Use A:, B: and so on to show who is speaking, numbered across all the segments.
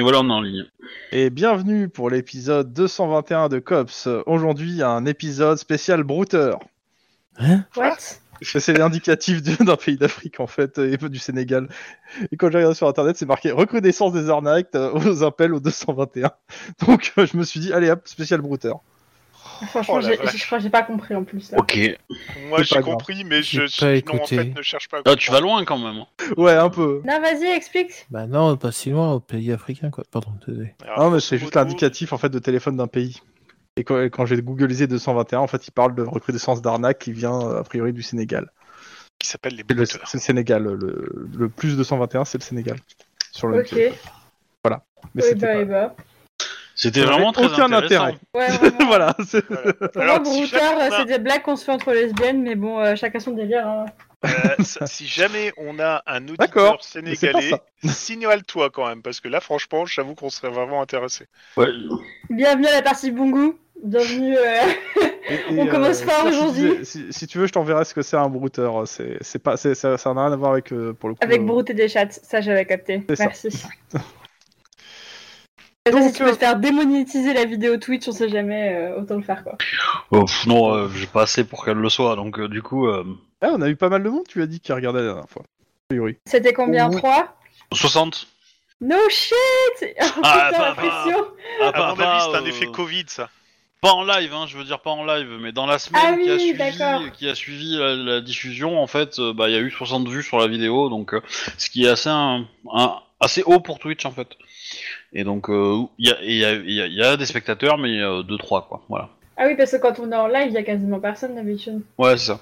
A: voilà, on est en ligne.
B: Et bienvenue pour l'épisode 221 de Cops. Aujourd'hui, un épisode spécial brouteur.
C: What
B: Parce que C'est l'indicatif de- d'un pays d'Afrique, en fait, et peu du Sénégal. Et quand j'ai regardé sur Internet, c'est marqué reconnaissance des arnaques euh, aux appels au 221. Donc, euh, je me suis dit, allez hop, spécial brouteur.
C: Franchement,
D: Oh la
C: j'ai-
D: vache.
C: je crois que j'ai pas compris en plus. Là.
A: Ok.
D: Moi
B: C'est pas
D: j'ai
B: grave.
D: compris, mais je
E: J'ai
D: suis-
E: pas
D: non, en
E: écouté.
D: fait ne cherche pas. à
A: Ah, tu vas
D: comprendre.
A: loin quand même.
B: Ouais, un peu.
C: Non, vas-y, explique.
E: Bah non, pas si loin, au pays africain, quoi. Pardon, désolé.
D: Alors,
B: Non, mais c'est
D: grosso
B: juste
D: modo,
B: l'indicatif, en fait, de téléphone d'un pays. Et quand, quand j'ai googlisé 221, en fait, il parle de recrudescence d'arnaque qui vient, euh, a priori, du Sénégal.
D: Qui s'appelle les
B: C'est le,
D: brouteurs.
B: c'est le Sénégal. Le, le plus 221, c'est le Sénégal. Sur le
C: Ok. Eh
B: Mais c'était
C: bah,
B: pas-
C: eh bah.
A: C'était
B: Ça
A: vraiment
B: n'avait
A: très
B: aucun
A: intéressant.
B: intérêt.
C: Ouais, vraiment.
B: voilà. c'est-
D: Voilà.
C: Pour
D: Alors,
C: moi,
D: si
C: Brouter,
D: jamais on a-
C: c'est des blagues qu'on se fait entre lesbiennes, mais bon, euh, chacun son délire. Hein.
D: Euh, ça- si jamais on a un
B: D'accord,
D: auditeur
B: mais c'est pas
D: sénégalais, signale-toi quand même, parce que là franchement, j'avoue qu'on serait vraiment intéressé.
A: Ouais.
C: Bienvenue à la partie Bungu. Bienvenue. euh,
B: Et- et,
C: On commence
B: euh,
C: pas
B: Pierre, si
C: aujourd'hui.
B: tu veux- Si, si tu veux, je t'enverrai ce que c'est un brouteur. C'est, c'est pas, c'est- ça, ça n'a rien à voir avec euh, pour le coup.
C: Avec
B: euh,
C: brouter des chattes, ça j'avais capté.
B: C'est ça.
C: Merci. Et ça, si
B: euh,
C: tu peux te faire démonétiser la vidéo Twitch, on sait jamais, euh, autant le faire quoi.
A: Oh, pff, non, euh, j'ai pas assez pour qu'elle le soit, donc euh, du coup, euh,
B: Ah, on a eu pas mal de monde. Tu as dit qui regardait la dernière fois. A priori.
C: C'était combien
A: Oui.
C: 3
A: 60.
C: No shit Oh,
A: Ah,
C: putain, la
A: bah, bah.
C: pression
A: Ah,
D: À mon avis, c'est un
A: euh,
D: effet Covid ça.
A: Pas en live, hein, je veux dire pas en live, mais dans la semaine
C: Ah
A: qui a
C: oui,
A: suivi,
C: d'accord.
A: qui a suivi la, la diffusion, en fait, euh, bah, il y a eu 60 vues sur la vidéo, donc euh, ce qui est assez, un- un- assez haut pour Twitch, en fait. Et donc, euh, il y, a, il y, a, il y a- il y a des spectateurs, mais 2-3, quoi, voilà.
C: Ah oui, parce que quand on est en live, il y a quasiment personne d'habitude.
A: Ouais, c'est ça.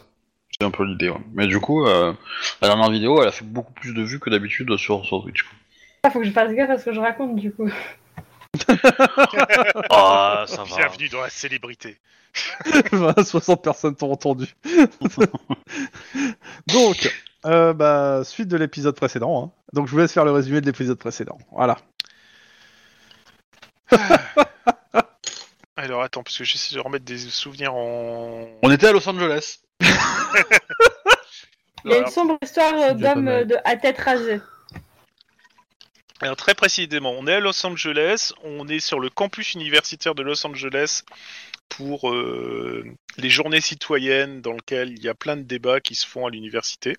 A: C'est un peu l'idée, ouais. Mais du coup, euh, la dernière vidéo, elle a fait beaucoup plus de vues que d'habitude sur, sur Twitch. quoi.
C: Ah, faut que je fasse gaffe à ce que je raconte du coup.
A: Ah, ça va.
D: Bienvenue dans la célébrité.
B: Voilà, 60 personnes t'ont entendu. Donc, euh, bah, suite de l'épisode précédent. hein. Donc, je vous laisse faire le résumé de l'épisode précédent. Voilà.
D: Alors attends, parce que j'essaie de remettre des souvenirs en.
A: On était à Los Angeles.
C: Il y a
D: Voilà.
C: une sombre histoire euh,
E: C'est déjà pas
C: d'homme
E: mal.
C: euh, de- à tête rasée.
D: Alors très précisément, on est à Los Angeles, on est sur le campus universitaire de Los Angeles pour euh, les journées citoyennes dans lesquelles il y a plein de débats qui se font à l'université.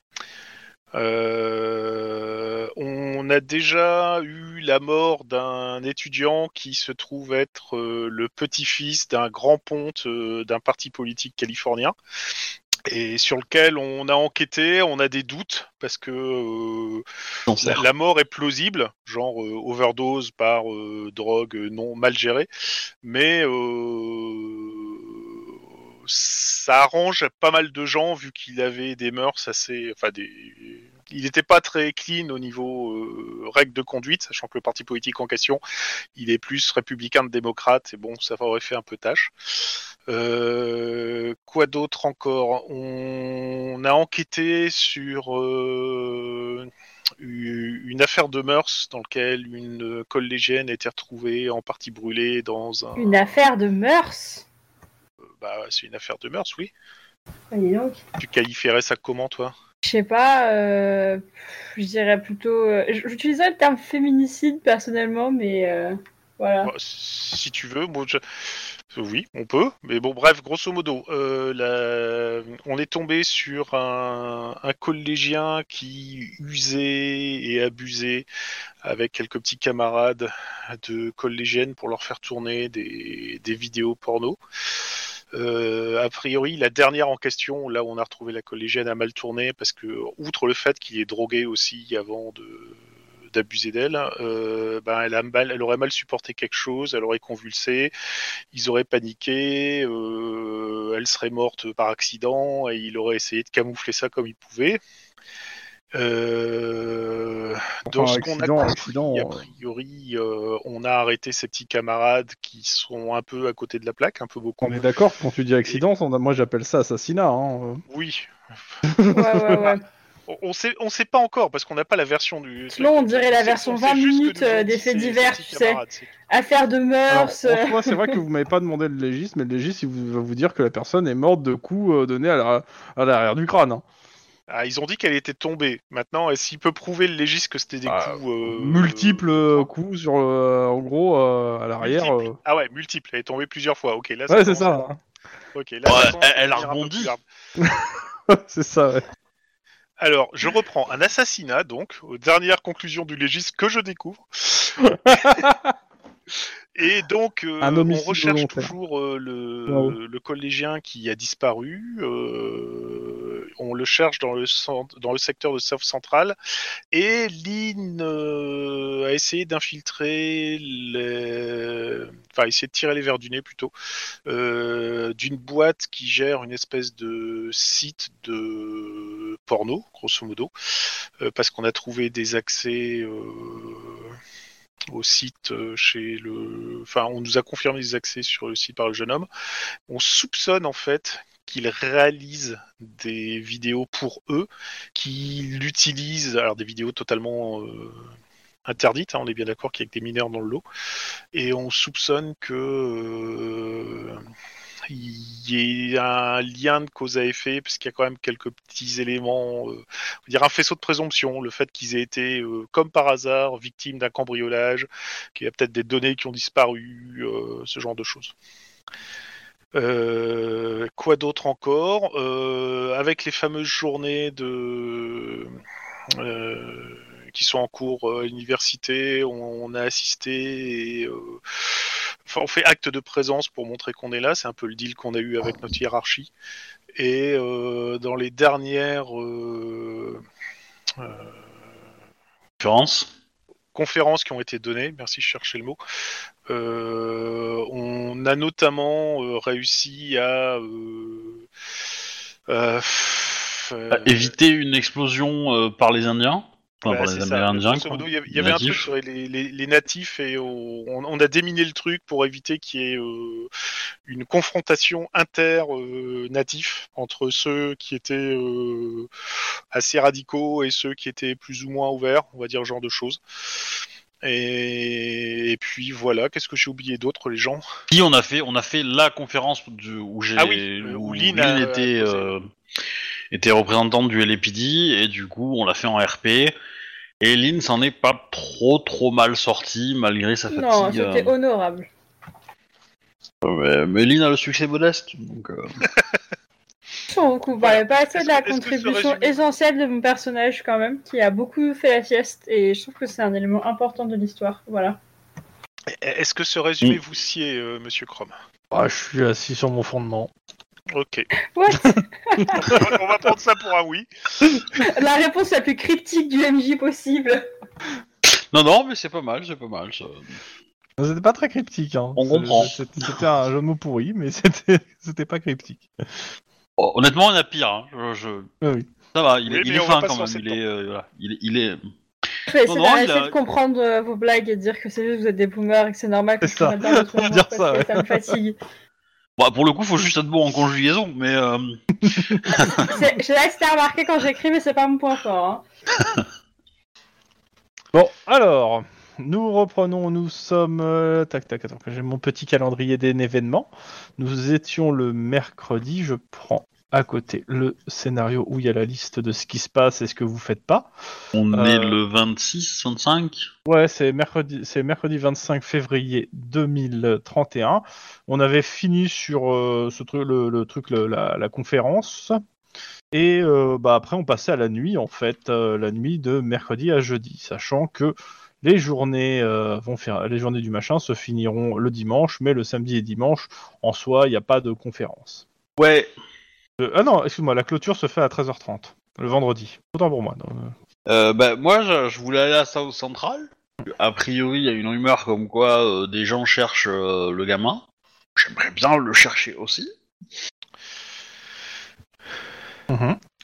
D: Euh, on a déjà eu la mort d'un étudiant qui se trouve être euh, le petit-fils d'un grand ponte euh, d'un parti politique californien et sur lequel on a enquêté, on a des doutes parce que euh, la, la mort est plausible, genre euh, overdose par euh, drogue euh, non mal gérée, mais euh, ça arrange pas mal de gens vu qu'il avait des mœurs assez, enfin des, il n'était pas très clean au niveau euh, règles de conduite, sachant que le parti politique en question, il est plus républicain de démocrate et bon, ça aurait fait un peu tâche. Euh, quoi d'autre encore On a enquêté sur euh, une affaire de mœurs dans laquelle une collégienne a été retrouvée en partie brûlée dans un.
C: Une affaire de mœurs
D: Bah, c'est une affaire de mœurs, oui.
C: Voyez Ah, donc.
D: Tu qualifierais ça comment, toi
C: Je sais pas, euh, je dirais plutôt. euh, j- J'utiliserais le terme féminicide personnellement, mais euh, voilà.
D: Bah, Si tu veux, moi, je- oui, on peut. Mais bon, bref, grosso modo, euh, la- on est tombé sur un... un collégien qui usait et abusait avec quelques petits camarades de collégiennes pour leur faire tourner des, des vidéos porno. Euh, a priori, la dernière en question, là où on a retrouvé la collégienne, a mal tourné parce que, outre le fait qu'il est drogué aussi avant de d'abuser d'elle, euh, ben, elle, a mal- elle aurait mal supporté quelque chose, elle aurait convulsé, ils auraient paniqué, euh, elle serait morte par accident et il aurait essayé de camoufler ça comme il pouvait. Euh, dans
B: Enfin,
D: ce qu'on a
B: accident,
D: compris,
B: accident, euh.
D: a priori, euh, on a arrêté ses petits camarades qui sont un peu à côté de la plaque, un peu beaucoup.
B: On est d'accord quand tu dis accident, on a- moi j'appelle ça assassinat. hein.
D: Oui,
C: Ouais, ouais, ouais.
D: on on sait, on sait pas encore parce qu'on n'a pas la version du.
C: Selon, on dirait la
D: C'est-
C: version
D: on sait
C: 20
D: juste que
C: minutes,
D: nous
C: euh, des
D: ont dit
C: faits
D: ses- ses
C: divers,
D: petits
C: tu sais.
D: camarades, c'est-
C: Affaire de
B: Alors, en
C: mœurs. euh,
B: soi, c'est vrai que vous m'avez pas demandé le légiste, mais le légiste il vous- va vous dire que la personne est morte de coups euh, donnés à la- à l'arrière du crâne. hein.
D: Ah, ils ont dit qu'elle était tombée. Maintenant, est-ce qu'il peut prouver le légiste que c'était des
B: Ah,
D: coups euh,
B: Multiples euh, coups sur le- en gros euh, à l'arrière.
D: Multiples.
B: euh.
D: Ah ouais, multiples. Elle est tombée plusieurs fois. Ok, là.
B: Ouais, c'est
D: commence
B: ça.
D: à-
B: hein.
D: Ok, là,
A: Ouais,
D: ça commence à
A: elle- elle a
D: devenir un peu
A: rebondi.
D: plus grave.
B: c'est ça. ouais.
D: Alors, je reprends un assassinat, donc, aux dernières conclusions du légiste que je découvre. Et donc, euh,
B: Un
D: on
B: homicide
D: recherche
B: volontaire.
D: toujours euh, le,
B: Waouh.
D: le collégien qui a disparu. euh, on le cherche dans le, centre, dans le secteur de South Central. Et Lynn euh, a essayé d'infiltrer, les... enfin, essayer de tirer les verres du nez plutôt, euh, d'une boîte qui gère une espèce de site de porno, grosso modo, euh, parce qu'on a trouvé des accès euh, au site euh, chez le. Enfin, on nous a confirmé des accès sur le site par le jeune homme. On soupçonne en fait qu'il réalise des vidéos pour eux, qu'il utilise, alors des vidéos totalement euh, interdites, hein, on est bien d'accord qu'il y a que des mineurs dans le lot, et on soupçonne que euh, il y ait un lien de cause à effet, parce qu'il y a quand même quelques petits éléments, euh, on va dire un faisceau de présomption, le fait qu'ils aient été, euh, comme par hasard, victimes d'un cambriolage, qu'il y a peut-être des données qui ont disparu, euh, ce genre de choses. Euh, quoi d'autre encore Euh, Avec les fameuses journées de... euh, qui sont en cours euh, à l'université, on, on a assisté et euh, enfin, on fait acte de présence pour montrer qu'on est là. C'est un peu le deal qu'on a eu avec notre hiérarchie. Et euh, dans les dernières euh,
A: Conférence.
D: conférences qui ont été données, merci je cherchais le mot, euh, on a notamment euh, réussi à euh, euh,
A: Ah,
D: euh,
A: Éviter une explosion euh, par les Indiens. Enfin,
D: Bah,
A: par
D: c'est
A: les
D: ça.
A: Amérindiens.
D: Grosso
A: quoi.
D: modo, Il y avait, il y avait un
A: Natifs.
D: truc sur les, les- les natifs et on, on- on a déminé le truc pour éviter qu'il y ait euh, une confrontation inter-natif entre ceux qui étaient euh, assez radicaux et ceux qui étaient plus ou moins ouverts, on va dire ce genre de choses. Et, et puis voilà, qu'est-ce que j'ai oublié d'autre, les gens
A: Puis on a fait, on a fait la conférence du- où j'ai,
D: Ah oui, euh, où
A: où
D: Lynn
A: Lynn,
D: a-
A: était,
D: a posé.
A: euh, était représentante du LPD et du coup on l'a fait en RP. Et Lynn s'en est pas trop trop mal sortie malgré sa fatigue.
C: Non, c'était
A: euh.
C: honorable.
A: Ouais, mais Lynn a le succès modeste. Donc, euh,
C: Son coup, vous
D: Voilà.
C: parlez pas assez
D: Est-ce
C: de la
D: que- est-ce que ce
C: contribution
D: résumé-
C: essentielle de mon personnage quand même, qui a beaucoup fait la sieste, et je trouve que c'est un élément important de l'histoire. Voilà.
D: Est-ce que ce
A: Mm.
D: résumé vous sied, euh, monsieur Chrome
B: Ah, je suis assis sur mon fondement.
D: Ok.
C: What
D: on va prendre ça pour un oui.
C: la réponse la plus cryptique du MJ possible.
A: Non, non, mais c'est pas mal, c'est pas mal. ça.
B: Non, C'était pas très cryptique. Hein.
A: On
B: C'est-
A: comprend.
B: C'était c'était un jeu de mots pourri, mais c'était c'était pas cryptique.
A: Oh, Honnêtement, on a pire. hein. Je- je-
B: Ah oui.
A: Ça va, il, est-
D: Oui,
A: il
D: mais
A: est
D: on va
A: fin
D: pas
A: quand
D: se
A: même.
D: lancer
A: Il est, euh, voilà, il est, il est-
C: Je vais essayer
A: Non, non,
C: d'arrêter
A: il a-
C: de comprendre euh, vos blagues et de dire que c'est juste que vous êtes des boomers et que c'est normal que
B: C'est
C: je
B: ça.
C: comprenne pas votre
B: On va
C: humour
B: dire
C: parce
B: ça,
C: que
B: ouais.
C: ça me fatigue.
A: Bah, pour le coup, faut juste être bon en conjugaison, mais euh,
C: C'est- Je laisse t'as remarqué quand j'écris, mais c'est pas mon point fort. hein.
B: Bon, alors, nous reprenons, nous sommes... euh, tac, tac, attends, que j'ai mon petit calendrier des événements. Nous étions le mercredi, je prends à côté le scénario où il y a la liste de ce qui se passe et ce que vous faites pas.
A: on
B: Euh.
A: est le 26, 25.
B: Ouais, c'est mercredi, c'est mercredi 25 février 2031. On avait fini sur euh, ce truc, le, le truc, le- la, la conférence, et euh, bah après on passait à la nuit en fait, euh, la nuit de mercredi à jeudi, sachant que les journées euh, vont faire, les journées du machin se finiront le dimanche, mais le samedi et dimanche en soi il n'y a pas de conférence.
A: Ouais,
B: Euh, ah non, excuse-moi, la clôture se fait à 13h30 le vendredi. Autant pour moi. non, euh,
A: Euh, bah, moi, je, je voulais aller à South Central. A priori, il y a une rumeur comme quoi euh, des gens cherchent euh, le gamin. J'aimerais bien le chercher aussi.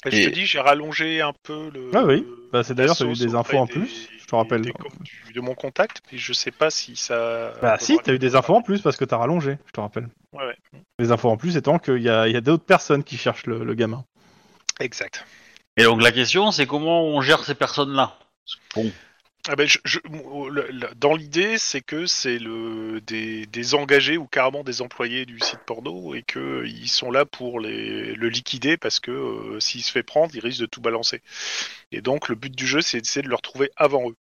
D: Je te
A: Et-
D: dis, j'ai rallongé un peu le.
B: Ah oui. Bah, c'est d'ailleurs,
D: la
B: t'as eu
D: sauce
B: des infos
D: auprès
B: en
D: des-
B: plus, je te rappelle.
D: des com- du- de mon contact, mais je sais pas si ça.
B: Bah si, t'as eu des infos en plus parce que t'as rallongé, je te rappelle.
D: Ouais, ouais.
B: Les infos en plus étant qu'il y a, il y a d'autres personnes qui cherchent le, le gamin.
D: Exact.
A: Et donc, la question, c'est comment on gère ces personnes-là Bon,
D: Ah ben, je- je- mo- le- le- dans l'idée, c'est que c'est le des, des engagés ou carrément des employés du site porno et que euh, ils sont là pour les, le liquider parce que euh, s'il se fait prendre, il risque de tout balancer. Et donc le but du jeu, c'est d'essayer de le retrouver avant eux.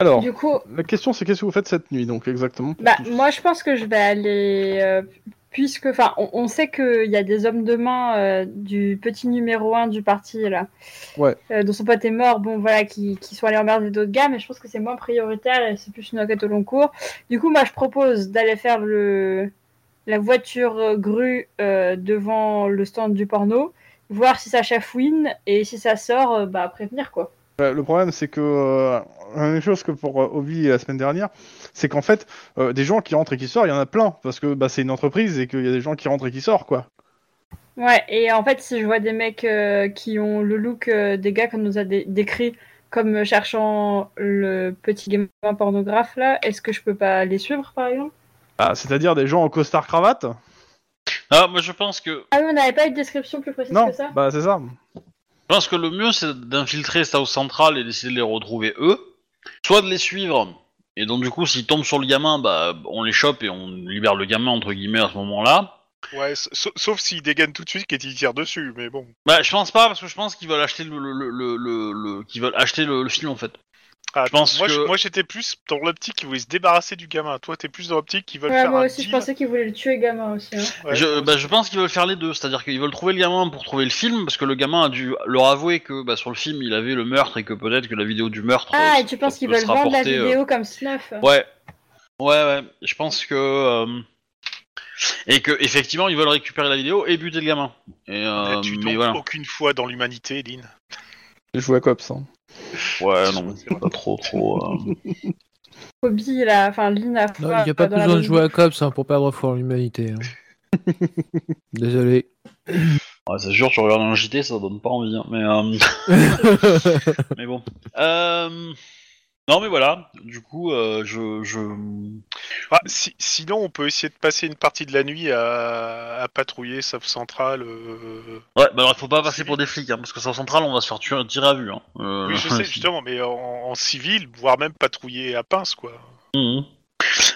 B: Alors,
C: Du coup,
B: la question c'est qu'est-ce que vous faites cette nuit donc exactement pour
C: Bah,
B: tous
C: moi, je pense que je vais aller. euh, puisque, enfin, on, on sait qu'il y a des hommes de main euh, du petit numéro 1 du parti, là.
B: Ouais.
C: Euh, dont son pote est mort, bon, voilà, qui, qui sont allés emmerder d'autres gars, mais je pense que c'est moins prioritaire et c'est plus une enquête au long cours. Du coup, moi, je propose d'aller faire le la voiture euh, grue euh, devant le stand du porno, voir si ça chafouine et si ça sort, euh, bah, prévenir, quoi.
B: Ouais, Le problème, c'est que euh, la même chose que pour euh, Obi la semaine dernière, c'est qu'en fait, euh, des gens qui rentrent et qui sortent, il y en a plein parce que bah, c'est une entreprise et qu'il y a des gens qui rentrent et qui sortent quoi.
C: Ouais, et en fait, si je vois des mecs euh, qui ont le look euh, des gars qu'on nous a dé- décrit comme euh, cherchant le petit gamin pornographe là, est-ce que je peux pas les suivre par exemple
B: Ah, C'est-à-dire des gens en costard cravate
A: Ah, moi je pense que
C: Ah oui, on n'avait pas une description plus précise
B: Non,
C: que ça
B: bah c'est ça.
A: Je pense que le mieux, c'est d'infiltrer South Central et d'essayer de les retrouver eux, soit de les suivre. Et donc, du coup, s'ils tombent sur le gamin, bah, on les chope et on libère le gamin, entre guillemets, à ce moment-là.
D: Ouais, sa- sa- sauf s'ils dégainent tout de suite et qu'ils tirent dessus, mais bon.
A: Bah, je pense pas, parce que je pense qu'ils veulent acheter le, le, le, le- le- qu'ils veulent acheter le, le film, en fait.
D: Ah,
A: Je pense
D: moi,
A: que-
D: moi, j'étais plus dans l'optique qui voulait se débarrasser du gamin. Toi, t'es plus dans l'optique qui veulent
C: Ouais,
D: faire
C: moi
D: un
C: aussi, je
D: deal.
C: pensais qu'ils voulaient le tuer gamin aussi. hein.
D: Ouais.
A: je, bah, je pense qu'ils veulent faire les deux, c'est-à-dire qu'ils veulent trouver le gamin pour trouver le film, parce que le gamin a dû leur avouer que, bah, sur le film, il avait le meurtre et que peut-être que la vidéo du meurtre.
C: Ah,
A: euh,
C: et tu penses qu'ils
A: peut
C: veulent
A: se
C: vendre la
A: rapporter, euh,
C: vidéo comme snuff
A: Ouais, ouais, ouais. Je pense que euh, et que effectivement ils veulent récupérer la vidéo et buter le gamin. Et, euh,
D: tu
A: mais
D: tombes
A: voilà.
D: aucune fois dans l'humanité, Lynn.
B: J'ai joué à Cops. hein.
A: Ouais, non, pas trop, trop. euh.
C: Kobe là, enfin Lynn a
E: Non,
C: foi,
E: il n'y a pas
C: dans la
E: besoin de
C: bonne-
E: jouer à Cops hein, pour perdre foi en l'humanité. hein. Désolé.
A: Ouais, c'est sûr, tu regardes un JT, ça donne pas envie. hein, Mais euh, mais bon. Euh, Non mais voilà. Du coup, euh, je je.
D: Ah, si- sinon, on peut essayer de passer une partie de la nuit à, à patrouiller South Central. euh.
A: Ouais, bah alors il faut pas passer pour des flics, hein, parce que sans centrale on va se faire tuer, tirer à vue. Hein. Euh,
D: Oui, je sais, justement, mais en, en civil, voire même patrouiller à pince, quoi.
A: Mhm.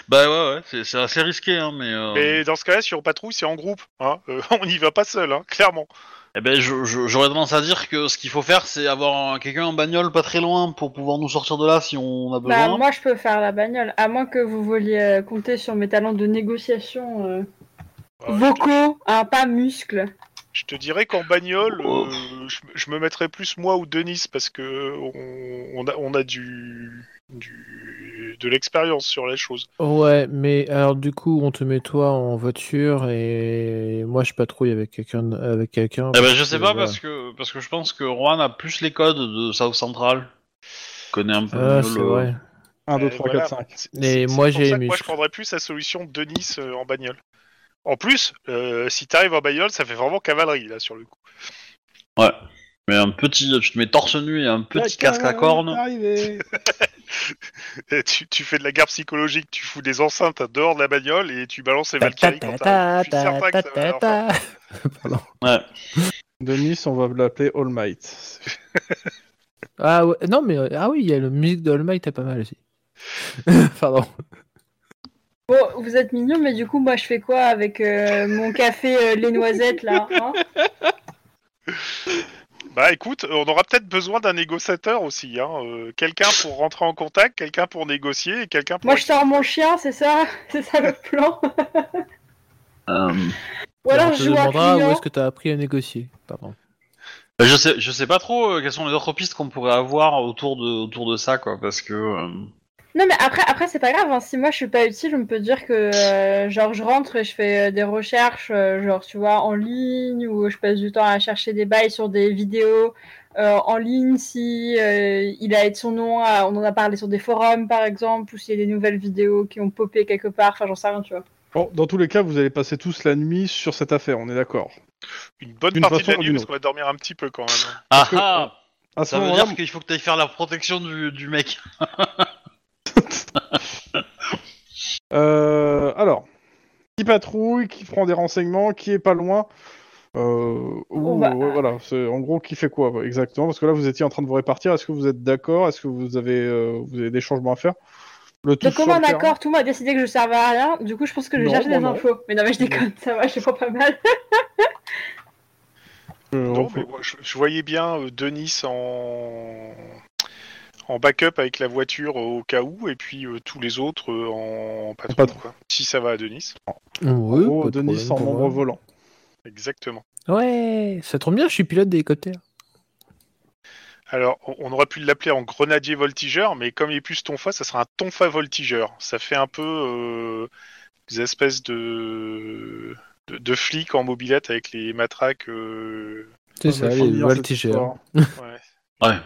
A: Bah ouais, ouais, c'est- c'est assez risqué, hein, mais. euh,
D: Mais dans ce cas-là, si on patrouille, c'est en groupe. Hein. Euh, on n'y va pas seul, hein, clairement.
A: Eh ben, je- je- j'aurais tendance à dire que ce qu'il faut faire, c'est avoir un- quelqu'un en bagnole pas très loin pour pouvoir nous sortir de là si on a
C: Bah,
A: besoin.
C: moi je peux faire la bagnole, à moins que vous vouliez euh, compter sur mes talents de négociation euh,
D: Euh,
C: vocaux, hein, pas muscles.
D: Je te dirais qu'en bagnole, euh, je, je me mettrais plus moi ou Denis parce que on, on a, on a du, du- de l'expérience sur la chose.
E: ouais, mais alors du coup, on te met toi en voiture et moi je patrouille avec quelqu'un. Avec quelqu'un
A: Eh ben, je sais pas
E: voilà.
A: parce que parce que je pense que Juan a plus les codes de South Central. Je connais un peu
E: Ah,
A: mieux
E: c'est
A: le.
E: vrai.
B: 1, 2,
D: Euh,
B: 3,
D: voilà.
B: 4, 5.
D: C'est-
E: Et
D: c'est-
E: moi,
D: c'est pour
E: j'ai
D: ça
E: les
D: que Moi, je
E: muscles.
D: prendrais plus la solution Denis euh, en bagnole. En plus, euh, si t'arrives en bagnole, ça fait vraiment cavalerie là sur le coup.
A: Ouais. Mais un petit, tu te mets torse nu et un petit casque à cornes.
B: Arrivé.
D: Et tu, tu fais de la guerre psychologique, tu fous des enceintes à dehors de la bagnole et tu balances les
E: Ta- ta-
D: Valkyries
E: ta-
D: quand
E: ta-
D: t'arrives. Je suis certain
E: ta-
D: que ça va
E: ta-
D: leur faire.
E: ta. Pardon.
A: Ouais.
B: Denis, on va l'appeler All Might.
E: Ah ouais, non mais euh, ah oui, il y a le musique de All Might est pas mal aussi. Pardon.
C: Bon, vous êtes mignons, mais du coup, moi, je fais quoi avec euh, mon café euh, les noisettes là hein
D: Bah écoute, on aura peut-être besoin d'un négociateur aussi, hein. euh, quelqu'un pour rentrer en contact, quelqu'un pour négocier et quelqu'un pour.
C: Moi, je sors mon chien, c'est ça C'est ça le plan
A: Euh,
C: Ou
E: Et
C: alors,
E: on te
C: je joue à
E: demandera où
C: client.
E: est-ce que tu as appris à négocier. Pardon.
A: je sais, je sais pas trop euh, quelles sont les autres pistes qu'on pourrait avoir autour de autour de ça, quoi, parce que. euh,
C: Non, mais après, après c'est pas grave. hein. Si moi, je suis pas utile, on peut dire que euh, genre, je rentre et je fais euh, des recherches, euh, genre, tu vois, en ligne, ou je passe du temps à chercher des bails sur des vidéos euh, en ligne, si euh, il a été son nom, à- on en a parlé sur des forums, par exemple, ou s'il y a des nouvelles vidéos qui ont popé quelque part, enfin, j'en sais rien, tu vois.
B: Bon, dans tous les cas, vous allez passer tous la nuit sur cette affaire, on est d'accord.
D: Une bonne
B: D'une
D: partie de
B: façon
D: la
B: ou
D: nuit
B: d'une
D: parce qu'on va dormir un petit peu quand même.
A: Ah
B: que-
E: euh,
A: ah
B: À ce
A: Ça veut
B: moment-là,
A: dire qu'il faut que t'ailles faire la protection du, du mec.
B: Euh, alors, qui patrouille, qui prend des renseignements, qui est pas loin. Euh, ou,
C: On va-
B: ouais, voilà, c'est- en gros, qui fait quoi ouais, exactement Parce que là, vous étiez en train de vous répartir. Est-ce que vous êtes d'accord Est-ce que vous avez, euh, vous avez des changements à faire Le tout
C: Donc,
B: sur
C: comme un
B: le terrain.
C: accord, tout le monde a décidé que je servais à rien. Du coup, je pense que je
B: Non,
C: cherche
B: moi,
C: des
B: non. Mm.
C: infos. Mais non, mais je déconne, ça va, je prends pas mal.
B: Je
D: Non,
B: repose-
D: mais moi, je, je voyais bien euh, Denis en... en backup avec la voiture euh, au cas où, et puis euh, tous les autres euh, en patron.
B: patron.
D: quoi. Si ça va à Denis.
B: En
E: Ouais,
B: gros,
E: pas de
B: Denis
E: problème
B: en
E: pour
B: membre
E: moi.
B: volant.
D: Exactement.
E: Ouais, ça tombe bien, je suis pilote d'hélicoptère.
D: Alors, on- on aurait pu l'appeler en grenadier voltigeur, mais comme il est plus tonfa, ça sera un tonfa voltigeur. Ça fait un peu euh, des espèces de... De, de flics en mobilette avec les matraques. euh,
E: C'est
B: Ah,
E: ça,
B: bah,
E: les
B: faut dire cette
E: voltigeurs.
B: histoire.
D: ouais.
A: Ouais.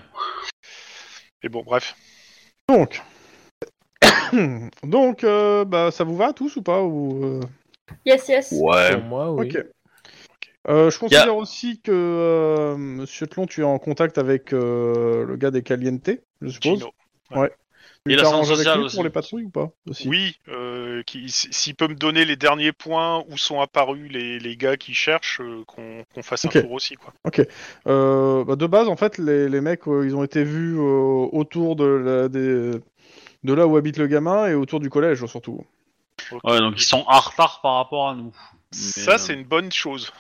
D: Mais bon, bref.
B: Donc, donc, euh, bah, ça vous va à tous ou pas ou, euh,
C: Yes, yes.
A: Ouais.
E: Pour moi, oui.
B: Ok. Euh, je considère aussi que euh, Monsieur Tlon, tu es en contact avec euh, le gars des Caliente, je suppose.
D: Gino.
B: Tu
A: Et la
B: t'arranges
A: Séance
B: avec
A: sociale
B: lui
A: aussi.
B: pour les patrouilles ou pas aussi
D: Oui, euh, qui- s- s'il peut me donner les derniers points où sont apparus les, les gars qui cherchent, euh, qu'on qu'on fasse
B: Ok.
D: un tour aussi. Quoi.
B: Euh, bah, de base, en fait, les, les mecs, euh, ils ont été vus euh, autour de, la- des- de là où habite le gamin et autour du collège, surtout.
A: Ouais, donc ils sont en retard par rapport à nous. Mais,
D: Ça,
A: euh,
D: c'est une bonne chose.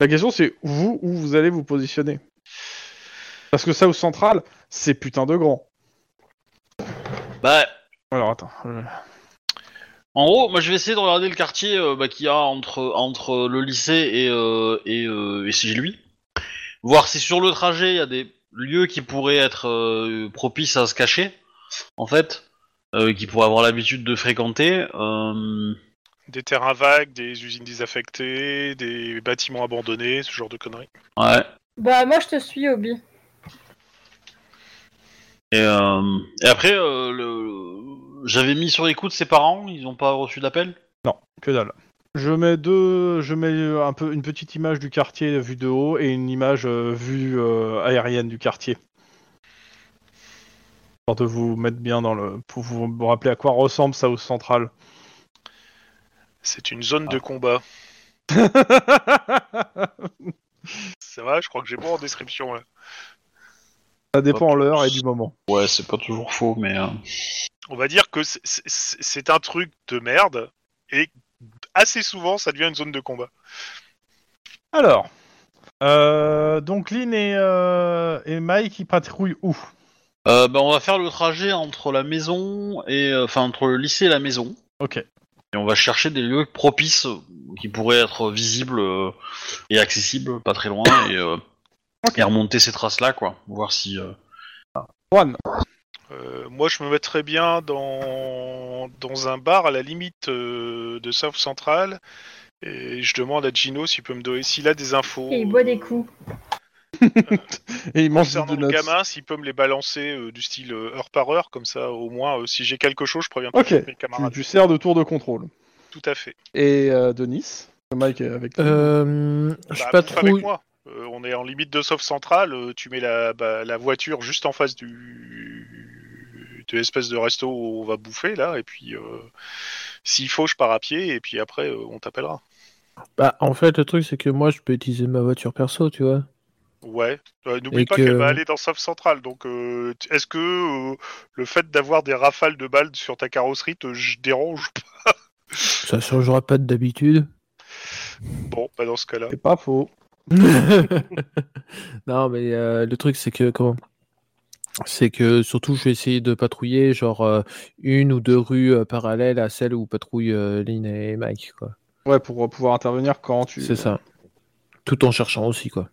B: La question, c'est vous, où vous allez vous positionner Parce que ça, au central, c'est putain de grand.
A: Bah,
B: Alors, attends. je-
A: en gros, moi je vais essayer de regarder le quartier euh, bah, qu'il y a entre, entre le lycée et, euh, et, euh, et chez lui. Voir si sur le trajet il y a des lieux qui pourraient être euh, propices à se cacher, en fait, euh, qui pourraient avoir l'habitude de fréquenter. euh,
D: Des terrains vagues, des usines désaffectées, des bâtiments abandonnés, ce genre de conneries.
A: ouais.
C: Bah, moi, je te suis, Obi.
A: Et, euh, et après, euh, le... j'avais mis sur écoute ses parents, ils n'ont pas reçu d'appel.
B: Non, que dalle. Je mets deux, je mets euh, un peu une petite image du quartier vue de haut et une image euh, vue euh, aérienne du quartier. Pour de vous mettre bien dans le, pour vous vous rappeler à quoi ressemble ça au central.
D: C'est une zone
A: Ah.
D: de combat. Ça va, je crois que j'ai bon en description. Là.
B: Ça dépend l'heure et du moment.
A: Ouais, c'est pas toujours faux, mais. euh,
D: On va dire que c'est- c'est- c'est un truc de merde, et assez souvent, ça devient une zone de combat.
B: Alors, euh, donc Lynn et, euh, et Mike ils patrouillent où
A: Euh, bah, on va faire le trajet entre la maison et euh, enfin entre le lycée et la maison
B: Ok.
A: et on va chercher des lieux propices euh, qui pourraient être visibles euh, et accessibles pas très loin et, euh, et remonter ces traces là quoi voir si euh,
B: Juan.
D: Euh, moi, je me mettrais bien dans, dans un bar à la limite euh, de South Central. Et je demande à Gino s'il peut me donner, s'il a des infos.
C: Et il boit
D: euh,
C: des coups.
B: Et ils mangent
D: Concernant
B: des
D: le
B: donuts.
D: gamin, s'il peut me les balancer euh, du style euh, heure par heure, comme ça, au moins, euh, si j'ai quelque chose, je préviens
B: Ok.
D: toujours mes
B: Tu,
D: camarades.
B: tu sers de tour de contrôle.
D: Tout à fait.
B: Et euh, Denis. Mike est avec. toi.
E: Euh, je
D: Bah, bouffe avec
E: patrouille.
D: moi. Euh, on est en limite de South Central. euh, tu mets la, bah, la voiture juste en face du de l'espèce de resto où on va bouffer là et puis euh, s'il faut je pars à pied et puis après euh, on t'appellera
E: Bah, en fait, le truc, c'est que moi, je peux utiliser ma voiture perso, tu vois.
D: Ouais, Euh, n'oublie
E: Et
D: pas
E: que-
D: qu'elle va aller dans South Central, donc euh, t- est-ce que euh, le fait d'avoir des rafales de balles sur ta carrosserie te j- dérange
E: Ça changera pas de d'habitude.
D: Bon, pas dans ce cas-là.
B: C'est pas faux.
E: non, mais euh, le truc, c'est que comment C'est que surtout, je vais essayer de patrouiller genre euh, une ou deux rues euh, parallèles à celle où patrouillent euh, Lynn et Mike, quoi.
B: Ouais, pour euh, pouvoir intervenir quand tu.
E: C'est ça. Tout en cherchant aussi, quoi.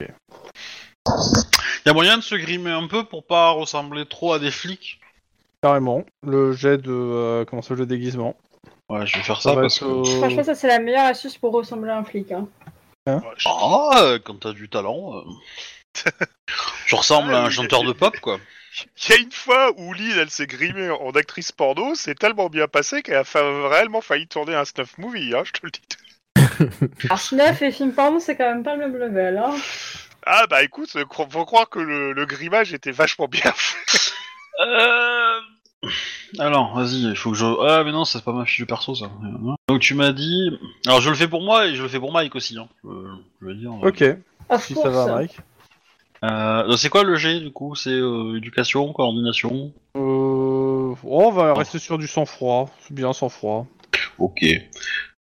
A: y a moyen de se grimer un peu pour pas ressembler trop à des flics
B: Carrément. Le jet de. euh, comment ça, le jet de déguisement.
A: ouais je vais faire
B: Ça
A: ça
B: va
A: parce
B: être,
A: que
B: euh,
C: Franchement, ça, c'est la meilleure astuce pour ressembler à un flic. Hein.
D: Ouais, je-
A: ah euh, quand t'as du talent euh, tu ressembles à
D: Ah,
A: un
D: oui.
A: chanteur de pop quoi
D: Il y a une fois où Lynn, elle s'est grimée en actrice porno, c'est tellement bien passé qu'elle a fa- réellement failli tourner un snuff movie, hein, je te le dis.
C: Alors, snuff et film porno, c'est quand même pas le même level. Hein.
D: Ah bah écoute, euh, cro- faut croire que le, le grimage était vachement bien fait.
A: Euh, Alors, vas-y, il faut que je. Ah, mais non, ça, c'est pas ma fiche de perso, ça. Donc, tu m'as dit. Alors, je le fais pour moi et je le fais pour Mike aussi. Hein. Euh, je veux dire.
B: Ok,
C: Of
B: si ça
C: course.
B: va, Mike.
A: Euh, donc, c'est quoi le G du coup C'est euh, éducation, coordination
B: Euh, oh, on va rester sur du sang-froid. C'est bien sang-froid.
A: Ok.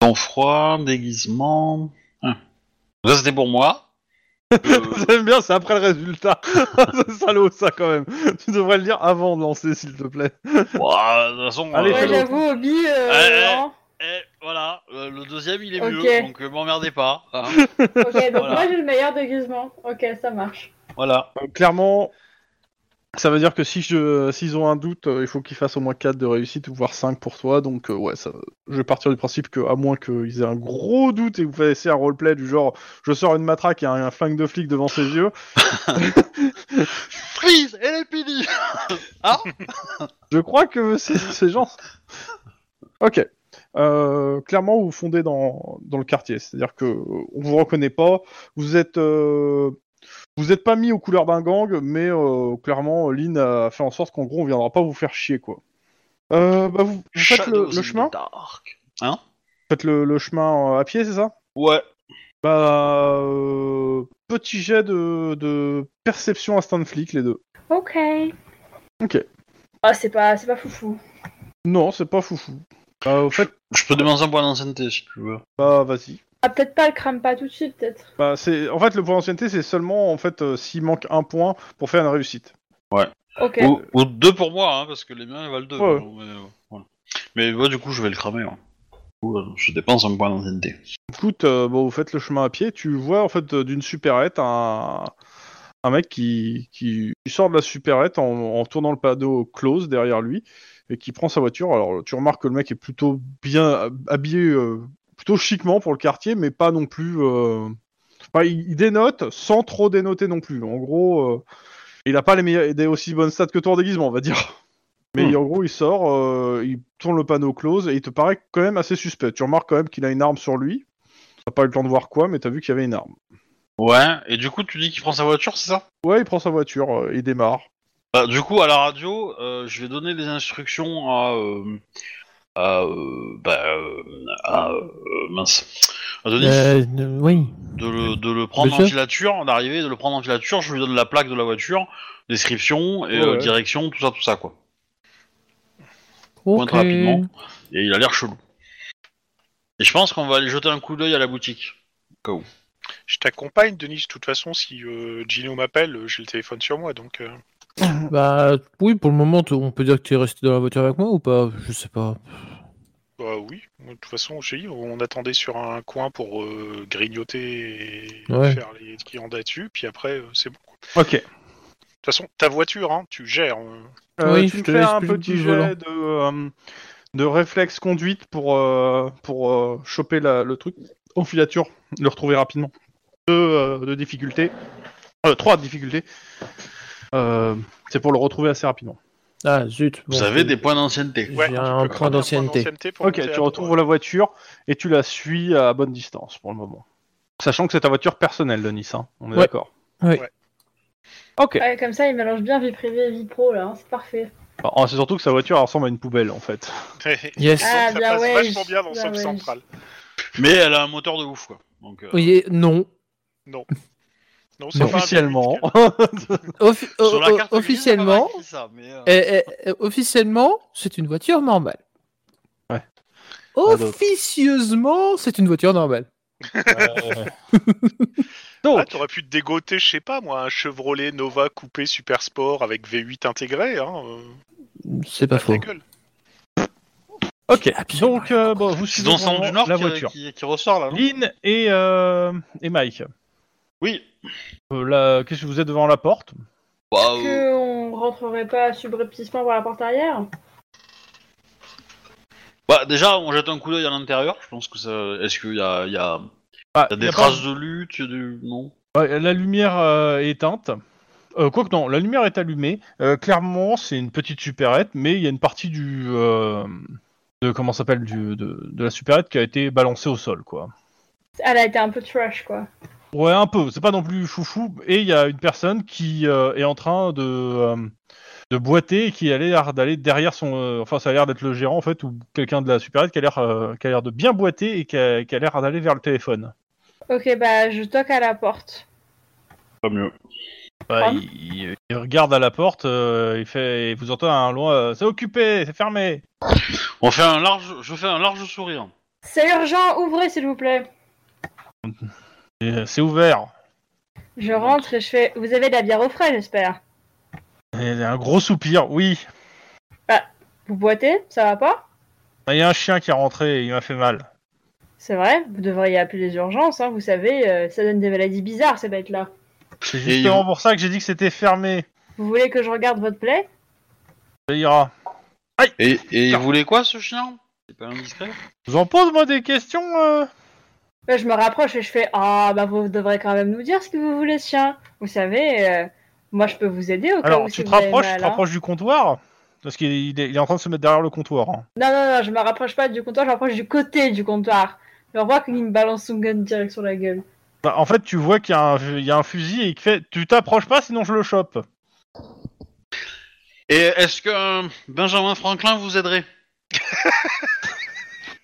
A: Sang-froid, déguisement. Ah. Ça, c'était pour moi. Euh,
B: J'aime bien, c'est après le résultat. c'est salaud, ça, quand même. Tu devrais le dire avant de lancer, s'il te plaît.
A: ouah, de toute façon.
B: Allez,
A: euh,
C: Ouais,
B: fais-le.
C: j'avoue, Obi, euh,
A: Ouais, ouais.
C: non.
A: eh, voilà, euh, le deuxième il est
C: Ok.
A: mieux, donc euh, m'emmerdez pas. hein.
C: Ok, donc
A: Voilà.
C: moi j'ai le meilleur déguisement. Ok, ça marche.
A: voilà.
B: Euh, Clairement, ça veut dire que si je, s'ils ont un doute, euh, il faut qu'ils fassent au moins 4 de réussite, voire 5 pour toi. Donc, euh, ouais, ça, je vais partir du principe que, à moins qu'ils aient un gros doute et que vous fassiez un roleplay du genre, je sors une matraque et un, un flingue de flic devant ses yeux,
A: Freeze et les PD
B: je crois que c'est ces gens. Ok. Euh, clairement, vous vous fondez dans, dans le quartier. C'est-à-dire que euh, on vous reconnaît pas. Vous êtes euh, vous êtes pas mis aux couleurs d'un gang, mais euh, clairement, Lynn a fait en sorte qu'en gros, on viendra pas vous faire chier, quoi. Euh, bah, vous, vous faites le,
A: Shadows
B: le
A: in
B: chemin.
A: the dark. Hein
B: Vous faites le, le chemin euh, à pied, c'est ça
A: Ouais.
B: Bah euh, petit jet de, de perception instinct de flic, les deux.
C: Ok.
B: Ok.
C: Ah, c'est pas, c'est pas foufou.
B: Non, c'est pas foufou. Bah, au fait,
A: Je peux demander un point d'ancienneté si tu veux.
B: bah vas-y.
C: Ah, peut-être pas, le crame pas tout de suite, peut-être.
B: Bah, c'est en fait le point d'ancienneté c'est seulement en fait euh, s'il manque un point pour faire une réussite.
C: Ok.
A: Ou, ou deux pour moi, hein, parce que les miens ils valent deux.
B: Ouais.
A: Mais, euh, voilà. Mais, ouais, du coup, je vais le cramer. hein. Du coup, euh, je dépense un point d'ancienneté.
B: Écoute, euh, bon, vous faites le chemin à pied, tu vois en fait euh, d'une supérette un un mec qui qui qui sort de la supérette en, en tournant le panneau close derrière lui et qui prend sa voiture. Alors tu remarques que le mec est plutôt bien habillé, euh, plutôt chiquement pour le quartier, mais pas non plus. euh, enfin, il, il dénote sans trop dénoter non plus. En gros, euh, il n'a pas les meilleurs, des aussi bonnes stats que toi en déguisement, on va dire. Mais
A: Hmm.
B: en gros, il sort, euh, il tourne le panneau close et il te paraît quand même assez suspect. Tu remarques quand même qu'il a une arme sur lui. T'as pas eu le temps de voir quoi, mais t'as vu qu'il y avait une arme.
A: Ouais, et du coup, tu dis qu'il prend sa voiture, c'est ça
B: Ouais, il prend sa voiture, euh, il démarre.
A: Bah, du coup, à la radio, euh, je vais donner des instructions à. euh, à. euh, bah. euh, à. euh, mince. À Denis.
E: Euh, euh, oui.
A: De, le, de le prendre
E: Monsieur
A: en filature, d'arriver, de le prendre en filature, je lui donne la plaque de la voiture, description, et
B: Ouais,
A: euh,
B: ouais.
A: direction, tout ça, tout ça, quoi.
E: Ok.
A: rapidement. Et il a l'air chelou. Et je pense qu'on va aller jeter un coup d'œil à la boutique.
D: Je t'accompagne, Denis. De toute façon, si euh, Gino m'appelle, euh, j'ai le téléphone sur moi, donc. euh,
E: Bah oui, pour le moment, t- on peut dire que tu es resté dans la voiture avec moi ou pas Je sais pas.
D: Bah oui, de toute façon, j'ai dit, on attendait sur un coin pour euh, grignoter et
E: Ouais.
D: faire les triandas dessus, puis après, euh, c'est bon. quoi. De
B: Ok.
D: toute façon, ta voiture, hein, tu gères. euh.
B: Euh,
E: Oui,
B: tu
E: je
B: me
E: te
B: fais
E: laisse
B: un
E: plus le
B: petit
E: plus volant.
B: jet de, euh, de réflexe conduite pour, euh, pour euh, choper la- le truc en filature, le retrouver rapidement. Deux euh, de difficulté. Euh, trois de difficulté. Euh, c'est pour le retrouver assez rapidement.
E: Ah zut. bon,
A: Vous avez
E: je-
A: des points d'ancienneté.
E: J'ai
D: Ouais, tu peux
E: un
D: cramer
E: point d'ancienneté.
D: pour
B: Ok,
D: monter à
B: tu
D: toi.
B: retrouves la voiture et tu la suis à bonne distance pour le moment. Sachant que c'est ta voiture personnelle, Denis, hein. on est
E: Ouais.
B: d'accord.
E: Oui.
D: Ouais.
B: Ok.
C: Ouais, comme ça, il mélange bien vie privée et vie pro, là, hein, c'est parfait.
B: Enfin, c'est surtout que sa voiture elle ressemble à une poubelle en fait.
E: Yes.
C: Ah,
D: ça
C: bien
D: passe
C: ouais,
D: vachement bien dans
C: bien
D: Soft
C: ouais.
D: Central.
A: Mais elle a un moteur de ouf, quoi. Donc, euh,
E: Oui, et non.
D: Non, c'est pas un début,
B: Officiellement.
D: Mickaël.
E: Offi-
A: sur la
E: o-
A: carte
E: o-
A: grise, on
E: Euh, officiellement,
A: a écrit ça, mais, euh,
E: eh, eh, eh, officiellement, c'est une voiture normale.
B: Ouais.
E: Officieusement, c'est une voiture normale.
A: Euh,
B: Donc,
D: Ah, t'aurais pu te dégoter, je sais pas moi, un Chevrolet Nova coupé Super Sport avec V8 intégré, hein. euh,
E: C'est
A: Bah,
E: pas
D: à ta
E: faux.
D: gueule.
B: Ok,
E: Absolument
B: donc euh, bon, vous
A: C'est
B: suivez
A: dans le sens
B: vraiment
A: du Nord
B: la
A: qui, euh,
B: voiture.
A: qui- qui ressort, là, non
B: Lynn et, euh, et Mike,
A: Oui.
B: Euh, là, qu'est-ce que vous êtes devant la porte
A: Bah, euh,
C: Que on rentrerait pas subrepticement par la porte arrière
A: bah, déjà, on jette un coup d'œil à l'intérieur. Je pense que ça. Est-ce qu'il y a, il y a-
B: Ah,
A: il y a
B: y
A: des
B: a
A: traces de lutte du... Non
B: pas- Ouais, La lumière euh, est éteinte. Euh, Quoique non, la lumière est allumée. Euh, clairement, c'est une petite supérette, mais il y a une partie du euh, de comment ça s'appelle du de, de la supérette qui a été balancée au sol, quoi.
C: Elle a été un peu trash, quoi.
B: Ouais, un peu. C'est pas non plus foufou. Et il y a une personne qui euh, est en train de, euh, de boiter et qui a l'air d'aller derrière son. euh, enfin, ça a l'air d'être le gérant en fait ou quelqu'un de la supérette qui a l'air euh, qui a l'air de bien boiter et qui a, qui a l'air d'aller vers le téléphone.
C: Ok, bah je toque à la porte.
A: Pas mieux.
B: Bah,
C: Pardon
B: il, il regarde à la porte, euh, il fait, il vous entend un loin. euh, c'est occupé, c'est fermé.
A: On fait un large, je fais un large sourire.
C: C'est urgent, ouvrez s'il vous plaît.
B: Et, euh, c'est ouvert.
C: Je rentre et je fais. Vous avez de la bière au frais, j'espère.
B: Et euh, un gros soupir. Oui.
C: Vous boitez Ça va pas
B: Ah, Il y a un chien qui est rentré et il m'a fait mal.
C: C'est vrai, vous devriez appeler les urgences, hein, vous savez, euh, ça donne des maladies bizarres ces bêtes-là.
B: C'est
A: Et
B: justement pour ça que j'ai dit que c'était fermé.
C: Vous voulez que je regarde votre plaie
B: Ça ira.
A: Et, et il voulait quoi ce chien C'est pas indiscret
B: Vous en pose moi des questions euh
C: Là, Bah, Je me rapproche et je fais Ah, bah vous devrez quand même nous dire ce que vous voulez, chien. Vous savez, euh, moi je peux vous aider au cas
B: Alors
C: où si
B: tu te
C: vous avez
B: rapproches, tu
C: mal,
B: te
C: hein.
B: rapproches du comptoir parce qu'il il est, il est en train de se mettre derrière le comptoir. hein.
C: Non, non, non, je me rapproche pas du comptoir, je me rapproche du côté du comptoir. Je vois qu'il me balance son gun direct sur la gueule.
B: Bah, en fait, tu vois qu'il y, a un- il y a un fusil et il fait tu t'approches pas sinon je le chope.
A: Et est-ce que euh, Benjamin Franklin vous aiderait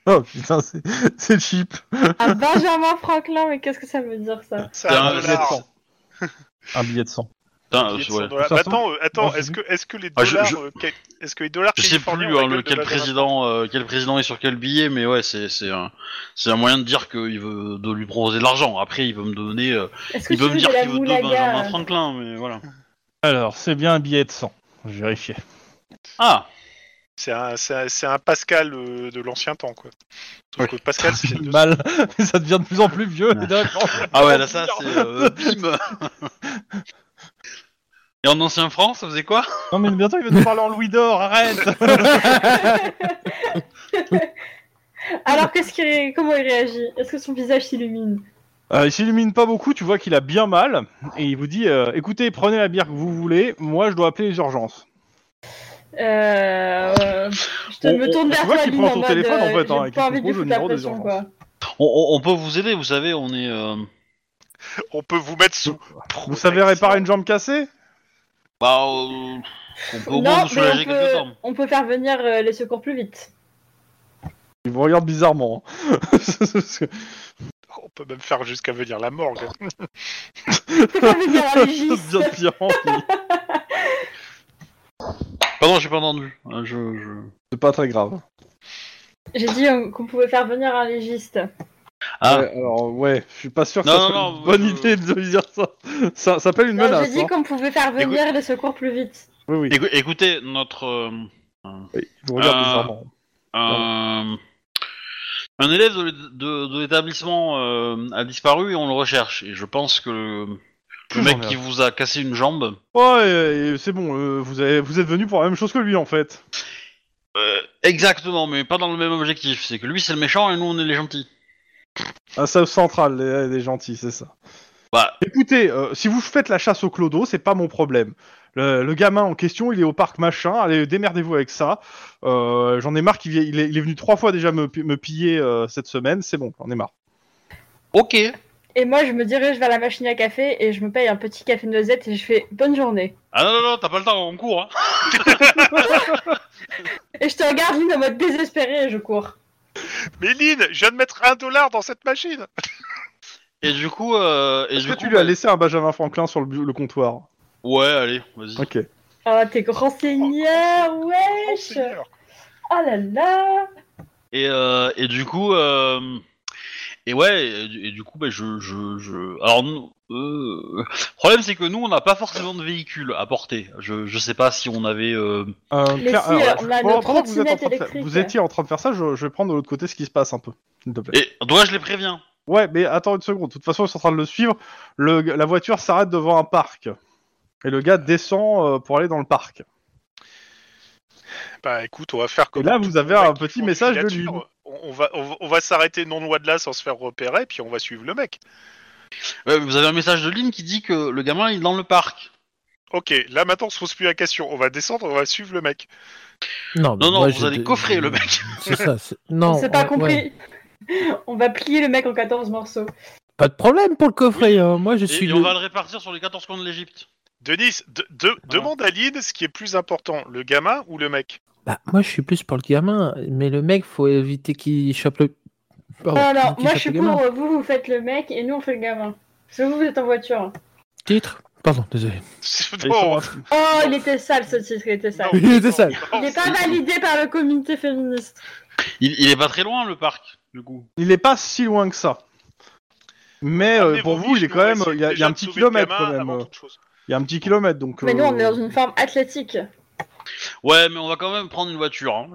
B: Oh putain, c'est- c'est cheap.
C: Ah, Benjamin Franklin, mais qu'est-ce que ça veut dire ça
D: Ça a
A: un
D: un dollar.
A: billet
B: Un billet de sang.
A: Putain,
D: Billet de
A: euh, ouais.
D: 100 dollars.
B: Ça
D: Bah,
B: ressemble-
D: attends, euh, attends,
B: Non,
D: est-ce
B: j'ai
D: que est-ce que les
A: Ah, je-
D: dollars
A: je-
D: euh, ca- est-ce que les dollars
A: Je sais plus
D: californiens ont la
A: hein,
D: gueule
A: le-
D: de
A: quel
D: Benjamin
A: président, euh, quel président est sur quel billet, mais ouais, c'est c'est un, c'est un moyen de dire qu'il veut de lui proposer de l'argent. Après, il veut me donner, euh,
C: Est-ce que
A: il
C: tu
A: veut me
C: veux de
A: dire
C: la
A: qu'il veut deux Benjamin
C: moulaga euh
A: Franklin, mais voilà.
B: Alors, c'est bien un billet de sang. Je vais vérifier.
A: Ah,
D: C'est un, c'est un- c'est un Pascal euh, de l'ancien temps, quoi. Sauf que Pascal, c'est deux-
B: Mal, mais ça devient de plus en plus vieux.
A: Ouais.
B: et d'un cran-
A: ah ouais, là ça c'est euh, bim. Et en ancien franc, ça faisait quoi
B: non mais bientôt il va nous parler en Louis d'or, arrête.
C: Alors, qu'est-ce qu'il ré- comment il réagit Est-ce que son visage s'illumine
B: Euh, il s'illumine pas beaucoup, tu vois qu'il a bien mal, et il vous dit euh, écoutez, prenez la bière que vous voulez, moi je dois appeler les urgences.
C: euh, euh, Je te,
B: On-
C: me
B: on-
C: tourne
B: tu
C: vers
B: vois
C: toi,
B: qu'il
C: lui,
B: prend
C: en
B: son
C: mode,
B: téléphone, en
C: euh,
B: fait, hein,
C: j'ai
B: avec
C: pas
B: le
C: envie de lui
B: numéro
C: foutre la
B: des
C: pression,
B: urgences.
C: quoi.
A: on, on- on peut vous aider, vous savez, on est. euh,
D: on peut vous mettre sous.
B: Vous savez réparer une jambe cassée
A: Bah, euh, on peut au
C: Non,
A: moins
C: mais
A: soulager
C: on
A: quelques
C: peut,
A: temps.
C: on peut faire venir euh, les secours plus vite.
B: Il vous regarde bizarrement. hein.
D: On peut même faire jusqu'à venir la morgue.
C: On peut faire venir la
B: C'est
C: légiste.
B: bien pire, en fait.
A: Pardon, j'ai pas entendu. Euh, Je, je-
B: C'est pas très grave.
C: J'ai dit euh, qu'on pouvait faire venir un légiste. Euh,
A: Ah,
B: Ouais, alors ouais, je suis pas sûr que
A: Non,
B: ça soit
A: non,
B: une
A: non,
B: bonne
A: euh,
B: idée de lui dire ça. Ça ça s'appelle une
C: Non,
B: menace.
C: J'ai dit
B: hein.
C: qu'on pouvait faire venir les secours plus vite.
B: Oui, oui.
A: écou- écoutez, notre. euh,
B: Il vous regarde
A: Euh,
B: bizarrement.
A: Un, Euh, un élève de, l'é- de- de l'établissement euh, a disparu et on le recherche. Et je pense que le, le mec qui vous a cassé une jambe,
B: Ouais, euh, c'est bon, euh, vous, avez- vous êtes venu pour la même chose que lui en fait.
A: euh, exactement, mais pas dans le même objectif. C'est que lui c'est le méchant et nous on est les gentils.
B: Un South Ah, Central, des, des gentils, c'est ça.
A: Bah,
B: Écoutez, euh, si vous faites la chasse au clodo, c'est pas mon problème. Le, le gamin en question, il est au parc machin, allez, démerdez-vous avec ça. Euh, J'en ai marre qu'il vie- il est, il est venu trois fois déjà me, pi- me piller euh, cette semaine, c'est bon, j'en ai marre.
A: ok.
C: Et moi, je me dirige vers la machine à café et je me paye un petit café noisette et je fais bonne journée.
A: Ah non, non, non, t'as pas le temps, on court. hein.
C: Et je te regarde, Lynn, en mode désespéré et je cours.
D: Mais Lynn, je viens de mettre un dollar dans cette machine.
A: Et du coup, euh, et
B: Est-ce
A: du
B: que
A: coup,
B: tu lui as laissé un Benjamin Franklin sur le, bu- le comptoir
A: ouais, allez, vas-y.
B: Ok.
C: Ah, t'es grand seigneur,
D: Oh,
C: wesh
D: Seigneur.
C: Ah là là
A: Et, euh, et du coup, euh, et ouais, et, du- et du coup, bah, je, je, je, alors, nous, euh, le problème c'est que nous, on n'a pas forcément de véhicule à porter. Je, je sais pas si on avait. euh,
B: Euh,
C: Mais si,
B: alors,
C: on
B: je-
C: a
B: pendant-
C: nos
B: pendant que vous, êtes en
C: trottinettes
B: train de faire-
C: électriques.
B: vous étiez en train de faire ça, je, je vais prendre de l'autre côté ce qui se passe un peu, s'il te plaît.
A: Et dois je les préviens.
B: Ouais, mais attends une seconde. De toute façon, ils sont en train de le suivre. Le, la voiture s'arrête devant un parc. Et le gars descend euh, pour aller dans le parc.
D: Bah écoute, on va faire comme.
B: Et là, vous avez
D: Ouais,
B: un
D: qui
B: petit
D: font
B: message de lui.
D: filature. On on va, on va- on va s'arrêter non loin de là sans se faire repérer, puis on va suivre le mec.
A: Ouais, vous avez un message de ligne qui dit que le gamin il est dans le parc.
D: Ok, là maintenant on se pose plus la question. On va descendre, on va suivre le mec.
E: Non, mais
A: Non, non,
E: moi,
A: vous
E: j'ai
A: allez
E: des-
A: coffrer le mec.
E: C'est ça. c'est- Non.
C: On s'est pas
E: ouais, ouais.
C: compris. On va plier le mec en 14 morceaux.
E: Pas de problème pour le coffret. hein. Moi, je suis.
A: Et, et
E: le-
A: on va le répartir sur les 14 coins de l'Egypte.
D: Denis, de- de-
B: Ah.
D: demande à Lynn ce qui est plus important, le gamin ou le mec
E: Bah, moi, je suis plus pour le gamin, mais le mec, faut éviter qu'il chope le. Pardon,
C: non, non,
E: qu'il
C: moi
E: chope
C: je suis
E: le gamin.
C: pour euh, vous, vous faites le mec et nous on fait le gamin. Parce que vous, vous êtes en voiture.
E: Titre Pardon, désolé.
B: Ils sont à-
C: Oh, il était sale ce titre, il était sale.
E: Non. Il était sale.
C: Il n'est pas validé par le comité féministe.
A: Il, il est pas très loin le parc, du coup.
B: Il est pas si loin que ça. Mais euh, pour vous, il est quand même. Il y a, il y a un petit kilomètre quand même. euh, Il y a un petit kilomètre donc.
C: Mais nous on est
B: euh,
C: dans une forme athlétique.
A: Ouais, mais on va quand même prendre une voiture. Hein.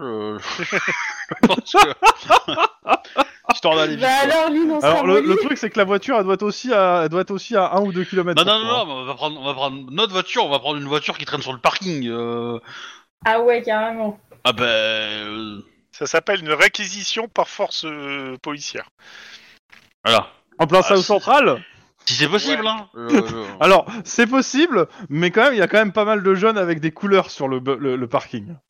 A: Je... je pense que... Histoire d'aller vite,
C: Bah
A: quoi.
C: alors, Lynn, on sera
B: Alors le, le
C: mollu.
B: truc c'est que la voiture elle doit être aussi à, elle doit être aussi à 1 ou 2 km.
A: Non, non, non, non, mais on va, prendre, on va prendre notre voiture, on va prendre une voiture qui traîne sur le parking. euh.
C: Ah ouais, carrément.
A: Ah ben... euh,
D: Ça s'appelle une réquisition par force euh, policière.
A: Voilà.
B: En plein
A: Ah,
B: ça au
A: si.
B: central.
A: Si c'est possible,
D: Ouais.
A: hein. Je- je-
B: Alors c'est possible, mais quand même il y a quand même pas mal de jeunes avec des couleurs sur le, bu- le, le parking.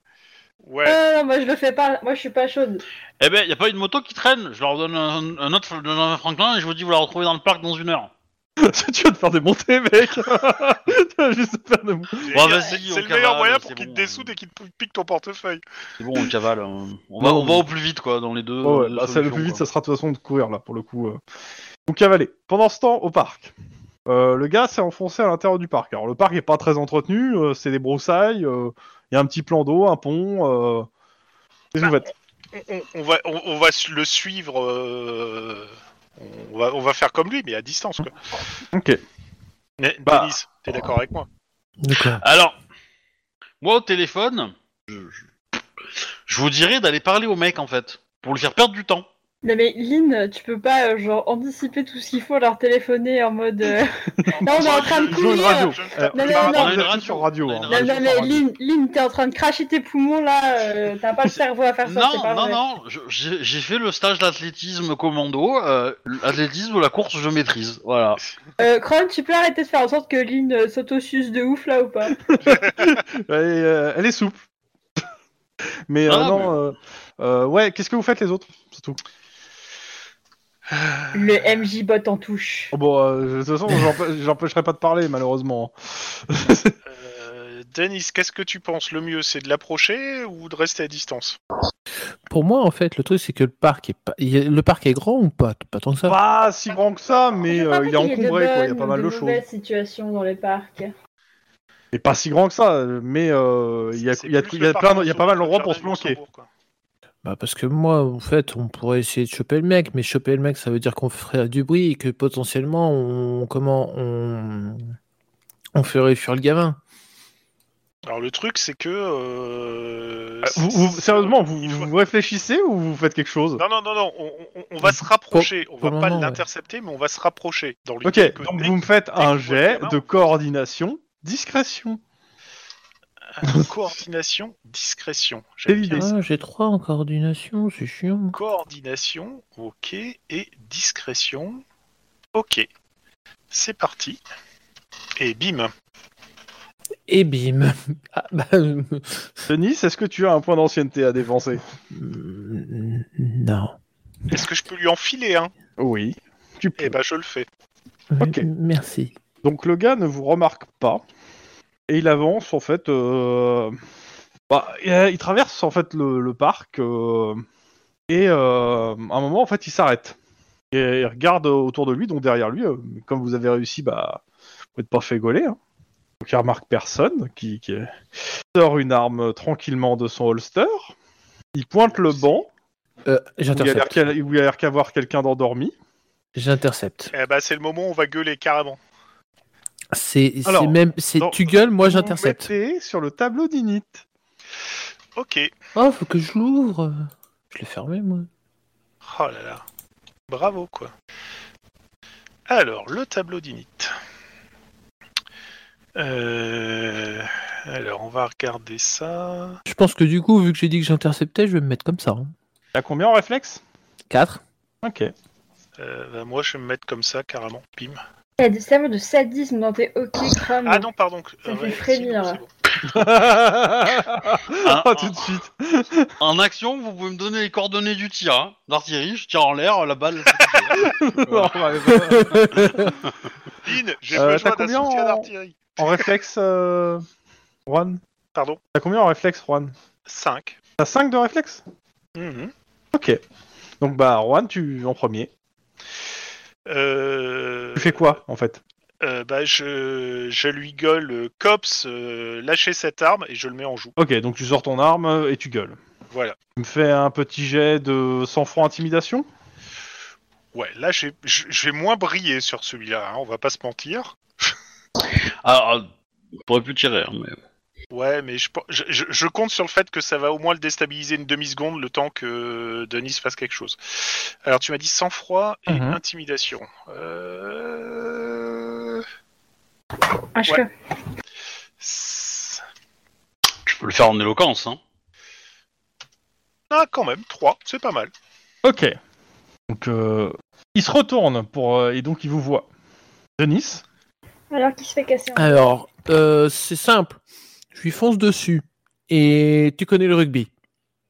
D: Ouais.
A: Ah.
C: Euh, non, moi je le fais pas, moi je suis pas chaude.
A: Eh ben, y a pas une moto qui traîne. Je leur donne un, un autre, je leur donne un Franklin et je vous dis vous la retrouvez dans le parc dans une heure.
B: tu vas te faire démonter mec. tu vas juste te faire démonter.
A: Bon,
D: Et, euh,
A: vas-y, on
D: c'est le
A: cavale,
D: meilleur moyen
A: c'est
D: pour qu'il
A: bon,
D: te dessoude
A: euh.
D: et qu'il te pique ton portefeuille.
A: C'est bon, on cavale. hein. On va,
E: Non,
A: on va
E: mais-
A: au plus vite, quoi, dans les deux.
B: Oh, ouais,
A: deux
B: là, ça, le
A: solutions,
B: plus vite,
A: quoi.
B: ça sera de toute façon de courir, là, pour le coup. euh. Donc, cavaler. Pendant ce temps, au parc. Euh, le gars s'est enfoncé à l'intérieur du parc. Alors, le parc est pas très entretenu, euh, c'est des broussailles, euh, il y a un petit plan d'eau, un pont, euh, des
D: Bah,
B: ouvertes.
D: on, on- on va, on, on va su- le suivre. euh, on, va, on va faire comme lui, mais à distance. Quoi.
B: Ok.
D: Mais,
B: Bah.
D: Denis, t'es d'accord avec moi
E: D'accord.
A: Alors, moi au téléphone, je, je- je vous dirais d'aller parler au mec en fait, pour lui faire perdre du temps.
C: Non mais Lynn, tu peux pas euh, genre anticiper tout ce qu'il faut, leur téléphoner en mode. euh, Non, on est en train de
B: Jaune
C: courir.
B: radio. Euh,
C: Non, non,
B: bah, on
C: non.
A: On a
B: est
A: une
B: là-dessus sur radio.
A: radio.
B: hein,
A: On a une
C: Non,
B: on est sur
C: non, mais
B: radio.
C: Lynn, Lynn t'es en train de cracher tes poumons là, euh, t'as pas le cerveau à faire ça, c'est pas
A: non, non,
C: vrai.
A: non, je- j'ai j'ai fait le stage d'athlétisme commando, euh, l'athlétisme ou la course je maîtrise, voilà.
C: Euh, Kron, tu peux arrêter de faire en sorte que Lynn euh, s'autosuce de ouf là ou pas
B: Elle, est, euh, elle est souple. mais euh,
A: Ah,
B: non, euh, euh, ouais, qu'est-ce que vous faites les autres Surtout.
C: Le MJ bot en touche.
B: Oh, Bon, euh, de toute façon, j'empê- j'empêcherai pas de parler, malheureusement.
D: Euh, Denis, qu'est-ce que tu penses Le mieux, c'est de l'approcher ou de rester à distance
E: Pour moi, en fait, le truc, c'est que le parc est pas... il y a- le parc est grand ou pas Pas tant que ça.
B: pas si grand que ça, mais
C: Je crois
B: euh,
C: pas
B: il est
C: qu'il y ait de
B: encombré, quoi. Il y a
C: bonnes
B: pas
C: ou
B: mal de
C: de
B: choses.
C: mauvaises situations dans les parcs.
B: Et pas si grand que ça, euh, mais euh, il y a,
D: C'est
B: il y a,
D: plus
B: il y
D: le
B: a
D: parc
B: plein, de- il y a
D: Luxembourg
B: pas mal
D: que
B: d'endroits
D: le
B: pour se
D: jardin du
B: planquer.
D: Luxembourg, quoi.
E: Bah, parce que moi, en fait, on pourrait essayer de choper le mec, mais choper le mec, ça veut dire qu'on ferait du bruit et que potentiellement, on comment on on ferait fuir le gamin.
D: Alors le truc, c'est que.
B: Euh,
D: euh,
B: Vous, vous- sérieusement, vous, vous réfléchissez ou vous faites quelque chose
D: Non, non, non, non, on, on- on va se rapprocher. On
E: pour
D: va
E: le
D: pas
E: moment, ouais.
D: l'intercepter, mais on va se rapprocher. Dans
B: Ok,
D: l'idée que
B: donc
D: dès
B: vous me faites
D: que
B: un
D: vous voyez
B: jet
D: la main,
B: de coordination, discrétion.
D: Euh, Coordination, discrétion.
B: C'est
D: J'aime
B: l'idée.
D: bien ça.
E: Ah, j'ai trois en coordination, c'est chiant.
D: Coordination, ok, et discrétion, ok. C'est parti. Et bim.
E: Et bim. Ah, bah, euh,
B: Denis, est-ce que tu as un point d'ancienneté à dépenser
E: euh, non.
D: Est-ce que je peux lui enfiler un
B: Oui. Tu peux.
D: Eh ben, je le fais.
B: Ok.
E: Merci.
B: Donc le gars ne vous remarque pas et il avance en fait. euh, bah, euh, il traverse en fait le, le parc euh, et euh, à un moment en fait il s'arrête et il regarde autour de lui donc derrière lui. euh, comme vous avez réussi, bah vous n'êtes pas fait gauler. hein. Donc il remarque personne qui, qui sort une arme tranquillement de son holster. Il pointe le banc
E: Euh,
B: où il y a l'air
E: j'intercepte.
B: qu'à- où il y a l'air qu'à voir quelqu'un d'endormi.
E: J'intercepte.
D: Eh ben, c'est le moment où on va gueuler carrément.
E: C'est c'est
B: Alors,
E: même c'est
B: dans-
E: tu gueules, moi
B: Vous
E: j'intercepte.
B: mettez sur le tableau d'init.
D: Ok.
E: Oh, faut que je l'ouvre. Je l'ai fermé moi.
D: Oh là là. Bravo, quoi. Alors, le tableau d'init. Euh, Alors, on va regarder ça.
E: Je pense que du coup, vu que j'ai dit que j'interceptais, je vais me mettre comme ça. hein.
B: T'as combien en réflexe
E: 4.
B: Ok.
D: Euh, bah, moi, je vais me mettre comme ça, carrément. Bim.
C: T'as des cerveaux de sadisme dans tes hockey, Kron.
D: Ah non, pardon.
C: Ça
D: Euh,
C: fait
D: ouais,
C: frémir.
D: si, c'est bon.
B: ah,
A: Ah,
B: tout de suite.
A: En action, vous pouvez me donner les coordonnées du tir, hein. D'artillerie, je tire en l'air, euh, la balle. c'est coupé.
B: Non, bah, bah,
D: Lynn, j'ai
B: Euh,
D: besoin
B: t'as
D: d'un
B: combien
D: soutien
B: en-
D: d'artillerie.
B: En réflexe, euh... Juan
D: Pardon
B: T'as combien en réflexe, Juan
D: 5.
B: T'as 5 de réflexe Mhm. Ok. Donc, bah, Juan, tu en premier. Tu fais quoi, en fait
D: Euh, bah, je, je lui gueule euh, Cops, euh, lâchez cette arme et je le mets en joue.
B: Ok, donc tu sors ton arme euh, et tu gueules.
D: Voilà.
B: Tu me fais un petit jet de sang-froid intimidation
D: Ouais, là, j'ai- je je vais moins briller sur celui-là, hein, on va pas se mentir.
A: Ah, ah, t'aurais pu tirer, hein, mais...
D: Ouais, mais je, pen- je, je- je compte sur le fait que ça va au moins le déstabiliser une demi-seconde le temps que Denis fasse quelque chose. Alors, tu m'as dit sang-froid et
B: Mhm.
D: intimidation. Euh...
C: Ah, je
D: Ouais.
C: peux.
D: c'est-
A: Tu peux le faire en éloquence, hein.
D: Ah, quand même, 3, c'est pas mal.
B: Ok. Donc, euh, il se retourne pour, euh, et donc il vous voit. Denis
C: Alors qu'il se fait casser. en-
E: Alors, euh, c'est simple. Je lui fonce dessus. Et tu connais le rugby.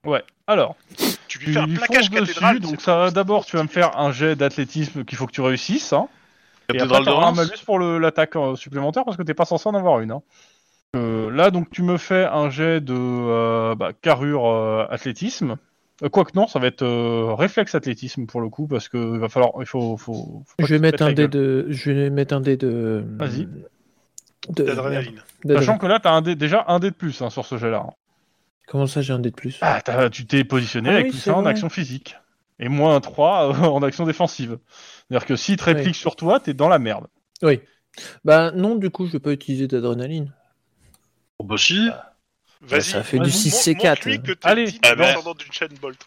B: Ouais. Alors,
D: Tu lui
B: tu
D: fais un
B: lui
D: plaquage
B: fonces
D: cathédral.
B: dessus, donc
D: c'est-
B: ça va- d'abord tu vas me faire un jet d'athlétisme qu'il faut que tu réussisses. Hein, et après
A: Cathédrale de
B: t'auras un
A: Reims
B: malus pour le- l'attaque euh, supplémentaire parce que t'es pas censé en avoir une. hein. Euh, là donc tu me fais un jet de euh, bah, carrure euh, athlétisme. Euh, Quoique non, ça va être euh, réflexe athlétisme pour le coup parce que il va falloir, il faut, faut- faut pas
E: Je vais
B: qu'il
E: mettre
B: te pète
E: un
B: la
E: dé
B: gueule.
E: de. Je vais mettre un dé de.
B: Vas-y.
E: de- Ah.
D: D'adrénaline.
E: d'adrénaline.
B: Sachant que là t'as un dé- déjà un dé de plus hein, sur ce jet-là. hein.
E: Comment ça, j'ai un dé de plus
B: Ah, t'as- tu t'es positionné
E: Ah
B: avec
E: oui,
B: tout
E: c'est
B: ça en
E: vrai.
B: action physique. Et moins 3 euh, en action défensive. C'est-à-dire que s'il te réplique
E: Oui.
B: sur toi, t'es dans la merde.
E: Oui. Bah non, du coup, je vais pas utiliser d'adrénaline.
A: Oh, bah si.
D: Vas-y.
E: Bah, Ça fait
B: vas-y,
E: du 6C4.
D: Montre-lui que t'es
B: Allez.
D: digne
A: Ah ben.
D: descendant d'une chaîne Bolt.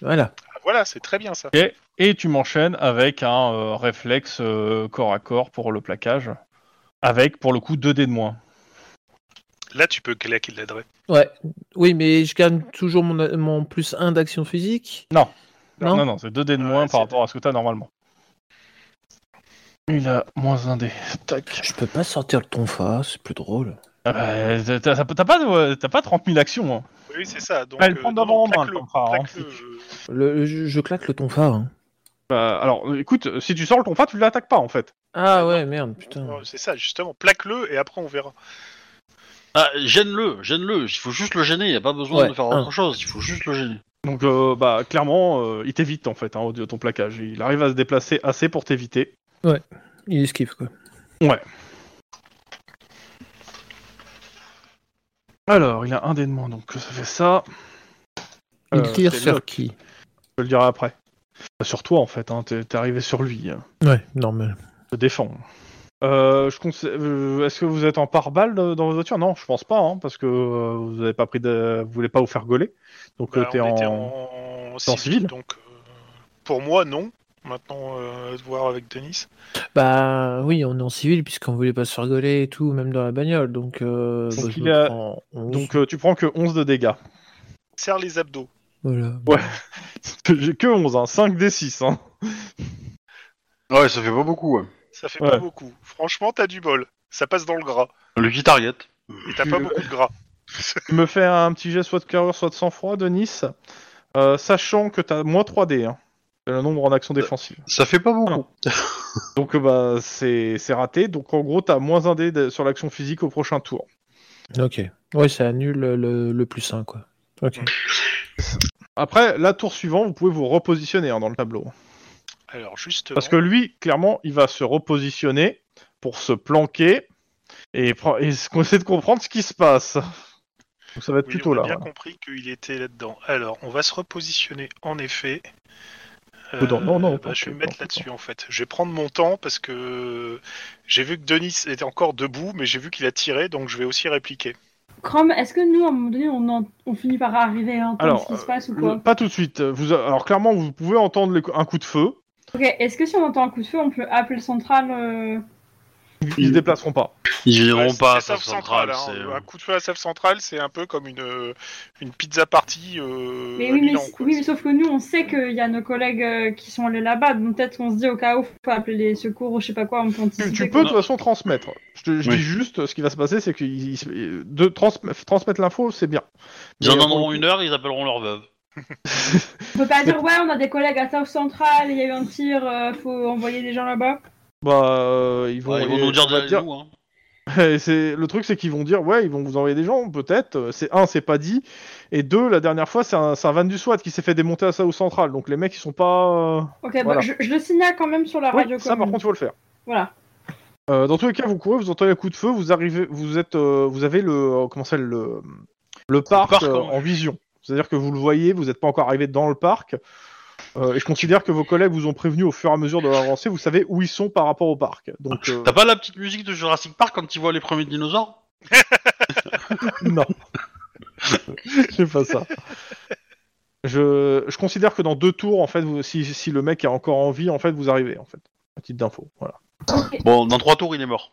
E: Voilà.
D: Ah, Voilà, c'est très bien ça.
B: Et tu m'enchaînes avec un euh, réflexe euh, corps à corps pour le plaquage. Avec, pour le coup, 2 dés de moins.
D: Là, tu peux claquer de l'adré.
E: Ouais. Oui, mais je gagne toujours mon, mon plus 1 d'action physique.
B: Non,
E: Non.
B: non, c'est 2 dés de
D: Ouais,
B: moins
D: c'est-
B: par rapport à ce que t'as normalement. Il a moins 1 dé. Tac.
E: Je peux pas sortir le tonfa, c'est plus drôle.
B: Ah bah, t'as- t'as t'as pas, de- t'as pas 30 000 actions. Hein.
D: Oui, c'est ça. Donc,
B: Ah, elle
D: euh,
B: prend
D: non,
B: d'abord en
D: non,
B: main,
D: claque-le,
B: comme ça, hein.
D: claque-le, euh,
E: Le- je, je claque le tonfa. hein.
B: Bah, alors, euh, écoute, si tu sors le tonfa, tu l'attaques pas en fait.
E: Ah ouais, merde, putain.
D: non, C'est ça, justement. Plaque-le et après on verra.
A: Ah, gêne-le, gêne-le. Il faut juste le gêner. Y a pas besoin
E: Ouais,
A: de faire
E: un.
A: autre chose. Il faut juste le gêner.
B: Donc euh, bah clairement, euh, il t'évite en fait hein, au de ton plaquage. Il arrive à se déplacer assez pour t'éviter.
E: Il esquive, quoi.
B: Alors, il a un dé de moins, donc ça fait ça.
E: Il
B: Euh,
E: tire
B: c'est
E: sur
B: le-
E: qui
B: Je le dirai après. Euh, Sur toi en fait, hein, t'es t'es arrivé sur lui. hein.
E: Ouais, normal.
B: Te défends. Euh, je conseille- euh, Est-ce que vous êtes en pare-balles euh, dans votre voiture Non, je pense pas, hein, parce que euh, vous avez pas pris de, vous voulez pas vous faire gauler. Donc euh,
D: Bah,
B: t'es
D: on
B: en...
D: était en
B: civil.
D: Donc, euh, pour moi, non. Maintenant, euh, de voir avec Denis.
E: Bah oui, on est en civil puisqu'on voulait pas se faire gauler et tout, même dans la bagnole. Donc, euh,
B: Donc
E: bah, je
B: il
E: me
B: a-
E: prends onze.
B: Donc euh, tu prends que 11 de dégâts.
D: Serre les abdos.
E: Voilà.
B: J'ai que 11, hein, 5 des 6. Hein.
A: Ouais, ça fait pas beaucoup. Ouais.
D: Ça fait
B: Ouais.
D: pas beaucoup. Franchement, t'as du bol. Ça passe dans le gras.
A: Le qui target.
D: Et t'as pas beaucoup de gras.
B: Tu me fais un petit jet soit de carrure, soit de sang-froid, Denis. Euh, sachant que t'as moins 3D. Hein. C'est le nombre en action défensive.
A: Ça fait pas beaucoup.
B: Donc euh, bah c'est c'est raté. Donc en gros, t'as moins 1 dé de- sur l'action physique au prochain tour.
E: Ok. Ouais, ça annule le, le plus 1, quoi. Ok.
B: Après, la tour suivante, vous pouvez vous repositionner hein, dans le tableau.
D: Alors, justement.
B: Parce que lui, clairement, il va se repositionner pour se planquer et, pre- et s- essayer de comprendre ce qui se passe. Donc ça va être
D: oui,
B: plutôt
D: on a
B: là. hein.
D: bien
B: ouais.
D: compris qu'il était là-dedans. Alors, on va se repositionner, en effet.
B: Oh, non, non, non,
D: bah,
B: attends,
D: je vais me
B: attends,
D: mettre
B: attends.
D: là-dessus en fait. Je vais prendre mon temps parce que j'ai vu que Denis était encore debout, mais j'ai vu qu'il a tiré, donc je vais aussi répliquer.
C: Chrome, est-ce que nous, à un moment donné, on, en- on finit par arriver à entendre
B: Alors,
C: ce qui
B: euh,
C: se passe ou
B: Le-
C: quoi
B: Pas tout de suite. Vous, a- alors clairement, vous pouvez entendre les cou- un coup de feu.
C: Ok, est-ce que si on entend un coup de feu, on peut appeler le central euh,
B: Ils se déplaceront pas.
A: Ils
D: Ouais,
A: iront
D: c'est-
A: pas à
D: c'est
A: sa centrale.
D: hein.
A: c'est- euh,
D: Un coup de feu à Save Central, c'est un peu comme une, euh, une pizza party euh,
C: Mais
D: à
C: oui, mais,
D: Milan, quoi.
C: oui, mais sauf que nous, on sait qu'il y a nos collègues euh, qui sont allés là-bas, donc peut-être qu'on se dit au cas où, faut pas appeler les secours ou je sais pas quoi, on peut
B: Tu,
C: anticiper.
B: tu peux
C: quoi.
B: de toute façon transmettre. Je, te- je
A: Oui.
B: dis juste, ce qui va se passer, c'est que il- il- de transm- transmettre l'info, c'est bien.
A: Ils en
B: Mais, pour
A: donneront
B: le
A: une heure, ils appelleront leur veuve.
C: On peut pas dire, ouais, on a des collègues à South Central, il y a eu un tir, euh, faut envoyer des gens là-bas.
B: coup, Bah, euh, ils vont,
A: Ouais, ils vont
B: et-
A: nous dire
B: on va
A: d'aller nous. Hein.
B: Et c'est le truc, c'est qu'ils vont dire ouais, ils vont vous envoyer des gens, peut-être. Euh, C'est un, c'est pas dit, et deux, la dernière fois, c'est un, c'est un van du SWAT qui s'est fait démonter à South Central. Donc les mecs, ils sont pas.
C: Ok,
B: Voilà.
C: bon, je, je le signale quand même sur la
B: Oui,
C: radio.
B: ça, par
C: commune.
B: contre, faut le faire.
C: Voilà.
B: Euh, dans tous les cas, vous courez, vous entendez un coup de feu, vous arrivez, vous êtes, euh, vous avez le euh, comment ça s'appelle, le le parc,
A: parc,
B: euh,
A: hein.
B: en vision. C'est-à-dire que vous le voyez, vous n'êtes pas encore arrivé dans le parc. Euh, et je considère que vos collègues vous ont prévenu au fur et à mesure de leur avancée, vous savez où ils sont par rapport au parc. Donc euh,
A: T'as pas la petite musique de Jurassic Park quand ils voient les premiers dinosaures
B: non, j'ai pas ça. Je, je considère que dans deux tours, en fait, vous- si, si le mec est encore en vie, en fait, vous arrivez, en fait. Petite info, voilà.
C: Ok.
A: Bon, dans trois tours, il est mort.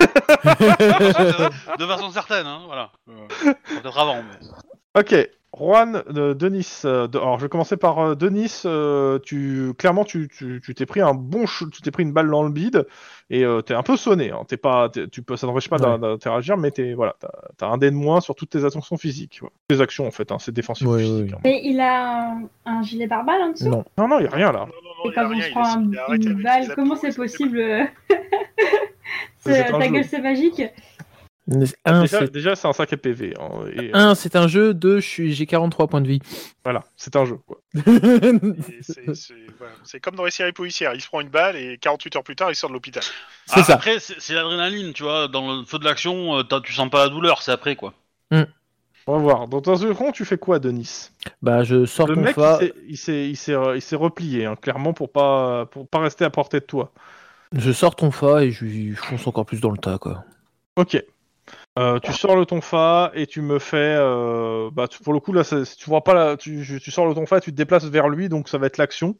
A: de façon certaine, hein, voilà. Euh, Peut-être avant. mais-
B: Ok, Juan, euh, Denis. euh, de- alors, je vais commencer par euh, Denis. euh, tu clairement, tu tu- tu t'es pris un bon, chou- tu t'es pris une balle dans le bide et euh, t'es un peu sonné. Hein, t'es pas, t'es- tu peux, ça t'empêche pas d'in- d'interagir, mais t'es voilà, t'as t'as un dé de moins sur toutes tes attentions physiques, ouais. tes actions en fait. Hein, c'est défensif
E: Ouais,
B: physique.
E: ouais,
B: hein.
C: Mais il a un, un gilet pare-balles en dessous
E: Non.
B: Non, non, y a rien là.
D: Non, non, non,
C: Et
D: Oh, il a
C: quand on
D: rien,
C: se
D: il
C: prend
D: a-
C: un-
D: il a arrêté
C: une
D: avec ses
C: balle,
D: appuis,
C: comment c'est
D: c'était pas-
C: possible euh,
B: Vous
C: c'est-
B: êtes un
C: Ta
B: jeu.
C: gueule, c'est magique.
E: Mais Un,
B: déjà,
E: c'est
B: déjà, c'est un sac à PV. hein, et, euh,
E: un, c'est un jeu. Deux, je suis- j'ai 43 points de vie.
B: voilà, c'est un jeu. Quoi.
D: Et c'est- C'est voilà. C'est comme dans les séries policières, il se prend une balle et 48 heures plus tard, il sort de l'hôpital.
E: C'est
A: Ah,
E: ça.
A: Après, c'est c'est l'adrénaline, tu vois. Dans le feu de l'action, euh, t'as- tu sens pas la douleur, c'est après, quoi.
B: On va voir. Dans un second, tu fais quoi, Denis
E: Bah, je sors
B: Le
E: mon
B: mec,
E: fa-
B: il s'est- il s'est, il s'est, euh, il s'est replié hein, clairement pour pas, pour pas rester à portée de toi.
E: Je sors ton fa et je lui fonce encore plus dans le tas, quoi.
B: Ok. Euh, tu sors le tonfa et tu me fais. euh, bah, tu- pour le coup, là, ça- tu vois pas. la- tu, tu sors le tonfa, tu te déplaces vers lui, donc ça va être l'action.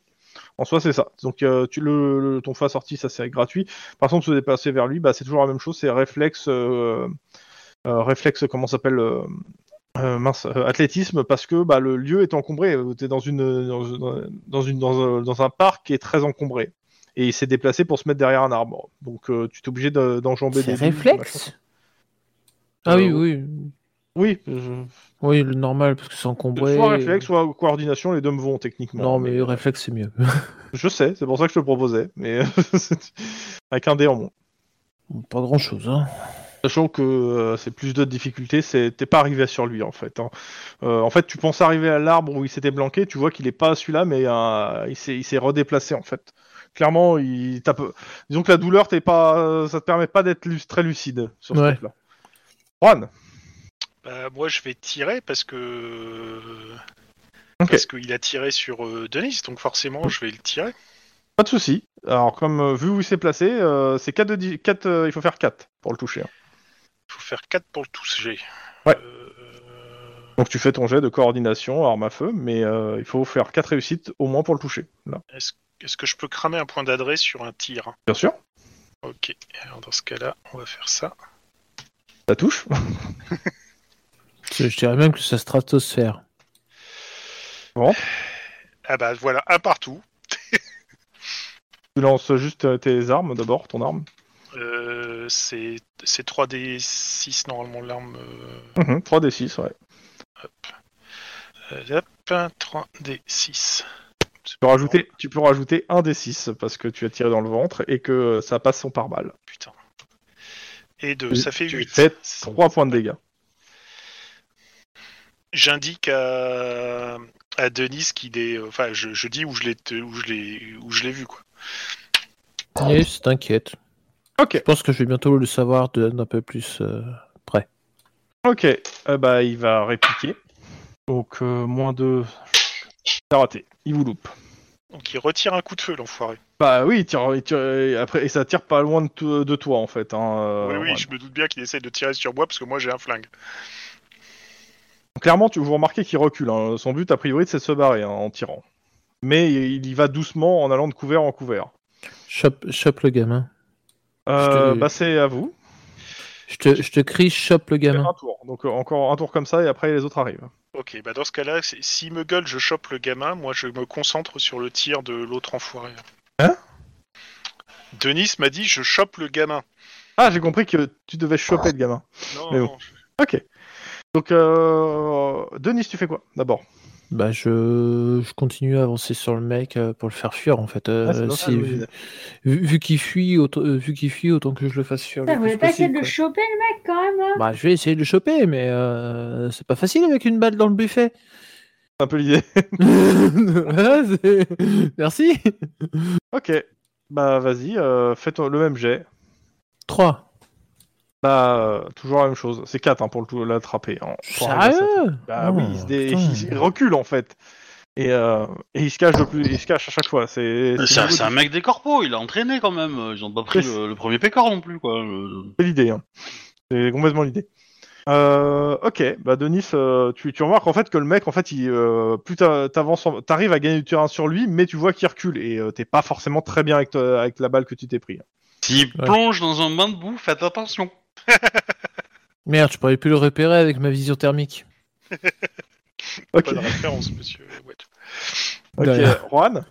B: En soi, c'est ça. Donc, euh, tu, le, le tonfa sorti, ça c'est gratuit. Par contre, se déplacer vers lui, bah, c'est toujours la même chose. C'est réflexe. euh, euh, réflexe, comment ça s'appelle euh, euh, mince, euh, athlétisme, parce que bah, le lieu est encombré. Tu es dans, une, dans, une- dans une, dans, un- dans un parc qui est très encombré. Et il s'est déplacé pour se mettre derrière un arbre. Donc euh, tu t'es obligé de- d'enjamber
E: C'est
B: des.
E: réflexe Ah oui,
B: Euh,
E: oui.
B: Oui, je-
E: Oui, le normal, parce que c'est encombré.
B: soit réflexe, soit coordination, les deux me vont techniquement.
E: Non, mais réflexe, c'est mieux.
B: Je sais, c'est pour ça que je te le proposais, mais avec un dé en moins.
E: Pas grand chose, hein.
B: Sachant que euh, c'est plus de difficultés, c'est t'es pas arrivé sur lui en fait. hein. Euh, en fait, tu penses arriver à l'arbre où il s'était blanqué, tu vois qu'il est pas à celui-là, mais euh, il s'est il s'est redéplacé en fait. Clairement, il tape. Disons que la douleur, t'es pas, euh, ça te permet pas d'être lu- très lucide sur
E: Ouais.
B: ce truc-là. Juan,
D: Bah, moi, je vais tirer parce que.
B: Ok.
D: Parce qu'il a tiré sur euh, Denis, donc forcément, je vais le tirer.
B: pas de souci. Alors comme euh, vu où il s'est placé, euh, c'est 4 euh, il faut faire 4 pour le toucher. hein.
D: faut faire 4 pour le toucher.
B: Ouais.
D: Euh,
B: Donc tu fais ton jet de coordination, arme à feu, mais euh, il faut faire quatre réussites au moins pour le toucher. Là.
D: Est-ce que je peux cramer un point d'adresse sur un tir
B: Bien sûr,
D: Ok, alors dans ce cas-là, on va faire ça.
B: ça touche.
E: Je je dirais même que ça stratosphère.
D: Ah bah voilà, un partout.
B: tu lances juste euh, tes armes d'abord, ton arme.
D: Euh, c'est c'est 3D6 normalement l'arme. euh,
B: Mhm, 3d6, ouais.
D: Euh, hop, 3D6.
B: Tu peux rajouter, tu peux rajouter un d6 parce que tu as tiré dans le ventre et que euh, ça passe son pare-balles.
D: Putain. Et 2,
B: Tu-
D: ça fait
B: tu
D: 8.
B: fais 3 points de dégâts.
D: J'indique à, à Denis qu'il est. euh, Enfin, je, je dis où je l'ai te- où je l'ai où je l'ai vu quoi.
E: Yes, t'inquiète.
B: Ok.
E: Je pense que je vais bientôt le savoir de- d'un peu plus. euh,
B: Ok, euh, bah il va répliquer. Donc euh, moins de. T'as raté, il vous loupe.
D: Donc il retire un coup de feu l'enfoiré.
B: Bah oui, il tire- il tire- et après, et ça tire pas loin de, to- de toi en fait. hein, euh,
D: oui oui,
B: ouais.
D: je me doute bien qu'il essaye de tirer sur moi parce que moi j'ai un flingue.
B: Clairement, tu, vous remarquez qu'il recule. hein. Son but, a priori, c'est de se barrer hein, en tirant. Mais il y va doucement en allant de couvert en couvert.
E: Chope, chope le gamin.
B: Euh,
E: Je te-
B: bah, c'est à vous.
E: Je te, je te crie, chope le
B: C'est
E: gamin.
B: un tour. Donc euh, encore un tour comme ça et après les autres arrivent.
D: Ok, bah dans ce cas-là, c'est- s'il me gueule, je chope le gamin. Moi, je me concentre sur le tir de l'autre enfoiré.
B: Hein
D: Denis m'a dit je chope le gamin.
B: Ah, j'ai compris que tu devais choper le gamin.
D: Non,
B: Mais bon.
D: non,
B: Ok. Donc, euh, Denis, tu fais quoi d'abord
E: Bah je, je continue à avancer sur le mec euh, pour le faire fuir en fait. Euh,
B: Ah, c'est pas
E: si-
B: mal, oui.
E: vu vu- vu qu'il fuit, autant, euh, vu qu'il fuit, autant que je le fasse fuir. le
C: Putain, vous
E: plus
C: voulez pas essayer de
E: possible,
C: le choper, le mec, quand même hein
E: quoi. Bah je vais essayer de le choper, mais euh, c'est pas facile avec une balle dans le buffet.
B: C'est un peu l'idée.
E: Voilà, c'est- Merci.
B: ok. Bah vas-y, euh, fais ton- le même jet.
E: 3.
B: Bah euh, toujours la même chose. C'est 4 pour le tout l'attraper. en- pour arriver à ça.
E: Sérieux
B: Bah
E: Oh,
B: oui, il, se dé-
E: putain.
B: il- il recule en fait. Et, euh, et il se cache de plus, il se cache à chaque fois. C'est
A: C'est
B: c'est
A: un,
B: nouveau-
A: c'est un mec des corpos, il a entraîné quand même. Euh, Ils ont pas pris le, le premier pécor non plus, quoi. Euh, Le-
B: c'est l'idée. hein. C'est complètement l'idée. Euh, ok, bah Denis, euh, tu, tu remarques en fait que le mec, en fait, il, euh, plus t'a- t'avances, en- t'arrives à gagner du terrain sur lui, mais tu vois qu'il recule et euh, t'es pas forcément très bien avec, ta- avec la balle que tu t'es pris.
A: S'il
E: Ouais.
A: plonge dans un bain de boue, faites attention.
E: Merde, je pourrais plus le repérer avec ma vision thermique.
B: Ok,
D: Pas de référence, monsieur. Watt.
B: ok,
E: Derrière.
B: Juan,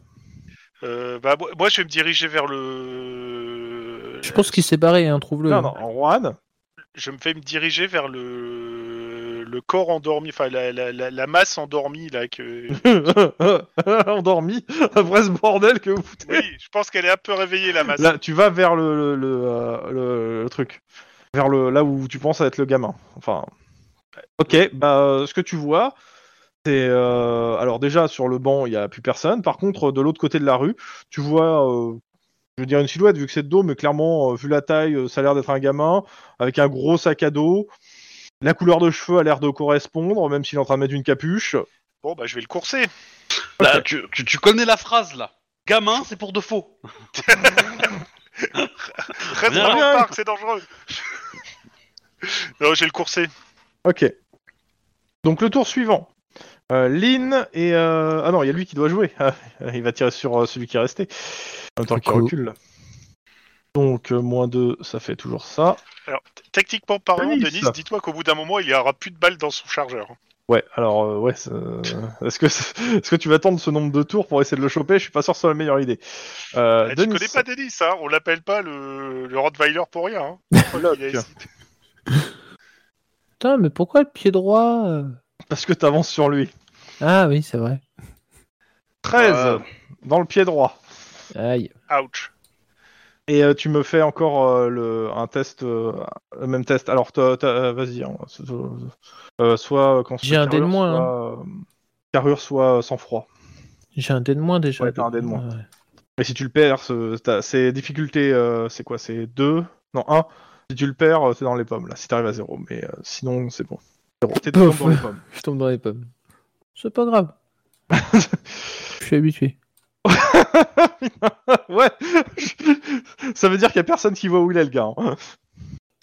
D: Euh, bah, moi- moi, je vais me diriger vers le.
E: Je pense qu'il s'est barré, hein, trouve-le.
B: non, non, Juan,
D: Je me fais me diriger vers le, le corps endormi, enfin la, la, la, la masse endormie là. Que...
B: endormi après ce bordel que vous foutez.
D: oui, je pense qu'elle est un peu réveillée la masse.
B: Là, tu vas vers le, le, le, euh, le- le truc. Vers le, là où tu penses être le gamin. Enfin. Ok, bah, euh, ce que tu vois, c'est. euh, alors, déjà, sur le banc, il n'y a plus personne. Par contre, de l'autre côté de la rue, tu vois. euh, je veux dire une silhouette, vu que c'est de dos, mais clairement, euh, vu la taille, euh, ça a l'air d'être un gamin. Avec un gros sac à dos. La couleur de cheveux a l'air de correspondre, même s'il est en train de mettre une capuche.
D: Bon, bah je vais le courser.
A: Là, tu, tu- tu connais la phrase là. Gamin, c'est pour de faux.
D: Reste
A: Bien.
D: dans le parc, c'est dangereux. non, je vais le courser.
B: Ok. Donc le tour suivant. Euh, Lynn et... euh, Ah non, il y a lui qui doit jouer. Ah, il va tirer sur euh, celui qui est resté. En même temps qu'il
E: Coucou.
B: recule. là. Donc euh, moins 2, ça fait toujours ça.
D: Techniquement parlant,
B: Denis.
D: Denis, dis-toi qu'au bout d'un moment, il n'y aura plus de balles dans son chargeur.
B: Ouais, alors euh, ouais, c'est- est-ce que, est... ce que tu vas attendre ce nombre de tours pour essayer de le choper Je suis pas sûr que ce soit la meilleure idée. Euh,
D: Eh, tu
B: Denis.
D: connais pas Denis, hein On l'appelle pas le, le Rottweiler pour rien. hein. Il a hésité.
E: Putain, mais pourquoi le pied droit euh
B: Parce que t'avances sur lui.
E: Ah oui, c'est vrai.
B: 13
A: Euh.
B: dans le pied droit.
E: Aïe.
D: Ouch.
B: Et euh, tu me fais encore euh, le, un test, euh, le même test. Alors, t'as- t'as- euh, vas-y. hein, so- so- euh, soit euh, quand
E: J'ai un dé de
B: carrure,
E: moins, hein.
B: Soit, euh, carrure, soit euh, sang-froid.
E: J'ai un dé de moins déjà.
B: Ouais, t'as un dé de moins.
E: Ouais.
B: Et si tu le perds, ce- t'as- c'est difficulté. euh, c'est quoi C'est 2 Non, 1. Si tu le perds, euh, c'est dans les pommes. Là, si t'arrives à 0. Mais euh, sinon, c'est bon. Zéro. T'es
E: Pouf.
B: dans les pommes.
E: Je tombe dans les pommes. C'est pas grave. Je suis habitué.
B: ouais. Ça veut dire qu'il y a personne qui voit où il est le gars. hein.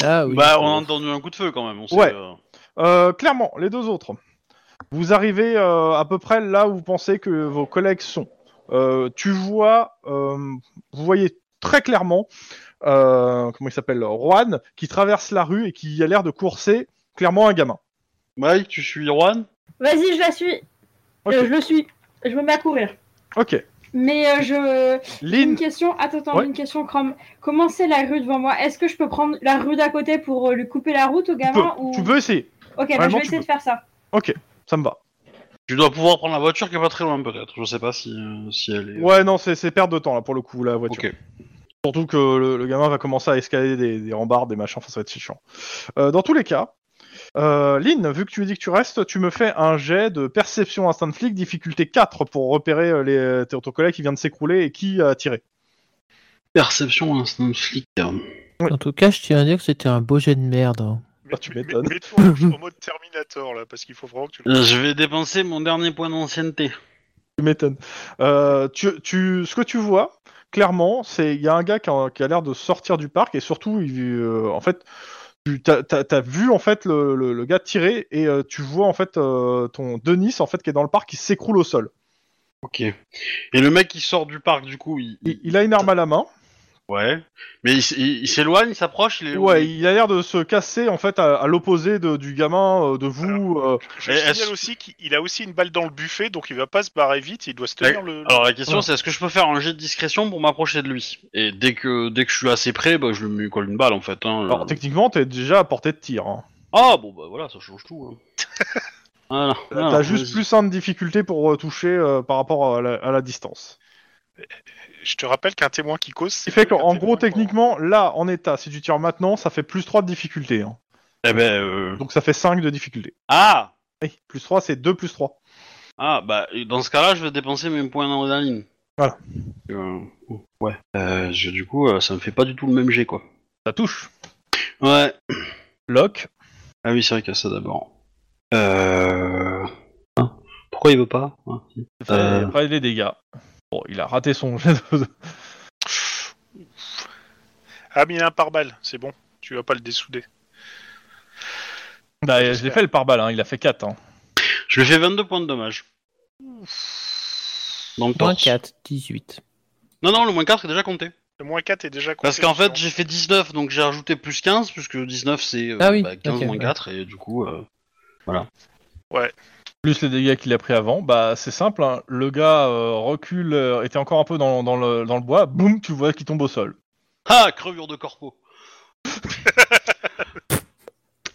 E: Ah oui.
A: Bah, on a entendu un coup de feu quand même. On sait,
B: Ouais.
A: euh,
B: Euh, clairement, les deux autres. Vous arrivez euh, à peu près là où vous pensez que vos collègues sont. Euh, tu vois, euh, vous voyez très clairement, euh, comment il s'appelle, Juan, qui traverse la rue et qui a l'air de courser clairement un gamin.
A: Mike, tu suis Juan
C: Vas-y, je la suis.
B: Ok.
C: Euh, je le suis. Je me mets à courir.
B: Ok.
C: Mais euh, je. Une
B: Lynn,
C: question, attends, attends,
B: Ouais.
C: une question, Chrome. Comment c'est la rue devant moi Est-ce que je peux prendre la rue d'à côté pour euh, lui couper la route au
B: tu peux,
C: gamin ou...
B: tu peux essayer.
C: Ok, bah, je
B: Vraiment,
C: vais
B: tu
C: essayer
B: peux.
C: de faire ça.
B: Ça me va.
A: Tu dois pouvoir prendre la voiture qui est pas très loin peut-être. Je sais pas si, euh, si elle est.
B: Ouais, non, c'est c'est perte de temps là pour le coup, la voiture.
A: ok.
B: Surtout que le, le gamin va commencer à escalader des, des rambardes, des machins, enfin, ça va être chiant. Euh, dans tous les cas, euh, Lynn, vu que tu me dis que tu restes, tu me fais un jet de perception instant de flic, difficulté 4 pour repérer euh, les, ton ton collègue qui vient de s'écrouler et qui a tiré.
A: Perception instant flic.
E: En tout cas, je tiens à dire que c'était un beau jet de merde. hein.
D: Mais-
B: Ah, tu
D: mais-
B: m'étonnes.
D: mais- Mets-toi en en mode Terminator là, parce qu'il faut vraiment que tu le.
A: Je vais dépenser mon dernier point d'ancienneté.
B: Tu m'étonnes. Euh, tu, tu, ce que tu vois, clairement, c'est il y a un gars qui a, qui a l'air de sortir du parc et surtout, il, euh, en fait, tu t'as t'as- t'as vu en fait le, le- le gars tirer et euh, tu vois en fait euh, ton Denis en fait qui est dans le parc qui s'écroule au sol.
A: Ok. Et le mec qui sort du parc du coup, il.
B: Il, il a une arme à la main.
A: Ouais. Mais il, s- il- il s'éloigne, il s'approche, il est.
B: Ouais, il a l'air de se casser en fait à, à l'opposé de- du gamin, euh, de vous. euh,
D: Je
A: Et Eh, est-ce-
D: signale aussi qu'il a aussi une balle dans le buffet, donc il va pas se barrer vite, il doit se tenir le.
A: Alors la question
E: Voilà.
A: c'est est-ce que je peux faire un jet de discrétion pour m'approcher de lui Et dès que dès que je suis assez près, bah, je lui colle une balle en fait. Hein,
B: Alors techniquement, t'es déjà à portée de tir. hein.
A: Ah bon bah voilà, ça change tout. hein. Voilà. Voilà.
B: T'as juste
A: Vas-y.
B: plus un de difficulté pour euh, toucher euh, par rapport à la, à la distance.
D: Je te rappelle qu'un témoin qui cause.
B: Ce qui fait qu'en gros, techniquement, là, en état, si tu tires maintenant, ça fait plus 3 de difficulté. hein.
A: Eh ben, euh,
B: Donc ça fait 5 de difficulté.
A: Ah
B: Oui, plus 3, c'est 2 plus 3.
A: Ah, bah, dans ce cas-là, je vais dépenser mes points d'adrénaline.
B: Voilà.
A: Euh, ouais. Euh, je- du coup, euh, ça me fait pas du tout le même jet, quoi.
B: Ça touche.
A: Ouais.
B: Lock.
A: Ah oui, c'est vrai qu'il y a ça d'abord. Euh... hein Pourquoi il veut pas Ah, si.
B: Ça fait
A: Euh.
B: pas les dégâts. Bon, il a raté son jet de-
D: Ah, mais il y a un pare-balles, c'est bon. Tu vas pas le dessouder.
B: Bah, je l'ai fait le pare-balles, hein, il a fait 4. Hein.
A: Je lui fais 22 points de dommage. Dans le
E: Moins
A: torse.
E: 4, 18.
A: Non, non, le moins 4 est déjà compté.
D: Le moins 4 est déjà compté.
A: Parce qu'en fait,
D: dedans.
A: j'ai fait 19, donc j'ai rajouté plus 15, puisque 19 c'est euh,
E: Ah oui,
A: bah, 15
E: ok,
A: moins
E: ouais.
A: 4, et du coup. euh,
B: Plus les dégâts qu'il a pris avant, bah c'est simple, hein. le gars euh, recule, euh, était encore un peu dans, dans le, dans le bois, boum, tu vois qu'il tombe au sol.
A: Ah, crevure de corpo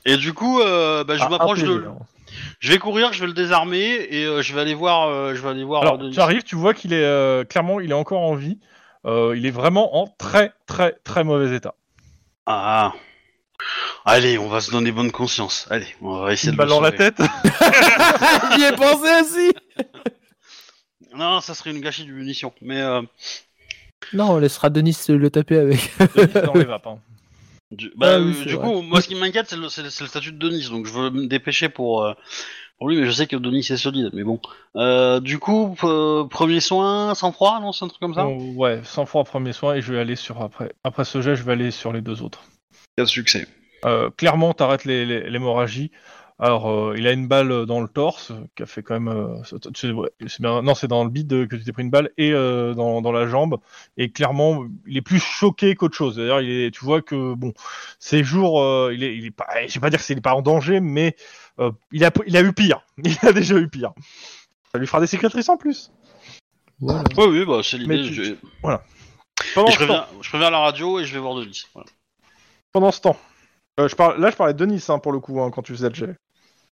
A: Et du coup, euh, bah, je
B: Ah,
A: m'approche
B: imprévu,
A: de.
B: hein.
A: Je vais courir, je vais le désarmer, et euh, je vais aller voir. euh, je vais aller voir.
B: Alors,
A: euh,
B: tu arrives, tu vois qu'il est euh, clairement, il est encore en vie. Euh, il est vraiment en très, très, très mauvais état.
A: Ah. Allez, on va se donner bonne conscience. Allez, on va essayer
B: Une
A: de le
B: balle dans la
A: sauver.
B: tête.
E: J'y ai pensé aussi
A: Non, ça serait une gâchis de munitions. Mais euh,
E: Non, on laissera Denis le taper avec.
B: dans les vapes. hein.
A: du, bah,
E: Ah oui,
A: euh,
E: c'est
A: du
E: vrai.
A: coup, moi, ce qui m'inquiète, c'est le, c'est le- c'est le statut de Denis. Donc, je veux me dépêcher pour, euh, pour lui, mais je sais que Denis c'est solide. Mais bon. Euh, du coup, p- premier soin, sans froid, non, c'est un truc comme ça.
B: Bon, ouais, sans froid, premier soin, et je vais aller sur après. Après ce jet, je vais aller sur les deux autres.
A: Quatre succès.
B: Euh, clairement, t'arrêtes les- les- l'hémorragie. Alors, euh, il a une balle dans le torse, euh, qui a fait quand même. euh, c'est- c'est- ouais, c'est bien- non, c'est dans le bide euh, que tu t'es pris une balle et euh, dans, dans la jambe. Et clairement, il est plus choqué qu'autre chose. D'ailleurs, il est- tu vois que bon, ces jours, euh, il est, il est pas. Je vais pas dire qu'il est pas en danger, mais euh, il a, il a eu pire. Il a déjà eu pire. Ça lui fera des cicatrices en plus.
E: Voilà.
A: Ouais, oui, bah, c'est l'idée.
B: Mais tu-
A: je- et
B: Pendant
A: je,
B: ce temps,
A: reviens, je reviens à la radio et je vais voir Denis. Voilà.
B: pendant ce temps. Euh, je parle, là, je parlais de Nice hein, pour le coup hein, quand tu faisais le jet.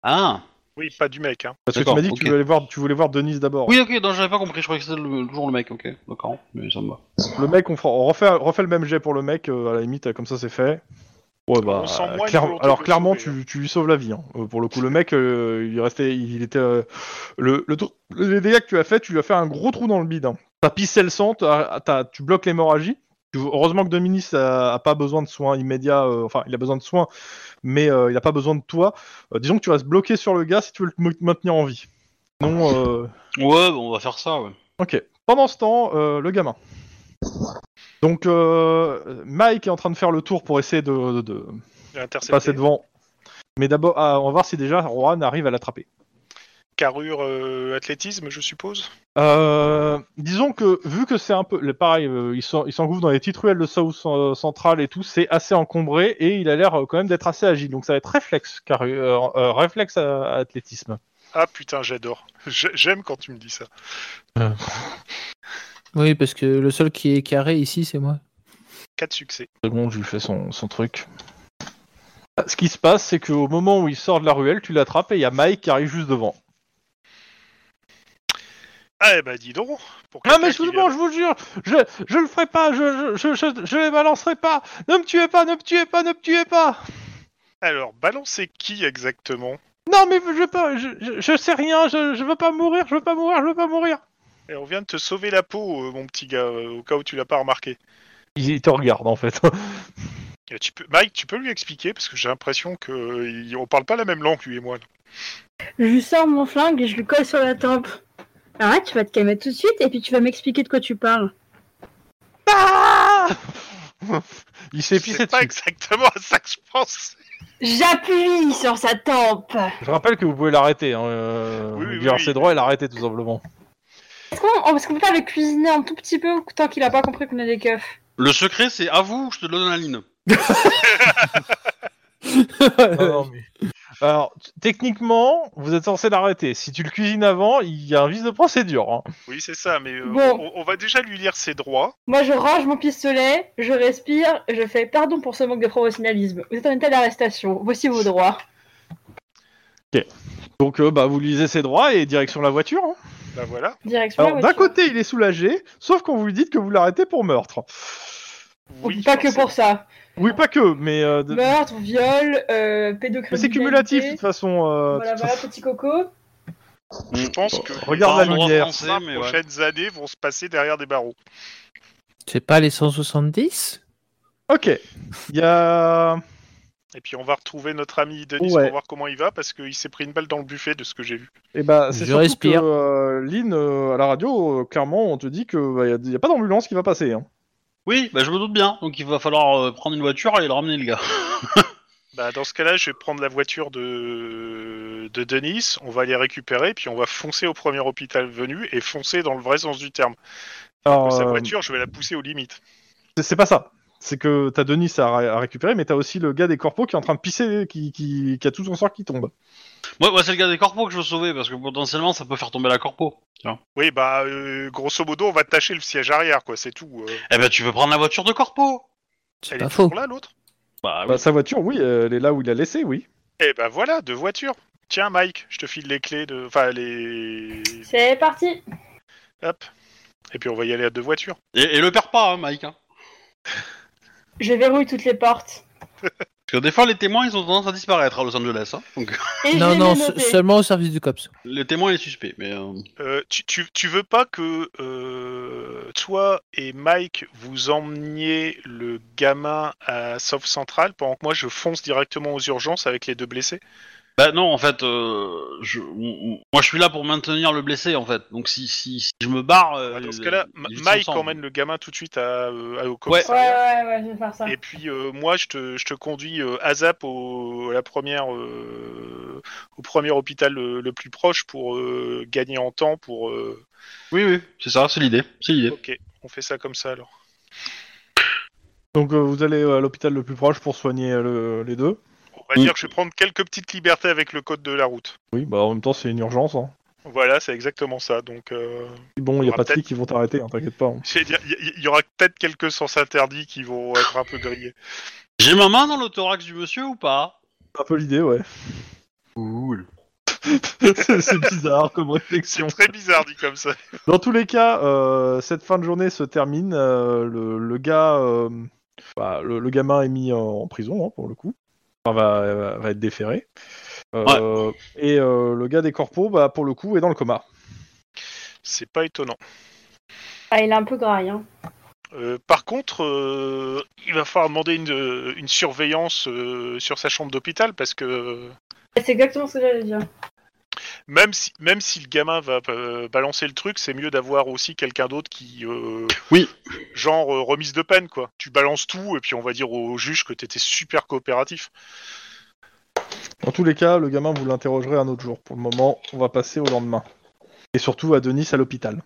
A: Ah.
D: Oui, pas du mec, hein.
B: Parce que tu
A: D'accord,
B: m'as dit que
A: ok.
B: tu voulais voir, tu voulais voir Denise d'abord.
A: Oui, ok. Non, j'avais pas compris. Je croyais que c'était le- toujours le mec. Ok, d'accord. Mais ça me va.
B: Le mec, on, fera- on refait, on refait le même jet pour le mec, euh, à la limite, euh, comme ça c'est fait. Ouais, bah,
D: On sent moins
B: clair-
D: le volonté de
B: alors
D: le
B: clairement,
D: sauver,
B: tu, tu lui sauves la vie. hein. Euh, pour le coup, le mec, euh, il restait, il était. euh, le, le trou- les dégâts que tu as fait, tu lui as fait un gros trou dans le bide. hein. T'as pissé le sang, t'as- t'as- tu bloques l'hémorragie. Tu- Heureusement que Dominis a, a pas besoin de soins immédiats, euh, enfin il a besoin de soins, mais euh, il a pas besoin de toi. Euh, disons que tu vas se bloquer sur le gars si tu veux le m- maintenir en vie. Non, euh,
A: Ouais, bah, on va faire ça. Ouais.
B: Ok. Pendant ce temps, euh, le gamin. Donc, euh, Mike est en train de faire le tour pour essayer de, de- de
D: Il a intercepté.
B: passer devant. Mais d'abord, ah, on va voir si déjà Juan arrive à l'attraper.
D: Carrure, euh, athlétisme, je suppose.
B: Euh, disons que, vu que c'est un peu. le- Pareil, euh, il s'en- il s'engouffre dans les petites ruelles de South euh, Central et tout, c'est assez encombré et il a l'air euh, quand même d'être assez agile. Donc, ça va être réflexe, car, euh, euh, réflexe à- à athlétisme.
D: Ah putain, j'adore. J'ai- J'aime quand tu me dis ça.
E: Oui, parce que le seul qui est carré ici, c'est moi.
D: 4 succès.
B: seconde, je lui fais son, son truc. Ah, Ce qui se passe, c'est qu'au moment où il sort de la ruelle, tu l'attrapes et il y a Mike qui arrive juste devant.
D: Ah, eh ben, dis donc. Pour
B: Non mais
D: quelqu'un
B: je vous,
D: qui vient-
B: je vous jure, je, je le ferai pas, je, je, je, je, je les balancerai pas, ne me tuez pas, ne me tuez pas, ne me tuez pas
D: Alors, balancer qui exactement
B: Non mais je veux pas, je, je, je sais rien, je, je veux pas mourir, je veux pas mourir, je veux pas mourir
D: Et on vient de te sauver la peau, euh, mon petit gars, euh, au cas où tu l'as pas remarqué.
B: Il te regarde en fait.
D: Et tu peux... Mike, tu peux lui expliquer parce que j'ai l'impression que euh, il- on parle pas la même langue lui et moi.
C: Je lui sors mon flingue et je lui colle sur la tempe. Arrête, tu vas te calmer tout de suite et puis tu vas m'expliquer de quoi tu parles.
B: Ah il s'est pissé
D: C'est pas
B: dessus.
D: exactement à ça que je pense.
C: J'appuie sur sa tempe.
B: Je rappelle que vous pouvez l'arrêter, hein, euh,
D: Oui, oui,
B: lui
D: oui,
B: dire ses
D: oui.
B: droits et l'arrêter tout simplement.
C: Est-ce qu'on oh, est-ce qu'on peut pas le cuisiner un tout petit peu tant qu'il a pas compris qu'on a des keufs
A: Le secret, c'est à vous. Je te donne la ligne.
B: Non, non, mais- Alors, t- techniquement, vous êtes censé l'arrêter. Si tu le cuisines avant, il y a un vice de procédure. hein.
D: Oui, c'est ça, mais euh,
C: Bon.
D: on, on va déjà lui lire ses droits.
C: Moi, je range mon pistolet, je respire, et je fais pardon pour ce manque de professionnalisme. Vous êtes en état d'arrestation. Voici vos droits.
B: Donc, euh, bah, vous lisez ses droits et direction la voiture. hein.
D: Bah voilà.
C: Direction la
B: Alors, d'un
C: voiture.
B: côté, il est soulagé, sauf quand vous lui dites que vous l'arrêtez pour meurtre.
D: Oui,
C: pas que pour ça.
B: Oui, pas que, mais, euh, de-
C: Meurtre, viol, euh, pédocriminalité.
B: mais c'est cumulatif de toute façon. euh, de
C: Voilà,
B: toute
C: voilà,
B: façon.
C: petit coco.
D: Je pense que
B: Regarde
A: Pas
B: la
A: un droit
B: lumière.
A: français,
D: les
A: mais ouais.
D: prochaines années vont se passer derrière des barreaux.
E: C'est pas les 170
B: Ok. Il y a.
D: Et puis on va retrouver notre ami Denis
B: Ouais.
D: pour voir comment il va parce qu'il s'est pris une balle dans le buffet de ce que j'ai vu.
B: Eh ben, c'est
E: Je
B: surtout
E: respire.
B: que euh, Lynn, euh, à la radio, euh, clairement, on te dit qu'il n'y a, y a pas d'ambulance qui va passer. hein.
A: Oui, bah je me doute bien. Donc il va falloir euh, prendre une voiture et le ramener le gars.
D: Bah, dans ce cas-là, je vais prendre la voiture de... de Denis, on va les récupérer, puis on va foncer au premier hôpital venu et foncer dans le vrai sens du terme.
B: Alors,
D: Sa
B: euh,
D: voiture, je vais la pousser aux limites.
B: c'est- c'est pas ça. C'est que t'as Denis à, ré- à récupérer, mais t'as aussi le gars des corpos qui est en train de pisser, qui, qui, qui a tout son sort qui tombe.
A: Moi, moi, c'est le gars des corpos que je veux sauver parce que potentiellement ça peut faire tomber la corpo. Tiens.
D: Oui, bah, euh, grosso modo, on va tâcher le siège arrière, quoi, c'est tout. euh.
A: Eh ben tu veux prendre la voiture de corpo
E: C'est
D: Elle
E: pas
D: est
E: faux.
D: toujours là, l'autre
A: Bah, oui.
B: Bah, sa voiture, oui, elle est là où il l'a laissée, oui.
D: Eh ben voilà, deux voitures. Tiens, Mike, je te file les clés de. Enfin, les.
C: C'est parti.
D: Hop. Et puis on va y aller à deux voitures.
A: et, et le perds pas, hein, Mike. hein.
C: Je verrouille toutes les portes.
A: Parce que des fois les témoins ils ont tendance à disparaître à Los Angeles. hein. Donc
C: Et
E: Non,
C: je
E: non,
C: l'ai
E: se-
C: noté.
E: seulement au service du COPS.
A: les témoins et les suspects. Mais euh,
D: Euh, tu, tu, tu veux pas que euh, toi et Mike vous emmeniez le gamin à Sauf Central pendant que moi je fonce directement aux urgences avec les deux blessés
A: bah non en fait, euh, je, on- on- moi je suis là pour maintenir le blessé en fait. Donc si si, si je me barre. euh,
D: Bah, Dans ce
A: ils-
D: cas-là, M-
A: ils sont
D: Mike
A: ensemble.
D: emmène le gamin tout de suite à, euh, à- au
C: Ouais, ouais,
D: commissariat.
C: ouais, je vais faire ça.
D: Et puis euh, moi je te, je te conduis euh, à Zap au, à la première, euh, au premier hôpital euh, le plus proche pour euh, gagner en temps pour... euh,
A: Oui oui, c'est ça, c'est l'idée, c'est l'idée.
D: Ok, on fait ça comme ça alors.
B: Donc euh, vous allez euh, à l'hôpital le plus proche pour soigner euh, le- les deux.
D: On va
A: Mm.
D: dire que je vais prendre quelques petites libertés avec le code de la route.
B: Oui, bah en même temps c'est une urgence. Hein.
D: Voilà, c'est exactement ça. Donc, euh,
B: Bon, il y a pas de
D: Faudra peut-être-
B: flics qui vont t'arrêter, hein, t'inquiète pas. hein.
D: j'allais dire, il y- il y, aura peut-être quelques sens interdits qui vont être un peu grillés.
A: J'ai ma main dans le thorax du monsieur ou pas
B: C'est un peu l'idée, ouais.
A: Cool.
B: c'est c'est bizarre comme
D: C'est
B: réflexion.
D: très bizarre dit comme ça.
B: Dans tous les cas, euh, cette fin de journée se termine. euh, le, le gars, euh, bah, le, le gamin est mis en, en prison hein, pour le coup. Enfin, va, va- va être déféré. Euh, Et euh, le gars des corpos, bah, pour le coup, est dans le coma.
D: C'est pas étonnant.
C: Ah, il est un peu graille. Hein.
D: Euh, par contre, euh, il va falloir demander une, une surveillance euh, sur sa chambre d'hôpital parce que euh,
C: C'est exactement ce que j'allais dire.
D: même si, même si le gamin va euh, balancer le truc, c'est mieux d'avoir aussi quelqu'un d'autre qui. euh,
A: Oui.
D: Genre euh, remise de peine quoi. Tu balances tout et puis on va dire au juge que t'étais super coopératif.
B: Dans tous les cas, le gamin, vous l'interrogerez un autre jour. Pour le moment, on va passer au lendemain. Et surtout à Denis à l'hôpital.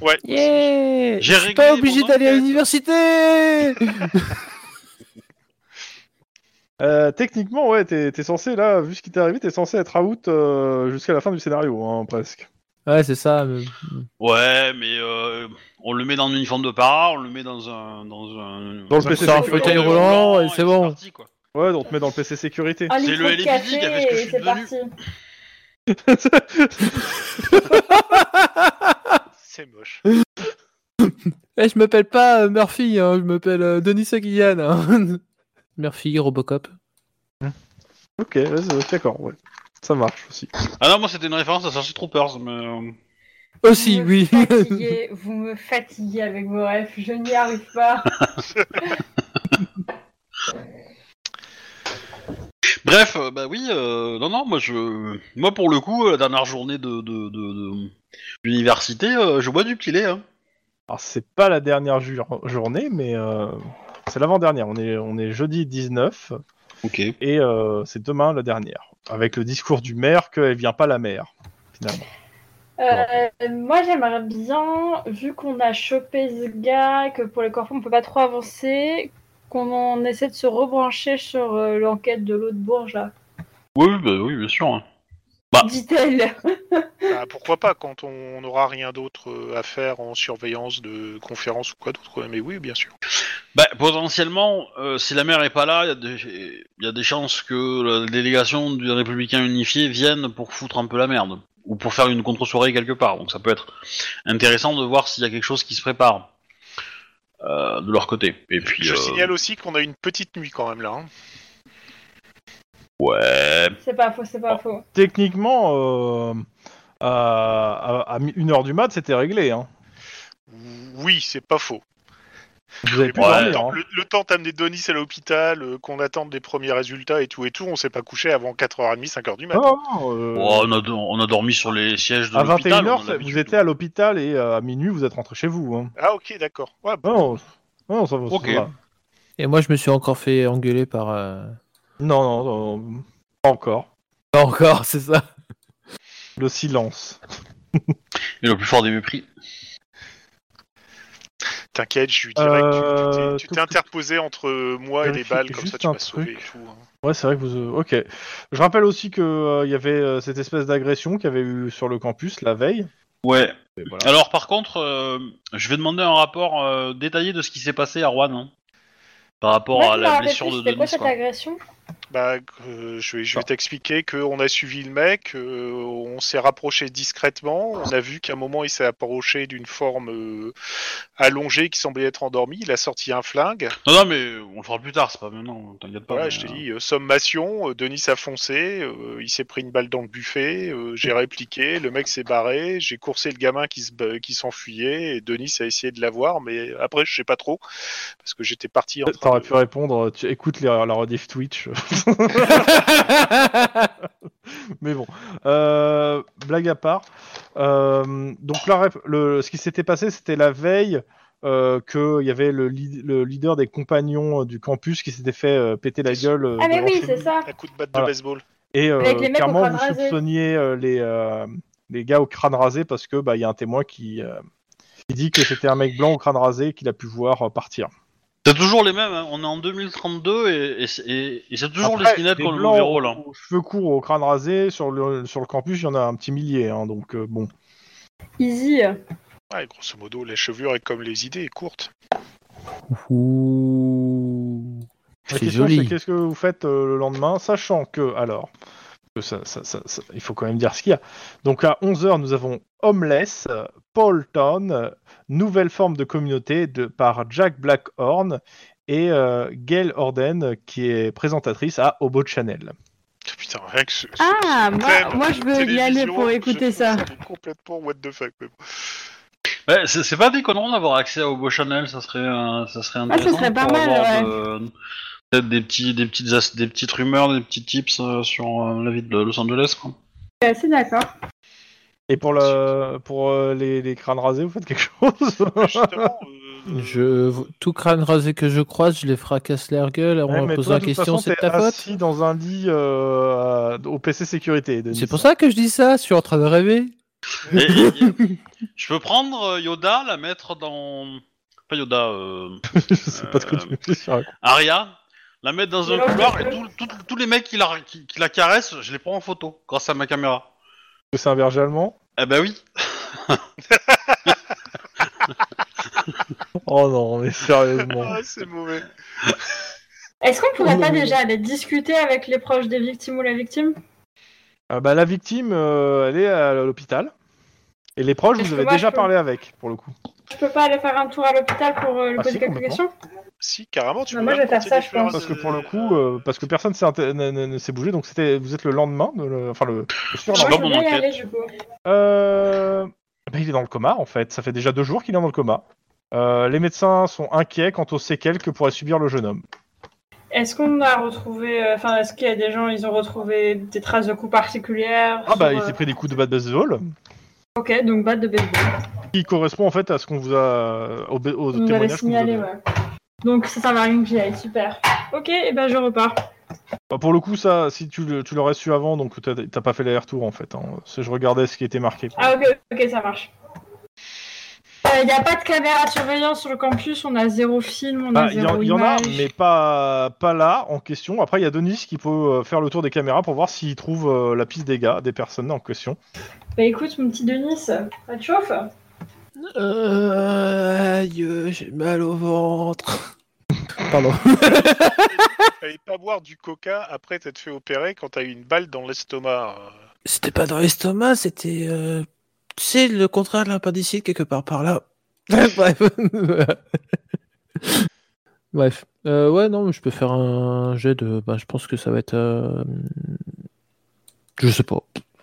D: Ouais.
E: Yeah
A: J'ai
E: Je suis
A: réglé
E: pas
A: mon
E: obligé d'aller à
A: enquête.
E: l'université
B: Euh, techniquement, ouais, t'es t'es censé, là, vu ce qui t'est arrivé, t'es censé être out euh, jusqu'à la fin du scénario, hein, presque.
E: Ouais, c'est ça. mais-
A: Ouais, mais euh, on le met dans une uniforme de para, on le met dans un dans un
B: Dans le
E: C'est un
B: PCC.
E: fauteuil roulant, et c'est bon.
A: parti, quoi.
B: Ouais, on te met dans le PC sécurité.
C: Un
A: C'est
C: litre
A: le
C: de
A: LAPD,
C: café
A: gars, parce que je
C: et
A: suis
C: c'est
A: devenu.
C: parti.
D: C'est moche.
E: Eh, je m'appelle pas euh, Murphy, hein, je m'appelle euh, Denis Aguillan. hein. Murphy, Robocop.
B: Ok, vas-y, d'accord, ouais. Ça marche aussi.
A: Ah non, moi c'était une référence à Starship Troopers, mais euh,
E: Aussi,
C: Vous me
E: oui.
C: fatiguez, vous me fatiguez avec vos rêves, je n'y arrive pas.
A: bref, euh, bah oui, euh, non non, moi je moi pour le coup euh, la dernière journée de de, de- de- d'université, euh, je bois du petit lait. Hein.
B: Alors, c'est pas la dernière ju- journée, mais euh, c'est l'avant-dernière. On est, on est jeudi 19
A: Ok.
B: et euh, c'est demain la dernière. Avec le discours du maire qu'elle vient pas la mère, finalement.
C: Euh, moi, j'aimerais bien, vu qu'on a chopé ce gars, que pour les corps on peut pas trop avancer, qu'on en essaie de se rebrancher sur euh, l'enquête de l'autre bourge là.
A: Oui oui, bah, oui bien sûr. hein. Bah.
C: Dit-elle.
D: Bah, pourquoi pas quand on n'aura rien d'autre euh, à faire en surveillance de conférence ou quoi d'autre. quoi. Mais oui, bien sûr.
A: Bah, potentiellement, euh, si la mère est pas là, il y, a des- il y a des chances que la délégation du Républicain Unifié vienne pour foutre un peu la merde. Ou pour faire une contre-soirée quelque part. Donc ça peut être intéressant de voir s'il y a quelque chose qui se prépare euh, de leur côté. Et puis.
D: Je
A: euh,
D: signale aussi qu'on a une petite nuit quand même là. hein.
A: Ouais.
C: C'est pas faux, c'est
A: Ah.
C: pas faux.
B: Techniquement, euh, à, à, 1h du mat, c'était réglé. Hein.
D: Oui, c'est pas faux.
B: Vous avez pu
A: Ouais.
B: dormir. hein.
D: Le, le temps d'amener Denis à l'hôpital, euh, qu'on attende des premiers résultats et tout et tout, on s'est pas couché avant 4h30, 5h du matin.
B: Non, non, euh,
A: Oh, on, a, do- on a dormi sur les sièges de
B: à
A: l'hôpital. on a
B: 21h,
A: l'habitude.
B: vous étiez à l'hôpital et euh, à minuit, vous êtes rentré chez vous. Hein.
D: Ah ok, d'accord. Ouais, bon.
B: Non, non, ça va. ça
A: Ok.
B: va.
E: Et moi, je me suis encore fait engueuler par. euh,
B: Non, non, non, pas encore.
E: Pas encore, c'est ça.
B: Le silence.
A: Et le plus fort des mépris.
D: T'inquiète, je lui dirais que tu- tu
B: Euh,
D: t'es- tu
B: tout-
D: t'es interposé entre moi et les
B: Vérifie
D: balles, comme ça
B: juste
D: tu
B: un
D: m'as sauvé et
B: truc.
D: tout. hein.
B: Ouais, c'est vrai que vous. euh, Ok. Je rappelle aussi que euh, il y avait euh, cette espèce d'agression qu'il y avait eu sur le campus la veille.
A: Ouais.
B: Et voilà.
A: Alors par contre, euh, je vais demander un rapport euh, détaillé de ce qui s'est passé à Rouen. hein. Par rapport à
C: Moi, je me
A: la
C: rappelle
A: blessure
C: plus,
A: de
C: C'était quoi
A: Denis.
C: cette
A: quoi.
C: agression
D: Bah, euh, je vais,
B: Ah.
D: je vais t'expliquer qu'on a suivi le mec, euh, on s'est rapproché discrètement, on a vu qu'à un moment il s'est approché d'une forme euh, allongée qui semblait être endormie, il a sorti un flingue,
A: Non, non, mais on le fera plus tard, c'est pas maintenant, t'inquiète pas.
D: voilà,
A: mais,
D: je t'ai
A: euh,
D: dit, euh, sommation, euh, Denis a foncé, euh, il s'est pris une balle dans le buffet, euh, j'ai répliqué, le mec s'est barré, j'ai coursé le gamin qui se ba- qui s'enfuyait, et Denis a essayé de l'avoir, mais après je sais pas trop, parce que j'étais parti en train
B: T'aurais
D: de-
B: pu répondre. euh, Tu écoutes les- la rediff Twitch. Mais bon, Euh, blague à part. euh, donc là, le, ce qui s'était passé, c'était la veille euh, que il y avait le, lead- le leader des compagnons euh, du campus qui s'était fait euh, péter la gueule. euh,
C: Ah mais
B: devant
C: oui,
B: chez
C: c'est
B: lui.
C: ça.
D: un coup de batte de
B: Voilà.
D: baseball.
B: Et euh,
C: Avec les mecs au
B: clairement,
C: crâne
B: vous
C: rasé.
B: soupçonniez euh, les, euh, les gars au crâne rasé parce que bah il y a un témoin qui, euh, qui dit que c'était un mec blanc au crâne rasé qu'il a pu voir euh, partir.
A: C'est toujours les mêmes, hein, on est en 2032 et, et, c'est- et- et c'est toujours les skinheads
B: des
A: qu'on le
B: blancs
A: verra là.
B: aux cheveux courts au crâne rasé sur le sur le campus, il y en a un petit millier. hein, donc euh, bon.
C: Easy.
D: Ouais, grosso modo, la chevelure est comme les idées, courte.
E: Ouh.
B: La
E: C'est
B: question, c'est
E: joli.
B: qu'est-ce que vous faites euh, le lendemain, sachant que, alors, que ça- ça- ça- ça- il faut quand même dire ce qu'il y a. Donc à 11h, nous avons Homeless, euh, Paul Town, euh, Nouvelle forme de communauté de, par Jack Blackhorn et euh, Gail Orden, euh, qui est présentatrice à Obo Channel.
D: Putain, rien que ce. ce-
C: Ah,
D: ce
C: moi-
D: thème
C: moi, je veux y
D: télévision,
C: aller pour
D: je
C: écouter
D: trouve
C: ça.
D: mais complètement what the fuck. mais bon.
A: Ouais, c'est c'est pas déconnant d'avoir accès au Beau Chanel, ça serait, euh, ça serait
C: Ah, ça
A: intéressant.
C: serait pas
A: pour
C: mal,
A: avoir
C: ouais.
A: de- Peut-être des, petits, des, petites, as- des petites rumeurs, des petits tips euh, sur euh, la ville de Los Angeles. Quoi.
C: Je suis assez d'accord.
B: Et pour, le, pour euh, les, les crânes rasés, vous faites quelque chose
D: Justement, euh,
E: Je... Tout crâne rasé que je croise, je les fracasse leur gueule.
B: Ouais,
E: On me
B: mais
E: pose
B: toi,
E: la
B: de toute
E: question,
B: façon,
E: c'est de
B: t'es
E: ta faute.
B: assis dans un lit euh, au PC sécurité. Denis.
E: C'est pour ça que je dis ça, je suis en train de rêver.
A: Et- et- et- je peux prendre euh, Yoda, la mettre dans. Pas Yoda, euh,
B: Je sais pas ce que tu veux dire.
A: Aria, la mettre dans un
C: Yoda,
A: couloir et
C: Yoda.
A: tout- tout- tous les mecs qui la, qui- qui la caressent, je les prends en photo grâce à ma caméra.
B: C'est un berger allemand
A: Eh ben oui.
B: Oh non, mais sérieusement.
D: ah, c'est mauvais.
C: Est-ce qu'on pourrait
B: Oh,
C: pas
B: mais-
C: déjà aller discuter avec les proches des victimes ou la victime
B: Euh, bah, la victime, euh, elle est à l'hôpital. Et les proches,
C: Est-ce
B: vous
C: que
B: avez
C: moi,
B: déjà
C: je peux-
B: parlé avec, pour le coup.
C: Je peux pas aller faire un tour à l'hôpital pour euh, lui
B: Ah,
C: poser
B: si,
C: quelques
B: complètement.
C: questions
D: Si, carrément, tu
C: Bah,
D: peux
C: moi, je
D: même
C: vais faire
D: porter
C: ça,
D: des
C: je
D: fleurs
C: pense.
D: à-
B: Parce que pour le coup, euh, parce que personne s'est inté- ne, ne- ne s'est bougé, donc c'était, vous êtes le lendemain, de le- enfin le, le
C: Moi,
A: C'est
B: surlendemain.
A: pas
C: je
A: mon
C: veux bien y
A: enquête.
C: aller du coup.
B: Euh, bah, il est dans le coma en fait. Ça fait déjà deux jours qu'il est dans le coma. Euh, les médecins sont inquiets quant aux séquelles que pourrait subir le jeune homme.
C: Est-ce qu'on a retrouvé, euh, enfin, est-ce qu'il y a des gens, ils ont retrouvé des traces de coups particulières
B: Ah bah
C: sur,
B: il
C: euh,
B: s'est pris des coups de bat de baseball,
C: Ok, donc batte de baseball.
B: qui correspond en fait à ce qu'on vous a au, au
C: Vous nous avez
B: témoignage. qu'on vous a
C: signalé,
B: donné.
C: ouais. Donc ça, ça va rien que j'y aille, super. Ok, et ben je repars.
B: Bah, pour le coup, ça, si tu, le- tu l'aurais su avant, donc t'as t'as pas fait l'aller-retour en fait. hein. C'est- Je regardais ce qui était marqué.
C: Ah ok, ok, ça marche. Euh, n'y a pas de caméra de surveillance sur le campus, on a zéro film, on
B: Bah,
C: a
B: Il y, en-
C: zéro
B: il y en a,
C: image.
B: mais pas, pas là en question. Après, il y a Denis qui peut euh, faire le tour des caméras pour voir s'il trouve euh, la piste des gars, des personnes en question.
C: Bah écoute, mon petit Denis, ça te chauffe
E: Euh, aïe, euh, j'ai mal au ventre. Pardon.
D: Fallait pas boire du coca après t'être fait opérer quand t'as eu une balle dans l'estomac.
E: C'était pas dans l'estomac, c'était. euh, Tu sais, le contraire de l'appendicite, quelque part par là. Bref. Bref. Euh, ouais, non, mais je peux faire un jet de. Bah, je pense que ça va être. euh, Je sais pas.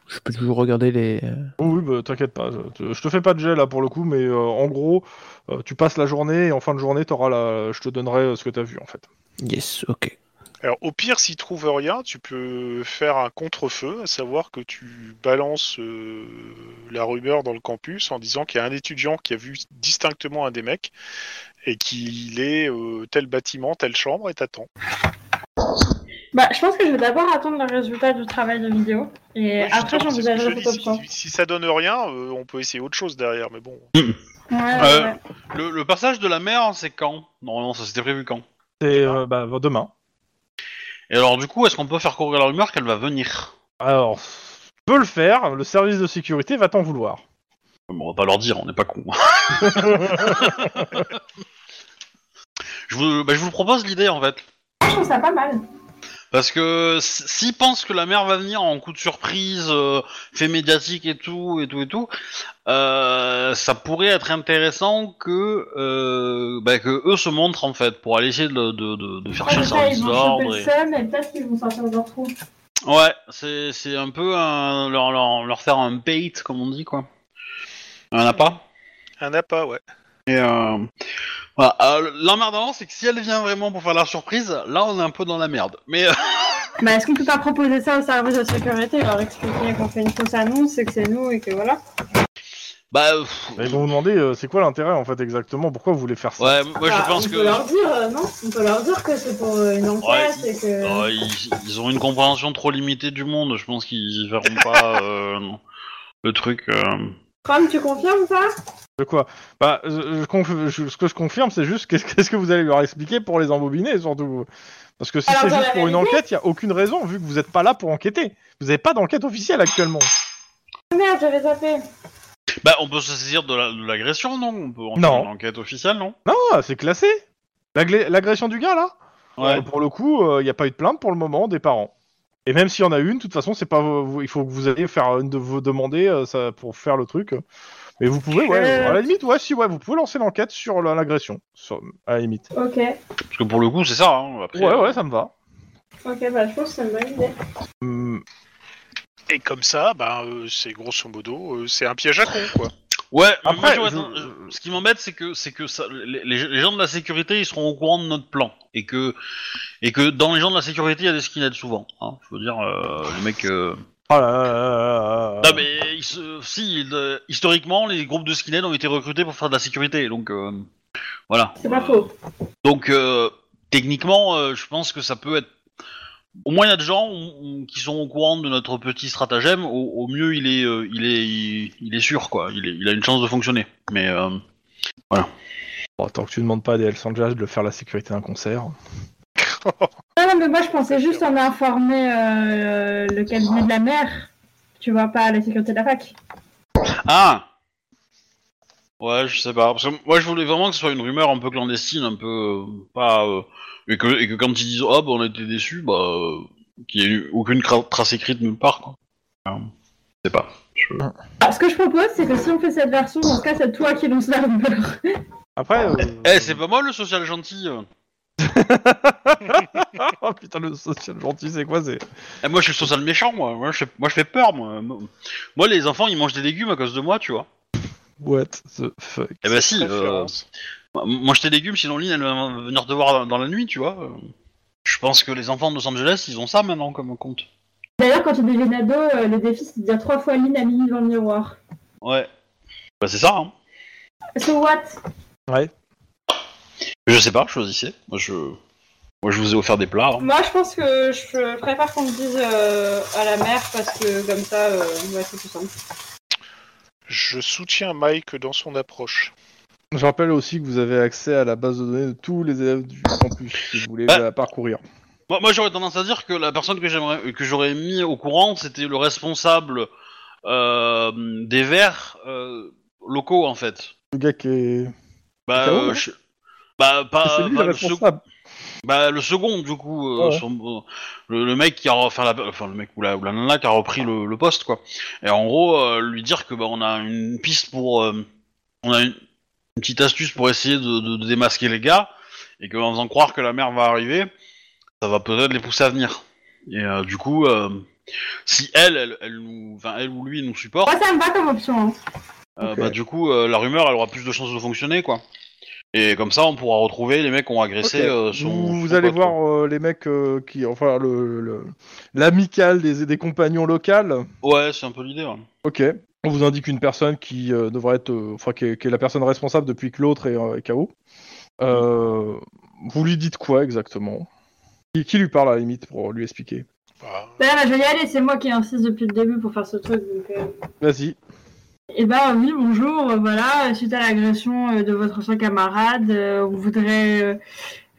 E: Je peux toujours regarder les. euh,
B: Oh oui, bah, t'inquiète pas. je te- Je te fais pas de gel là pour le coup, mais euh, en gros, euh, tu passes la journée et en fin de journée, t'auras la... je te donnerai euh, ce que t'as vu en fait.
E: Yes, ok.
D: Alors au pire, s'ils trouvent rien, tu peux faire un contre-feu, à savoir que tu balances euh, la rumeur dans le campus en disant qu'il y a un étudiant qui a vu distinctement un des mecs et qu'il est euh, tel bâtiment, telle chambre et t'attends.
C: Bah je pense que je vais d'abord attendre le résultat du travail de vidéo, et
D: Ouais,
C: après
D: justement, c'est ce que
C: j'envisagerai
D: je
C: cette
D: dis,
C: option.
D: si, si ça donne rien, euh, on peut essayer autre chose derrière, mais bon.
C: Ouais,
A: Euh,
C: ouais, ouais.
A: Le, le passage de la mer, hein, c'est quand Normalement, ça c'était prévu quand
B: C'est euh, bah, demain.
A: Et alors, du coup, est-ce qu'on peut faire courir la rumeur qu'elle va venir
B: Alors, tu peux le faire. Le service de sécurité va t'en vouloir.
A: Bon, on va pas leur dire, on n'est pas con. je, vous, bah, je vous propose l'idée en fait.
C: Je trouve ça pas mal.
A: Parce que s- s'ils pensent que la mer va venir en coup de surprise, euh, fait médiatique et tout, et tout, et tout, euh, ça pourrait être intéressant que, euh, bah, que eux se montrent en fait pour aller essayer de, de, de, de faire
C: Ouais,
A: chier
C: c'est ça,
A: ça
C: ils vont choper le seum, et peut-être qu'ils vont sortir de leur trou.
A: Ouais, c'est c'est un peu un- leur, leur, leur faire un bait, comme on dit quoi. Un appât.
D: Un appât, ouais.
A: Et euh, voilà. Euh, L'emmerdant, c'est que si elle vient vraiment pour faire la surprise, là on est un peu dans la merde. Mais euh,
C: Bah, est-ce qu'on peut pas proposer ça au service de sécurité, leur expliquer qu'on fait une fausse annonce et que c'est nous et que voilà
A: bah pff,
B: Bah, Ils vont vous demander euh, c'est quoi l'intérêt en fait exactement, pourquoi vous voulez faire ça.
A: ouais, moi
C: Bah,
B: Ah,
A: je pense que
C: dire, euh, non On peut leur dire que c'est pour une
A: enquête Ouais, et Euh, ils, ils ont une compréhension trop limitée du monde. Je pense qu'ils y verront pas euh, non. le truc. euh.
C: Femme, tu confirmes ça
B: De quoi Bah, je- je conf- je- ce que je confirme, c'est juste qu'est-ce qu'est-ce que vous allez leur expliquer pour les embobiner, surtout. Parce que si
C: Alors,
B: c'est
C: dans
B: juste
C: la
B: pour une
C: réalité-
B: enquête, il n'y a aucune raison, vu que vous n'êtes pas là pour enquêter. Vous n'avez pas d'enquête officielle actuellement.
C: Ah, Merde, j'avais zappé.
A: Bah on peut se saisir de la- de l'agression, non On peut en faire
B: Non.
A: une enquête officielle, non
B: Ah, c'est classé L'agla- L'agression du gars, là Euh, Pour le coup, euh, il n'y a pas eu de plainte pour le moment des parents. Et même s'il y en a une, de toute façon, c'est pas vous- il faut que vous alliez faire une de vos demander euh, ça, pour faire le truc. Mais vous pouvez, ouais,
C: Euh.
B: à la limite, ouais, si, ouais, vous pouvez lancer l'enquête sur la- l'agression, sur- à la limite.
C: Ok,
A: Parce que pour le coup, c'est ça. Hein, après,
B: Ouais,
A: euh,
B: ouais, ça me va.
C: ok, bah je pense que c'est une bonne idée.
B: Hum,
D: Et comme ça, ben, euh, c'est grosso modo, euh, c'est un piège à con, quoi.
A: Ouais, mais
B: Après,
A: moi, tu vois,
B: je-
A: attends, euh, ce qui m'embête, c'est que, c'est que ça- les, les- les gens de la sécurité, ils seront au courant de notre plan. Et que, et que dans les gens de la sécurité, il y a des skinheads souvent. Hein. Je veux dire, euh, les mecs. euh,
B: Ah là là là là là là.
A: Non, mais ils se- si, ils, euh, historiquement, les groupes de skinheads ont été recrutés pour faire de la sécurité. Donc, euh, voilà.
C: C'est pas faux.
A: Donc, euh, techniquement, euh, je pense que ça peut être. Au moins, il y a des gens où- où- qui sont au courant de notre petit stratagème. Au, au mieux, il est, euh, il est, il, il est sûr, quoi. Il, est- il a une chance de fonctionner. Mais. euh,
B: Bon, tant que tu demandes pas à des El Sanjay de le faire la sécurité d'un concert.
C: Non, non, mais moi je pensais juste en informer euh, le cabinet de la mère. Tu vois, pas la sécurité de la fac.
A: Ah Ouais, je sais pas. Parce que moi, je voulais vraiment que ce soit une rumeur un peu clandestine, un peu. euh, pas. euh, et, que, et que quand ils disent Ah, bah on a été déçus, bah. euh, qu'il n'y ait eu aucune cra- trace écrite nulle part, quoi. Euh, Je sais pas. Je-
C: Alors, ce que je propose, c'est que si on fait cette version, dans ce cas, c'est toi qui lance la rumeur.
B: Après. euh,
A: Eh, c'est pas mal le social gentil euh.
B: oh putain, le social gentil, c'est quoi c'est...
A: Eh, Moi, je suis le social méchant, moi. Moi je, fais- moi, je fais peur, moi. Moi, les enfants, ils mangent des légumes à cause de moi, tu vois.
B: What the fuck
A: Eh ben si, euh,
D: Référence.
A: mange tes légumes, sinon Lynn, elle va venir te voir dans, dans la nuit, tu vois. Euh, Je pense que les enfants de Los Angeles, ils ont ça maintenant comme compte.
C: D'ailleurs, quand tu deviens ado, euh, le défi, c'est de dire trois fois Lynn à minuit dans le miroir.
A: Ouais. Bah, c'est ça, hein.
C: So what
A: Je sais pas, choisissez. Moi je, moi, je vous ai offert des plats. hein.
C: Moi, je pense que je préfère qu'on me dise euh, à la mère parce que comme ça, euh, ouais, c'est plus simple.
D: Je soutiens Mike dans son approche.
B: Je rappelle aussi que vous avez accès à la base de données de tous les élèves du campus si vous voulez
A: Ah.
B: la parcourir.
A: Moi, moi, j'aurais tendance à dire que la personne que j'aimerais, que j'aurais mis au courant, c'était le responsable euh, des verts euh, locaux en fait.
B: Le gars qui est.
A: Bah,
B: Ah ouais,
A: euh,
B: ouais.
A: je- bah, pas,
B: c'est lui
A: pas
B: le
A: le, second,
B: responsable.
A: bah, le second du coup, euh,
B: Ah ouais.
A: son- le, le mec qui a, re- enfin, la, enfin le mec ou la, ou la nana qui a repris le, le poste quoi. Et en gros, euh, lui dire que bah, on a une piste pour, euh, on a une, une petite astuce pour essayer de, de- de démasquer les gars et qu'en faisant croire que la mère va arriver, ça va peut-être les pousser à venir. Et euh, du coup, euh, si elle, elle, elle nous, enfin, elle ou lui nous supporte,
F: Moi, ça me va comme option. hein.
A: euh,
B: Ok.
A: bah du coup, euh, la rumeur, elle aura plus de chances de fonctionner, quoi. Et comme ça, on pourra retrouver les mecs qui ont agressé
B: Ok.
A: euh, son.
B: vous vous
A: son
B: allez
A: pote, quoi.
B: voir euh, les mecs euh, qui. Enfin, le- le- l'amicale des, des compagnons locales.
A: Ouais, c'est un peu l'idée. ouais.
B: Ok. On vous indique une personne qui euh, devrait être. euh, Enfin, qui est, qui est la personne responsable depuis que l'autre est, euh, est KO. Euh, vous lui dites quoi exactement qui, qui lui parle à la limite pour lui expliquer
D: Bah,
C: D'ailleurs, je vais y aller, c'est moi qui insiste depuis le début pour faire ce truc. Donc, euh,
B: Vas-y.
C: Eh ben oui, bonjour. euh, Voilà, euh, suite à l'agression euh, de votre ancien camarade, euh, on voudrait euh,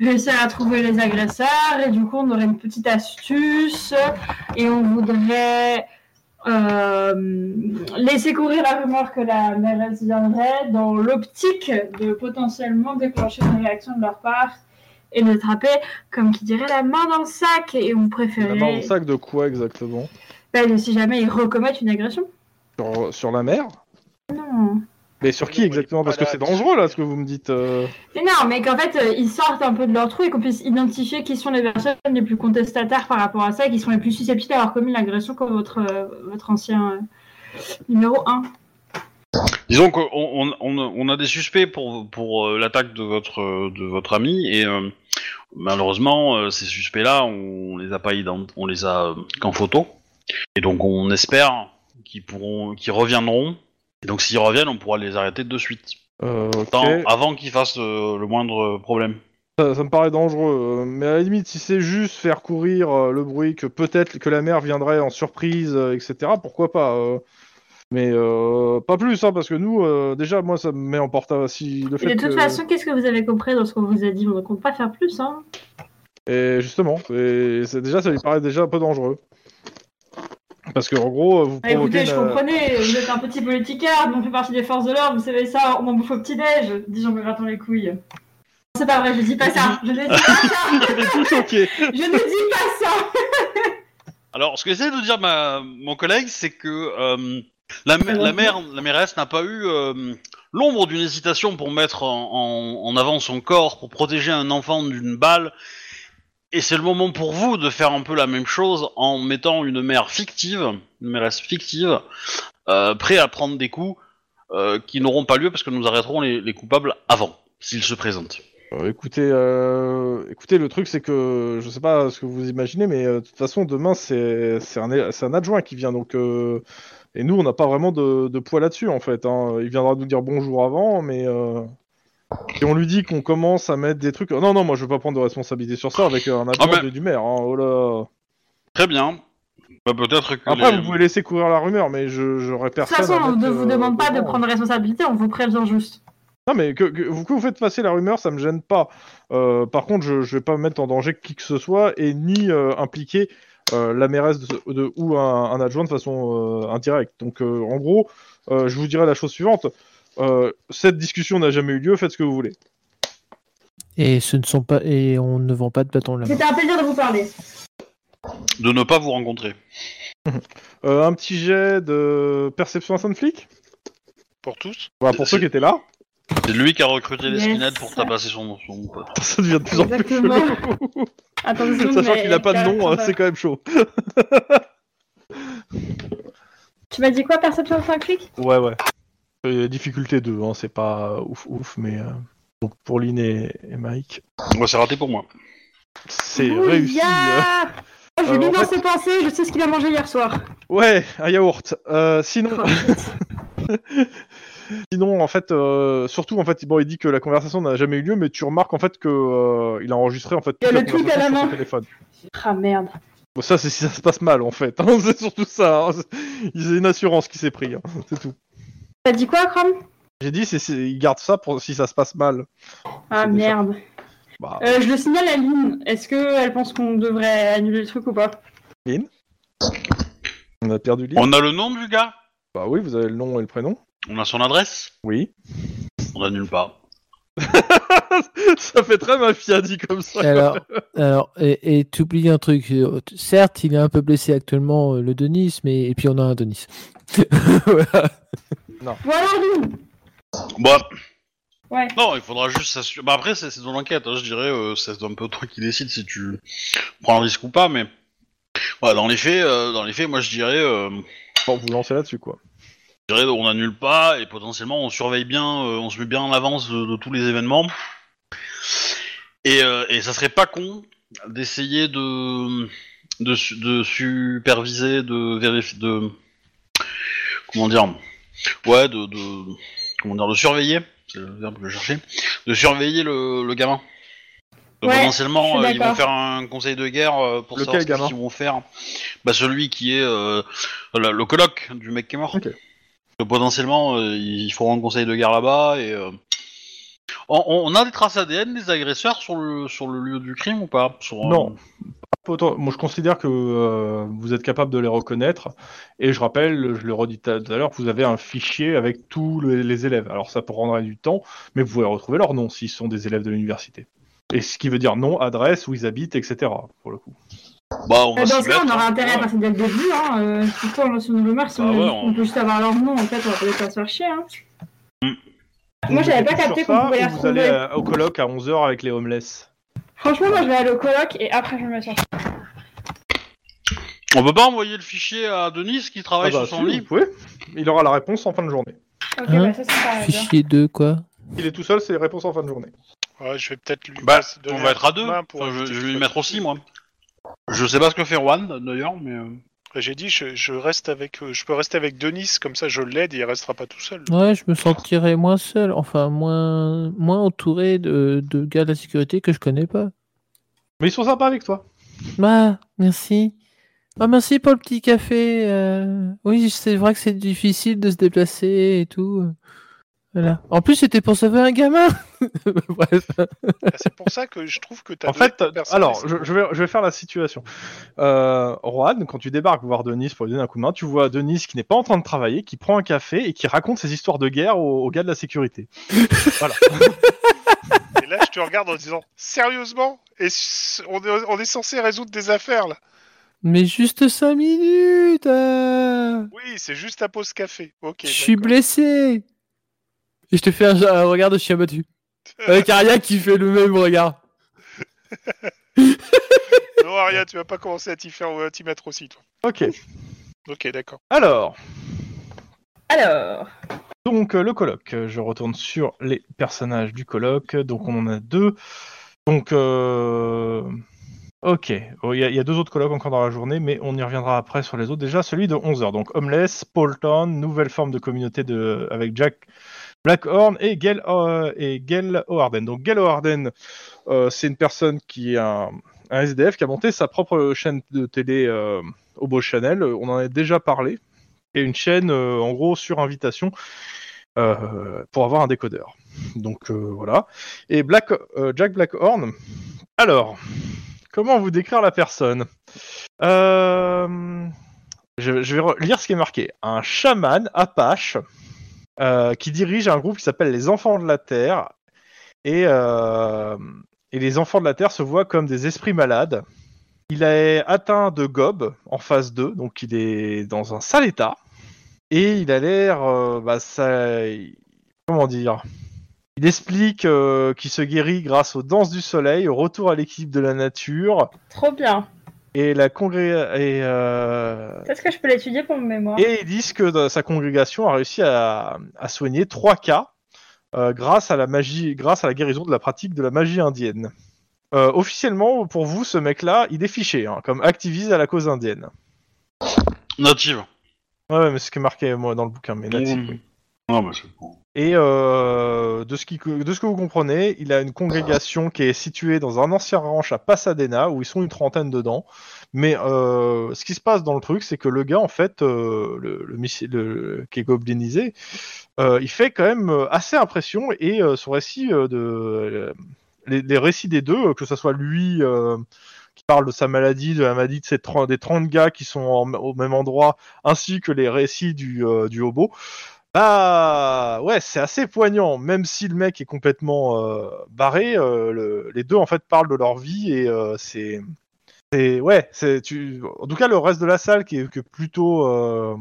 C: réussir à trouver les agresseurs et du coup on aurait une petite astuce et on voudrait euh, laisser courir la rumeur que la mairesse viendrait dans l'optique de potentiellement déclencher une réaction de leur part et de l'attraper, comme qui dirait, la main dans le sac et on
B: La
C: préférait
B: main au sac de quoi exactement
C: Ben, si jamais ils recommettent une agression.
B: sur, sur la mer
C: Non.
B: Mais sur qui
D: Oui,
B: exactement Parce que
D: voilà.
B: c'est dangereux là ce que vous me dites. euh.
C: Mais non, mais qu'en fait, euh, ils sortent un peu de leur trou et qu'on puisse identifier qui sont les personnes les plus contestataires par rapport à ça et qui sont les plus susceptibles d'avoir commis l'agression comme votre, euh, votre ancien euh, numéro 1.
A: Disons qu'on on, on, on a des suspects pour, pour euh, l'attaque de votre, euh, de votre ami, et euh, malheureusement, euh, ces suspects-là, on les a pas ident- on les a euh, qu'en photo. Et donc, on espère qu'ils pourront, qu'ils reviendront. Et donc, s'ils reviennent, on pourra les arrêter de suite.
B: Euh, ok.
A: Tant- Avant qu'ils fassent euh, le moindre problème.
B: Ça, ça me paraît dangereux. euh, Mais à la limite, si c'est juste faire courir euh, le bruit que peut-être que la mère viendrait en surprise, euh, etc., pourquoi pas euh. Mais euh, pas plus, hein, parce que nous, euh, déjà, moi, ça me met en porte à si le
C: Et
B: fait euh,
C: de toute
B: que-
C: façon, qu'est-ce que vous avez compris dans ce qu'on vous a dit On ne compte pas faire plus, hein
B: Et justement, c'est c'est- déjà, ça lui paraît déjà un peu dangereux. Parce que en gros, euh, vous
C: Ah,
B: provoquez.
C: Écoutez, je
B: une, euh,
C: comprenais, vous êtes un petit politicard, on fait partie des forces de l'ordre, vous savez ça, on en bouffe au petit-déj, dis-je en me grattant les couilles. Non, C'est pas vrai, je dis pas ça, je ne dis pas ça,
B: Ok.
C: je ne dis pas ça
A: Alors, ce que j'essaie de dire ma, mon collègue, c'est que euh, la, ma- la mère, la mairesse n'a pas eu euh, l'ombre d'une hésitation pour mettre en, en- en avant son corps, pour protéger un enfant d'une balle. Et c'est le moment pour vous de faire un peu la même chose en mettant une mère fictive, une mairesse fictive, euh, prêt à prendre des coups euh, qui n'auront pas lieu parce que nous arrêterons les, les coupables avant, s'ils se présentent.
B: Euh, écoutez, euh, écoutez, le truc c'est que je sais pas ce que vous imaginez, mais euh, de toute façon demain c'est c'est un, c'est un adjoint qui vient donc euh, et nous on n'a pas vraiment de, de poids là-dessus en fait. hein. Il viendra nous dire bonjour avant, mais euh, et on lui dit qu'on commence à mettre des trucs. Non non, moi je veux pas prendre de responsabilité sur ça avec euh, un adjoint
A: Ah, mais-
B: de- du maire. hein. Oh là.
A: Très bien. Bah, peut-être que
B: Après
A: les-
B: vous pouvez laisser courir la rumeur, mais je j'aurais
C: De toute
B: personne.
C: façon,
B: à
C: on ne
B: mettre,
C: vous
B: euh,
C: demande pas de
B: devant.
C: prendre responsabilité, on vous prévient juste.
B: Non, mais que, que- vous, que vous faites passer la rumeur, ça me gêne pas. Euh, par contre, je, je vais pas mettre en danger qui que ce soit et ni euh, impliquer euh, la mairesse de, de- ou un, un adjoint de façon euh, indirecte. Donc, euh, en gros, euh, je vous dirai la chose suivante. Euh, cette discussion n'a jamais eu lieu, faites ce que vous voulez.
E: Et ce ne sont pas et on ne vend pas de bâton là.
C: C'était un plaisir de vous parler.
A: de ne pas vous rencontrer.
B: Euh, un petit jet de perception instant flic
D: pour tous
B: Voilà, Pour
A: C'est-
B: ceux qui étaient là,
A: C'est lui qui a recruté les
C: Yes.
A: skinheads pour tabasser son, son pote.
B: ça devient de plus en plus chaud.
C: Exactement. Attends, une seconde,
B: Sachant
C: mais-
B: qu'il n'a pas de nom, hein, c'est quand même chaud.
F: Tu m'as dit quoi, perception 5 clics
B: Ouais, ouais. Euh, difficulté 2, hein, c'est pas ouf ouf, mais. euh, Donc pour Lynn et, et Mike,
A: Moi, c'est raté pour moi.
B: c'est
C: Brouillard
B: réussi. euh.
C: Ah, Je
B: Alors,
C: lis
B: en
C: dans
B: fait-
C: ses pensées, je sais ce qu'il a mangé hier soir.
B: Ouais, un yaourt. Euh, sinon,
C: Oh, putain.
B: sinon en fait, euh, surtout en fait, bon, il dit que la conversation n'a jamais eu lieu, mais tu remarques en fait que euh, il a enregistré en fait
C: Il y a
B: toute la
C: le tweet à
B: conversation
C: la
B: sur
C: main.
B: son téléphone.
C: Ah merde.
B: Bon, ça, c'est si ça se passe mal en fait. hein, c'est surtout ça. hein. C'est- Il y a une assurance qui s'est pris. hein, C'est tout.
C: T'as dit quoi, Chrome
B: J'ai dit, c'est, c'est- ils gardent ça pour si ça se passe mal.
G: Ah
B: C'est déjà-
G: merde.
B: Bah,
G: Euh, je le signale à Lynn. Est-ce qu'elle pense qu'on devrait annuler le truc ou pas
B: on a perdu l'île.
A: On a le nom du gars
B: Bah oui, vous avez le nom et le prénom.
A: On a son adresse
B: Oui.
A: On annule pas.
B: ça fait très mafia dit comme ça.
E: Alors, alors, et et t'oublies un truc. euh, t- Certes, il est un peu blessé actuellement, euh, le Denis, mais et puis on a un Denis. Voilà.
G: Voilà Lynn
A: Bah.
G: Ouais.
A: Non, il faudra juste s'assurer. Bah après, c'est c'est ton enquête, hein, je dirais. euh, c'est un peu toi qui décides si tu prends le risque ou pas, mais. Ouais, dans les faits, euh, dans les faits, moi je dirais, euh,
B: Pour vous lancer là-dessus, quoi.
A: je dirais, on annule pas et potentiellement on surveille bien, euh, on se met bien en avance de, de tous les événements. Et, euh, et ça serait pas con d'essayer de, de su- de superviser, de vérifier, de comment dire, ouais, de, de- comment dire, de surveiller, c'est le verbe que je cherchais, de surveiller le, le gamin. Donc,
G: Ouais,
A: potentiellement,
G: je suis
A: euh, ils vont
G: d'accord.
A: faire un conseil de guerre euh, pour
B: Lequel
A: savoir
B: gamin
A: ce qu'ils vont faire. Bah, celui qui est euh, le, le coloc du mec qui est mort.
B: Ok.
A: Donc, potentiellement, euh, ils feront un conseil de guerre là-bas et. euh, On, on- on a des traces ADN des agresseurs sur le sur le lieu du crime ou pas Sur, euh,
B: Non. Potent- Moi, je considère que euh, vous êtes capable de les reconnaître. Et je rappelle, je le redis tout à tout à l'heure, que vous avez un fichier avec tous le- les élèves. Alors, ça prendrait du temps, mais vous pouvez retrouver leur nom s'ils sont des élèves de l'université. Et ce qui veut dire nom, adresse, où ils habitent, etc. Pour le coup.
A: Bah, on va
G: Euh, Dans
A: s'y
G: ce cas, on
A: mettre,
G: aura
A: hein.
G: intérêt à
A: Ouais.
G: passer dès le début. Hein. Euh, surtout en lançant une rumeur, si
A: Bah
G: on,
A: ouais,
G: on
A: on-
G: peut juste avoir leur nom, en fait, on va peut-être pas se faire chier. Hein.
B: Hmm.
G: Moi,
B: Vous
G: j'avais
B: êtes
G: pas
B: sur
G: capté
B: ça,
G: qu'on pouvait les
B: ou Vous allez
G: retrouver.
B: euh, au colloque à 11h avec les homeless.
G: Franchement, moi, je vais aller au colloque et après, je me sors.
A: On peut pas envoyer le fichier à Denis qui travaille
B: Ah bah,
A: sur son
B: si,
A: lit
B: vous pouvez. Il aura la réponse en fin de journée.
G: Ok,
E: Hein
G: bah ça, c'est pas bien.
E: Fichier 2, quoi.
B: Il est tout seul, c'est les réponses en fin de journée.
D: Ouais, Ah, je vais peut-être lui.
A: Bah,
D: passer-
A: On
D: donner
A: va
D: un
A: être à
D: coup de
A: deux.
D: main pour
A: Enfin, je,
D: éviter
A: je
D: qu'il
A: vais y
D: soit
A: mettre
D: tout
A: aussi,
D: seul.
A: moi. Je sais pas ce que fait Juan, d'ailleurs, mais... euh,
D: Bah, J'ai dit, je, je reste avec, euh, je peux rester avec Denis, comme ça je l'aide et il restera pas tout seul.
E: Ouais, je me sentirais moins seul, enfin moins, moins entouré de, de gars de la sécurité que je connais pas.
B: Mais ils sont sympas avec toi.
E: Bah, merci. Ah, merci pour le petit café. euh, Oui, c'est vrai que c'est difficile de se déplacer et tout. euh, Voilà. En plus, c'était pour sauver un gamin. Bref.
D: Ah, c'est pour ça que je trouve que t'as.
B: En fait, euh, alors, je, je vais, je vais faire la situation. Euh, Juan, quand tu débarques voir Denis pour lui donner un coup de main, tu vois Denis qui n'est pas en train de travailler, qui prend un café et qui raconte ses histoires de guerre aux, aux gars de la sécurité. voilà.
D: Et là, je te regarde en disant, sérieusement Et s- on est, on est censé résoudre des affaires là.
E: Mais juste 5 minutes. euh,
D: Oui, c'est juste à pause café. Ok.
E: je suis
D: d'accord.
E: blessé. Et je te fais un, un regard de chien battu. Avec Aria qui fait le même regard.
D: Non, Aria, tu vas pas commencer à t'y faire, à t'y mettre aussi, toi.
B: Ok.
D: Ok, d'accord.
B: Alors,
C: Alors,
B: donc euh, le colloque. Je retourne sur les personnages du colloque. Donc on en a deux. Donc, euh, ok. Oh, Il y, a- il y a deux autres colloques encore dans la journée, mais on y reviendra après sur les autres. Déjà, celui de 11h. Donc Homeless, Polton, nouvelle forme de communauté de... avec Jack Blackhorn et Gail, euh, et Gail O'Harden. Donc Gail O'Harden, euh, c'est une personne qui est un, un SDF qui a monté sa propre chaîne de télé euh, au Beau Channel. On en a déjà parlé. Et une chaîne, euh, en gros, sur invitation euh, pour avoir un décodeur. Donc euh, voilà. Et Black, euh, Jack Blackhorn. Alors, comment vous décrire la personne Euh, je, je vais re- lire ce qui est marqué. Un chaman apache euh, qui dirige un groupe qui s'appelle les Enfants de la Terre. Et, euh, et les Enfants de la Terre se voient comme des esprits malades. Il est atteint de gobe en phase 2, donc il est dans un sale état. Et il a l'air. euh, bah, ça, comment dire Il explique euh, qu'il se guérit grâce aux danses du soleil, au retour à l'équilibre de la nature
C: trop bien.
B: et la congré. Et, euh,
C: Peut-être que je peux l'étudier pour mon mémoire.
B: et ils disent que dans- sa congrégation a réussi à, à soigner trois cas euh, grâce à la magie, grâce à la guérison de la pratique de la magie indienne. Euh, officiellement, pour vous, ce mec-là, il est fiché hein, comme activiste à la cause indienne.
A: Native.
B: Ouais, ouais, mais c'est ce qui est marqué moi dans le bouquin. Mais là,
A: Ou-
B: c'est-
A: Non, mais c'est bon.
B: Et euh, de, ce qui, de ce que vous comprenez, il a une congrégation qui est située dans un ancien ranch à Pasadena, où ils sont une trentaine dedans. Mais euh, ce qui se passe dans le truc, c'est que le gars, en fait, euh, le, le, missi- le- qui est goblinisé, euh, il fait quand même euh, assez impression, et euh, son récit euh, de... euh, les, les récits des deux, euh, que ce soit lui... euh, qui parle de sa maladie, de la maladie de ces 30 des 30 gars qui sont en- au même endroit, ainsi que les récits du, euh, du hobo, bah ouais, c'est assez poignant, même si le mec est complètement euh, barré. euh, le- les deux en fait parlent de leur vie et euh, c'est, c'est ouais, c'est tu. En tout cas, le reste de la salle qui est, qui est plutôt euh,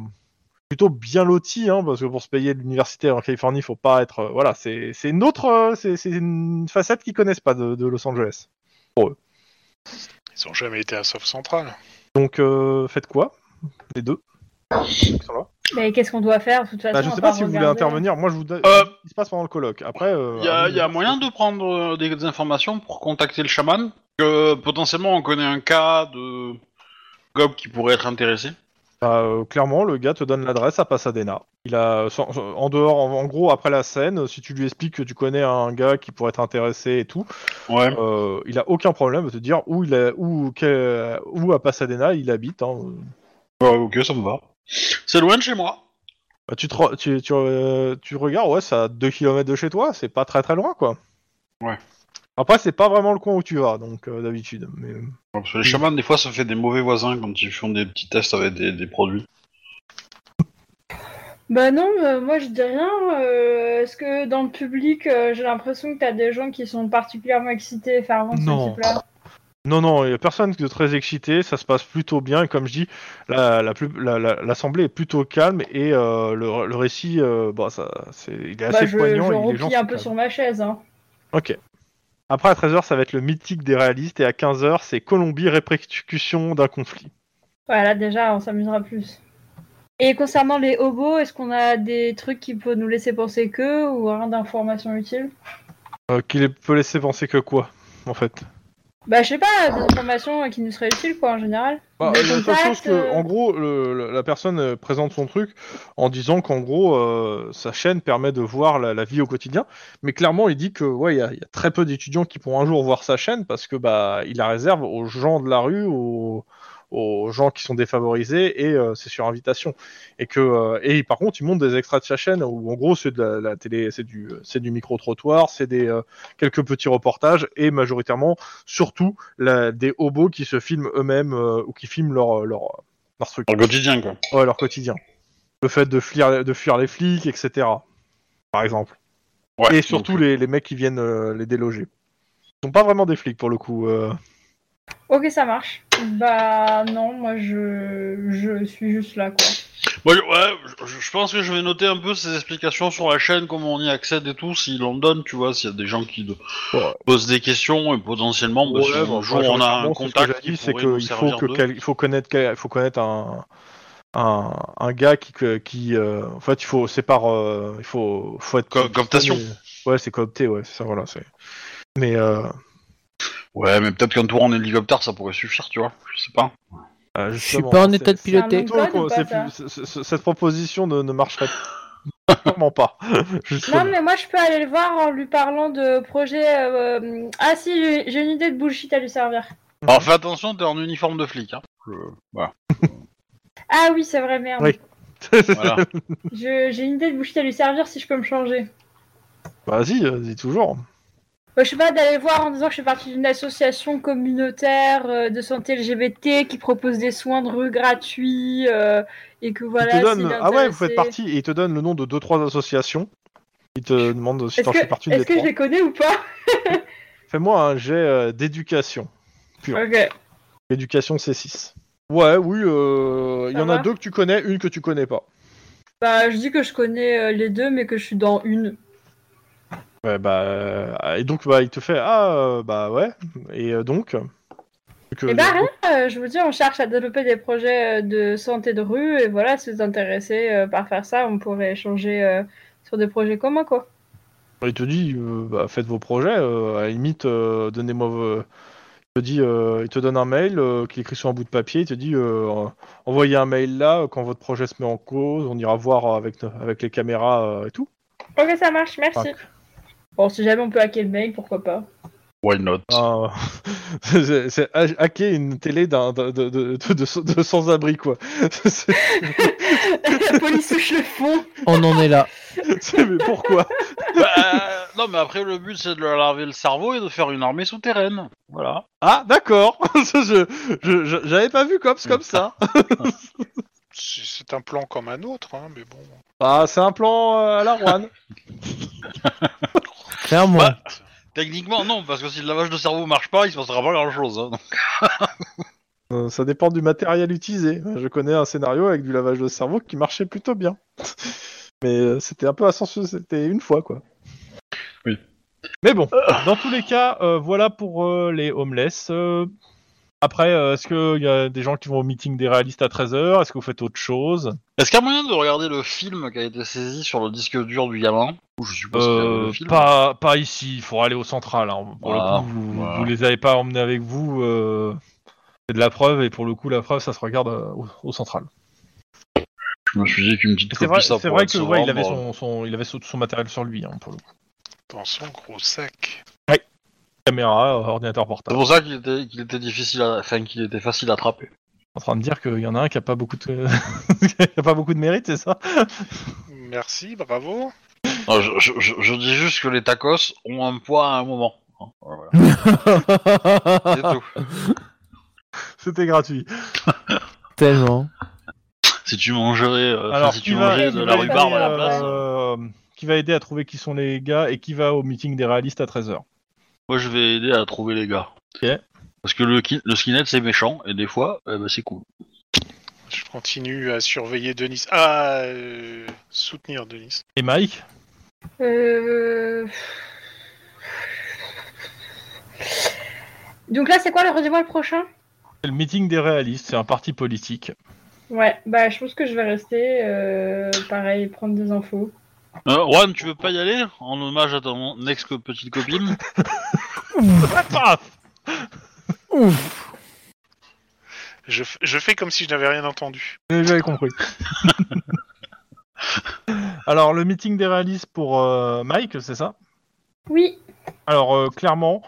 B: plutôt bien loti, hein, parce que pour se payer de l'université en Californie, faut pas être euh, voilà, c'est c'est une autre, euh, c'est c'est une facette qu'ils connaissent pas de, de Los Angeles.
D: Ils ont jamais été à South Central.
B: Donc euh, faites quoi les deux
C: Mais qu'est-ce qu'on doit faire de toute façon
B: Bah, Je
C: à
B: sais
C: part
B: pas si vous voulez
C: regarder
B: intervenir. Moi, je vous donne.
A: Euh,
B: Il se passe pendant le colloque. Après,
D: Bah,
B: euh,
A: Il y a,
B: à vous
A: il
B: de
A: y a
B: dire
A: moyen de prendre euh, des, des informations pour contacter le chaman que potentiellement on connaît un cas de gob qui pourrait être intéressé.
B: Bah, euh, clairement, le gars te donne l'adresse à Pasadena. Il a, euh, sans- en dehors, en, en gros, après la scène, euh, si tu lui expliques que tu connais un gars qui pourrait être intéressé et tout,
A: Ouais.
B: euh, il a aucun problème de te dire où il a, où, quel- où à Pasadena il habite. hein.
A: ok, ça me va. C'est loin de chez moi.
B: Bah, tu, te re- tu, tu, euh, tu regardes, ouais, c'est à 2 km de chez toi, c'est pas très très loin, quoi.
A: Ouais.
B: Après, c'est pas vraiment le coin où tu vas, donc euh, d'habitude. Mais...
A: Ouais, Parce que les chamans, des fois, ça fait des mauvais voisins quand ils font des petits tests avec des, des produits.
C: Bah non, euh, moi je dis rien. euh, Est-ce que dans le public, euh, j'ai l'impression que t'as des gens qui sont particulièrement excités et fervents de
B: Non.
C: ce type-là
B: Non, non, il n'y a personne de très excité, ça se passe plutôt bien, et comme je dis, la- la plus- la- la- l'assemblée est plutôt calme et euh, le, le récit, euh, bah, ça, c'est, il est assez
C: Bah je,
B: poignant.
C: je
B: et les gens
C: replie un
B: sont
C: peu
B: calmes.
C: sur ma chaise. Hein.
B: Ok. Après, à 13h, ça va être le mythique des réalistes et à 15h, c'est Colombie, répercussion d'un conflit.
C: Voilà, déjà, on s'amusera plus. Et concernant les hobos, est-ce qu'on a des trucs qui peuvent nous laisser penser que ou rien d'informations utiles
B: Euh, qui les- peut laisser penser que quoi, en fait
C: Bah je sais pas, des informations qui nous seraient utiles quoi en général.
B: Bah,
C: Des
B: euh, la seule
C: contacts,
B: chose que,
C: euh,
B: en gros, le- le- la personne euh, présente son truc en disant qu'en gros, euh, sa chaîne permet de voir la, la vie au quotidien. Mais clairement, il dit que ouais, il y, a il y a très peu d'étudiants qui pourront un jour voir sa chaîne parce que bah, il la réserve aux gens de la rue, aux, aux gens qui sont défavorisés et euh, c'est sur invitation. Et que euh, et par contre, il monte des extraits de sa chaîne où en gros, c'est de la, la télé, c'est du c'est du micro trottoir, c'est des euh, quelques petits reportages et majoritairement, surtout la- des hobos qui se filment eux-mêmes euh, ou qui filment leur, leur, leur truc,
A: Dans le quotidien, quoi.
B: ouais, leur quotidien. Le fait de fuir, de fuir les flics, etc. Par exemple.
A: Ouais,
B: et surtout
A: donc,
B: les, les mecs qui viennent euh, les déloger. Ils sont pas vraiment des flics pour le coup. euh.
C: Ok, ça marche. Bah non, moi je, je suis juste là quoi.
A: moi, je, ouais, je- je pense que je vais noter un peu ces explications sur la chaîne, comment on y accède et tout, s'ils en donnent, tu vois, s'il y a des gens qui de-
B: Ouais.
A: posent des questions et potentiellement, bah, si
B: Ouais,
A: un
B: bah,
A: jour on a un
B: majoritairement, c'est ce que
A: contact
B: j'ai dit,
A: qui
B: c'est
A: pourrait nous
B: qu'il faut
A: servir
B: que
A: d'eux.
B: quel- il faut connaître quel- il faut connaître un un, un gars qui que- qui euh, en fait il faut c'est par euh, il faut faut être
A: Co- cooptation.
B: mais- ouais c'est coopté ouais c'est ça voilà c'est mais euh,
A: Ouais, mais peut-être qu'un tour en hélicoptère, ça pourrait suffire, tu vois. Je sais pas.
B: euh,
E: Je suis
B: justement,
E: pas en
B: c'est-
E: état de
B: c'est-
E: piloter.
C: Code ou
B: c'est
C: pas, ça
B: plus- c'est- c'est- c'est- cette proposition ne, ne marcherait sûrement pas. justement.
C: Non mais moi je peux aller le voir en lui parlant de projet. euh, Ah si, j'ai j'ai une idée de bullshit à lui servir.
B: Mhm.
A: Alors fais attention, t'es en uniforme de flic. Hein.
C: Ah oui, c'est vrai, merde.
B: Oui.
A: Voilà.
C: Je- J'ai une idée de bullshit à lui servir si je peux me changer.
B: Vas-y, euh, dis toujours.
C: Bah, je sais pas, d'aller voir en disant que je fais partie d'une association communautaire euh, de santé LGBT qui propose des soins de rue gratuits euh, et que
B: Il
C: voilà.
B: te donne...
C: s'il est
B: Ah ouais, vous faites
C: intéressé-
B: partie et il te donne le nom de deux trois associations. Il te demande si
C: Est-ce
B: t'en fais partie
C: que,
B: une des
C: est-ce que je
B: trois.
C: les connais ou pas
B: Fais-moi un jet euh, d'éducation.
C: Ok.
B: Éducation C6. Ouais, oui, euh, il y
C: Ça
B: en a
C: va
B: deux que tu connais, une que tu connais pas.
C: Bah, je dis que je connais euh, les deux, mais que je suis dans une.
B: Ouais, bah, euh, et donc bah, il te fait ah euh, bah ouais et euh, donc que-
C: et bah, rien, euh, je vous dis, on cherche à développer des projets euh, de santé de rue et voilà, si vous êtes intéressé euh, par faire ça, on pourrait échanger euh, sur des projets communs, quoi.
B: Il te dit, euh, bah, faites vos projets, euh, à la limite, euh, donnez-moi vos... te dit, euh, il te donne un mail euh, qu'il écrit sur un bout de papier. Il te dit, euh, envoyez un mail là euh, quand votre projet se met en cause. On ira voir avec, no- avec les caméras euh, et tout.
C: Ok, ça marche, merci.
B: Enfin,
C: Bon, si jamais on peut hacker le mail, pourquoi pas.
A: Why not
B: un- c'est c'est ha- hacker une télé d'un de, de, de, de- de- de sans-abri quoi. C'est-
C: La police touche le fond.
E: On en est là.
B: c'est- mais pourquoi
A: Bah, non, mais après, le but, c'est de leur laver le cerveau et de faire une armée souterraine. Voilà.
B: Ah d'accord. Je- je- je- J'avais pas vu cops comme ça.
D: C'est c'est un plan comme un autre, hein, mais bon.
B: Ah c'est un plan euh, à la Rouen.
E: Clairement.
A: Bah, Techniquement, non, parce que si le lavage de cerveau marche pas, il se passera pas grand-chose. hein.
B: Euh, Ça dépend du matériel utilisé. Je connais un scénario avec du lavage de cerveau qui marchait plutôt bien. Mais euh, c'était un peu à sens, c'était une fois quoi.
A: Oui.
B: Mais bon, dans tous les cas, euh, voilà pour euh, les homeless. Euh, après, euh, est-ce qu'il y a des gens qui vont au meeting des réalistes à 13h Est-ce que vous faites autre chose
A: Est-ce qu'il y a moyen de regarder le film qui a été saisi sur le disque dur du gamin Ou je suppose qu'il y a
B: Euh,
A: le film.
B: pas, pas ici, il faudra aller au central. hein. Pour
A: Ah,
B: le coup, vous,
A: voilà.
B: vous les avez pas emmenés avec vous. euh, c'est de la preuve, et pour le coup, la preuve, ça se regarde euh, au- au central.
A: Je me suis dit qu'une petite
B: C'est
A: copie,
B: vrai,
A: ça
B: c'est
A: pourrait
B: vrai
A: être euh,
B: que
A: se
B: ouais, il
A: vendre.
B: avait son, son- il avait son, son matériel sur lui hein, pour le coup.
D: Dans son gros sac.
B: Caméra, euh, ordinateur
A: C'est
B: portable.
A: pour ça qu'il était, qu'il était difficile, à... enfin qu'il était facile à attraper.
B: En train de dire qu'il y en a un qui a pas beaucoup de, qui a pas beaucoup de mérite, c'est ça
D: Merci, bravo.
A: Non, je, je- je- je dis juste que les tacos ont un poids à un moment. hein. Voilà, c'est tout.
B: C'était gratuit.
E: Tellement.
A: Si tu mangerais, euh, enfin, si tu
B: qui va,
A: mangeais
B: qui
A: de
B: va
A: la
B: aider,
A: rhubarbe à la place,
B: euh, qui va aider à trouver qui sont les gars et qui va au meeting des réalistes à 13h
A: moi je vais aider à trouver les gars.
B: Ok.
A: Parce que le, ki- le skinhead c'est méchant et des fois eh ben, c'est cool.
D: Je continue à surveiller Denis. Ah, euh, soutenir Denis.
B: Et Mike
C: Euh... Donc là, c'est quoi le redis-moi le prochain
B: c'est le meeting des réalistes, c'est un parti politique.
C: Ouais, bah je pense que je vais rester, euh, pareil, prendre des infos.
A: Euh, Juan, tu veux pas y aller en hommage à ton ex petite copine
B: Paf
E: Ouf.
D: Je, f- je fais comme si je n'avais rien entendu.
B: Mais J'avais compris. Alors, le meeting des réalistes pour euh, Mike, c'est ça
C: Oui,
B: Alors euh, clairement,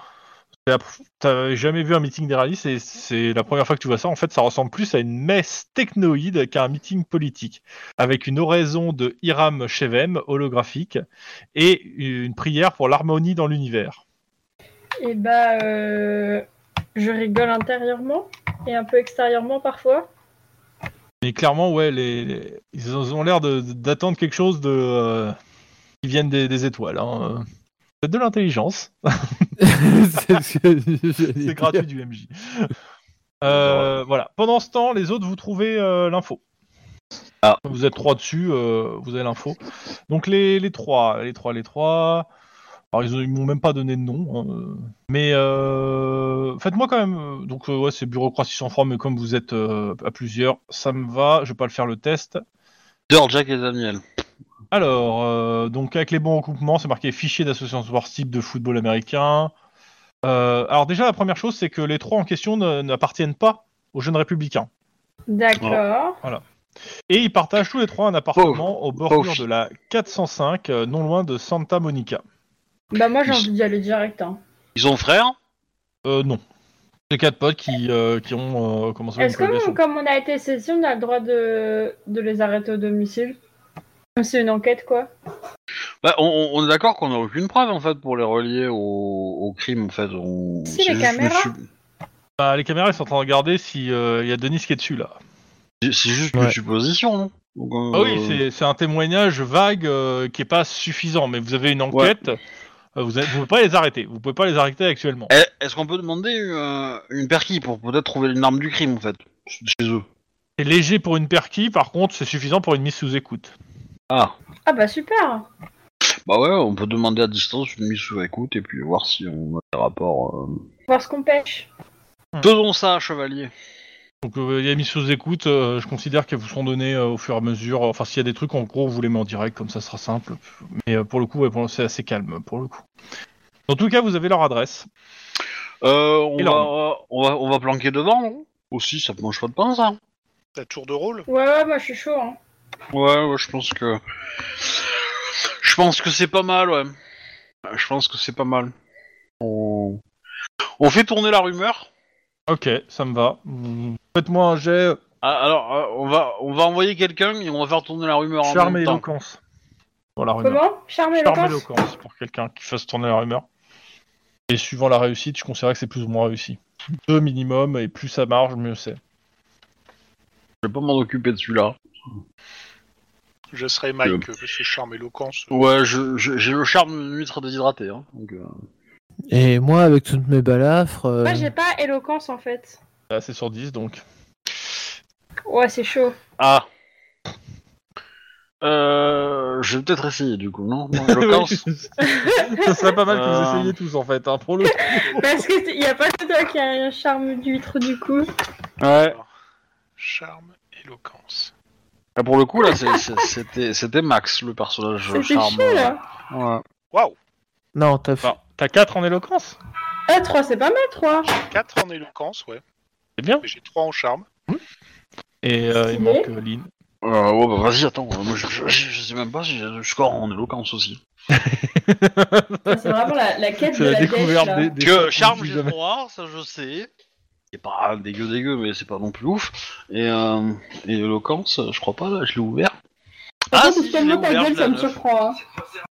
B: c'est la pr- t'avais jamais vu un meeting des rallyes, c'est- c'est la première fois que tu vois ça. En fait, ça ressemble plus à une messe technoïde qu'à un meeting politique, avec une oraison de Hiram Shevem holographique et une prière pour l'harmonie dans l'univers.
C: et bah euh, je rigole intérieurement et un peu extérieurement parfois.
B: Mais clairement, ouais, les, les- ils ont l'air de- d'attendre quelque chose de euh, qui vienne des, des étoiles. hein, euh. C'est de l'intelligence.
E: c'est ce que j'allais dire.
B: C'est gratuit du MJ. Euh, voilà. Pendant ce temps, les autres, vous trouvez euh, l'info.
A: Ah.
B: Vous êtes trois dessus, euh, vous avez l'info. Donc les, les trois, les trois, les trois. Alors ils, ont- ils m'ont même pas donné de nom. hein, euh. Mais euh, faites-moi quand même. euh, Donc euh, ouais, c'est bureaucratie sans forme, mais comme vous êtes euh, à plusieurs, ça me va. Je vais pas le faire le test.
A: Deur, Jack et Daniel.
B: Alors, euh, donc avec les bons recoupements, c'est marqué fichier d'association sportive de football américain. Euh, alors déjà, la première chose, c'est que les trois en question ne- n'appartiennent pas aux jeunes républicains.
C: D'accord.
B: Et ils partagent tous les trois un appartement au bordure
A: Pauvre.
B: de la 405, euh, non loin de Santa Monica.
C: Bah moi j'ai envie d'y aller direct. Hein.
A: Ils sont frères
B: Euh, non. C'est quatre potes qui, euh, qui ont euh, commencé une
C: Est-ce que
B: collaboration.
C: comme on a été saisi, on a le droit de, de les arrêter au domicile C'est une enquête quoi.
A: Bah, on- on, on est d'accord qu'on n'a aucune preuve en fait pour les relier au, au crime en fait. On...
C: Si,
A: c'est
C: les
A: juste
C: caméras.
A: une sup-
B: Bah, les caméras, ils sont en train de regarder s'il y a Denis qui est dessus, là.
A: C'est juste
E: Ouais.
A: une supposition, non Donc,
B: Ah
A: euh,
B: oui, c'est- c'est un témoignage vague euh, qui est pas suffisant, mais vous avez une enquête. euh, vous ne pouvez pas les arrêter. Vous pouvez pas les arrêter actuellement.
A: Eh, Est-ce qu'on peut demander euh, une perquis pour peut-être trouver une arme du crime en fait chez eux
B: C'est léger pour une perquis, par contre, c'est suffisant pour une mise sous écoute.
A: Ah
C: Ah bah super
A: bah ouais, on peut demander à distance une mise sous écoute et puis voir si on a des rapports. euh.
C: Voir ce qu'on pêche.
A: Faisons ça, chevalier.
B: Donc, euh, il y a mise sous écoute. euh, je considère qu'elles vous seront données euh, au fur et à mesure. Enfin, s'il y a des trucs, en gros, vous les met en direct, comme ça sera simple. Mais euh, pour le coup, ouais, pour- c'est assez calme pour le coup. En tout cas, vous avez leur adresse.
A: Euh, on,
B: Et
A: va,
B: l'orme.
A: euh, on, va, on va planquer dedans, non Aussi, ça te mange pas de pain, ça.
D: La tour de rôle
C: Ouais, ouais, moi je suis chaud. Hein.
A: Ouais, ouais, je pense que. Je pense que c'est pas mal, ouais. Je pense que c'est pas mal. On... on fait tourner la rumeur.
B: Ok, ça me va. Mm. Faites-moi un jet
A: Ah, alors, euh, on va, on va envoyer quelqu'un et on va faire tourner la rumeur en
B: charme et
A: même temps.
B: éloquence. Voilà, rumeur.
C: Comment
B: Charme
C: Charme et
B: et
C: éloquence
B: éloquence pour quelqu'un qui fasse tourner la rumeur. Et suivant la réussite, je considère que c'est plus ou moins réussi. Deux minimum, et plus ça marche, mieux c'est.
A: Je vais pas m'en occuper de celui-là.
D: Je serais Mike, euh, parce que charme éloquence.
A: Ouais, je- je- j'ai le charme d'une huître déshydratée. Hein, donc, euh,
E: Et moi, avec toutes mes balafres. euh,
C: Moi j'ai pas éloquence en fait.
B: Là, c'est sur 10, donc.
C: Ouais, c'est chaud.
A: Ah. Euh, je vais peut-être essayer du coup, non Non, éloquence.
B: ça serait pas mal que vous
A: Euh.
B: essayiez tous, en fait, hein, pour le...
C: Parce que t- y a pas que toi qui a un charme d'huître du coup.
A: ouais.
D: Charme éloquence.
A: Ah, pour le coup, là, c'est- c'est- c'était c'était Max, le personnage
C: C'était
A: charme.
C: chaud hein. là.
A: Ouais.
D: Waouh
E: Non, t'as fait.
B: Enfin, t'as 4 en éloquence
C: Ah, 3, c'est pas mal 3.
D: 4 en éloquence, ouais.
B: C'est bien.
D: Mais j'ai 3 en charme.
B: Et euh, il
C: Stylé.
B: manque euh, Lynn.
A: Euh, ouais, bah vas-y, attends, euh, moi je, je- je- je sais même pas si j'ai le score en éloquence aussi.
C: C'est vraiment la, la quête
B: C'est
C: de
B: la
C: la pêche,
B: découverte
C: là.
B: des... des
A: Que
B: choses
A: charme,
B: qu'on ne
A: j'ai
B: dit jamais.
A: 3, ça je sais. C'est pas dégueu dégueu, mais c'est pas non plus ouf. Et, euh, et éloquence, je crois pas, là, je l'ai ouvert.
C: Ah,
A: si,
C: c'est
A: je
C: tellement
A: l'ai
C: ta
A: ouvert,
C: gueule,
A: je la
C: ça me
A: note.
C: surprend. hein.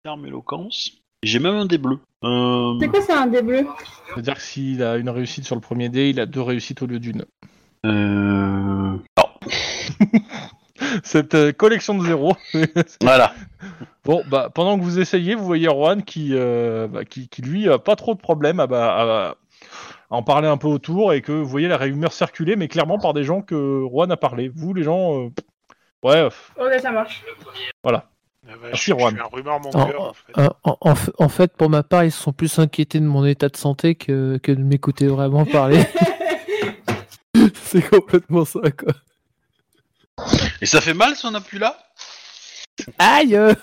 A: Charme, éloquence. J'ai même un des bleus. Euh,
C: C'est quoi, c'est un dé bleu
B: C'est-à-dire que s'il a une réussite sur le premier dé, il a deux réussites au lieu d'une.
A: euh,
B: Cette euh, collection de zéros.
A: Voilà.
B: Bon, bah, pendant que vous essayez, vous voyez Juan qui, euh, bah, qui, qui, lui, a pas trop de problème à, bah, à- à en parler un peu autour et que vous voyez la rumeur circuler, mais clairement par des gens que Juan a parlé. Vous, les gens, euh, ouais, pff,
C: Ok, ça marche.
D: La Ah, vache,
B: Merci,
D: je
B: Juan. euh,
D: suis un rumeur
E: En,
D: monger, en fait.
E: en- en- en f- en fait, pour ma part, ils se sont plus inquiétés de mon état de santé que, que de m'écouter vraiment parler. c'est complètement ça, quoi.
A: Et ça fait mal si on appuie là
E: Aïe euh.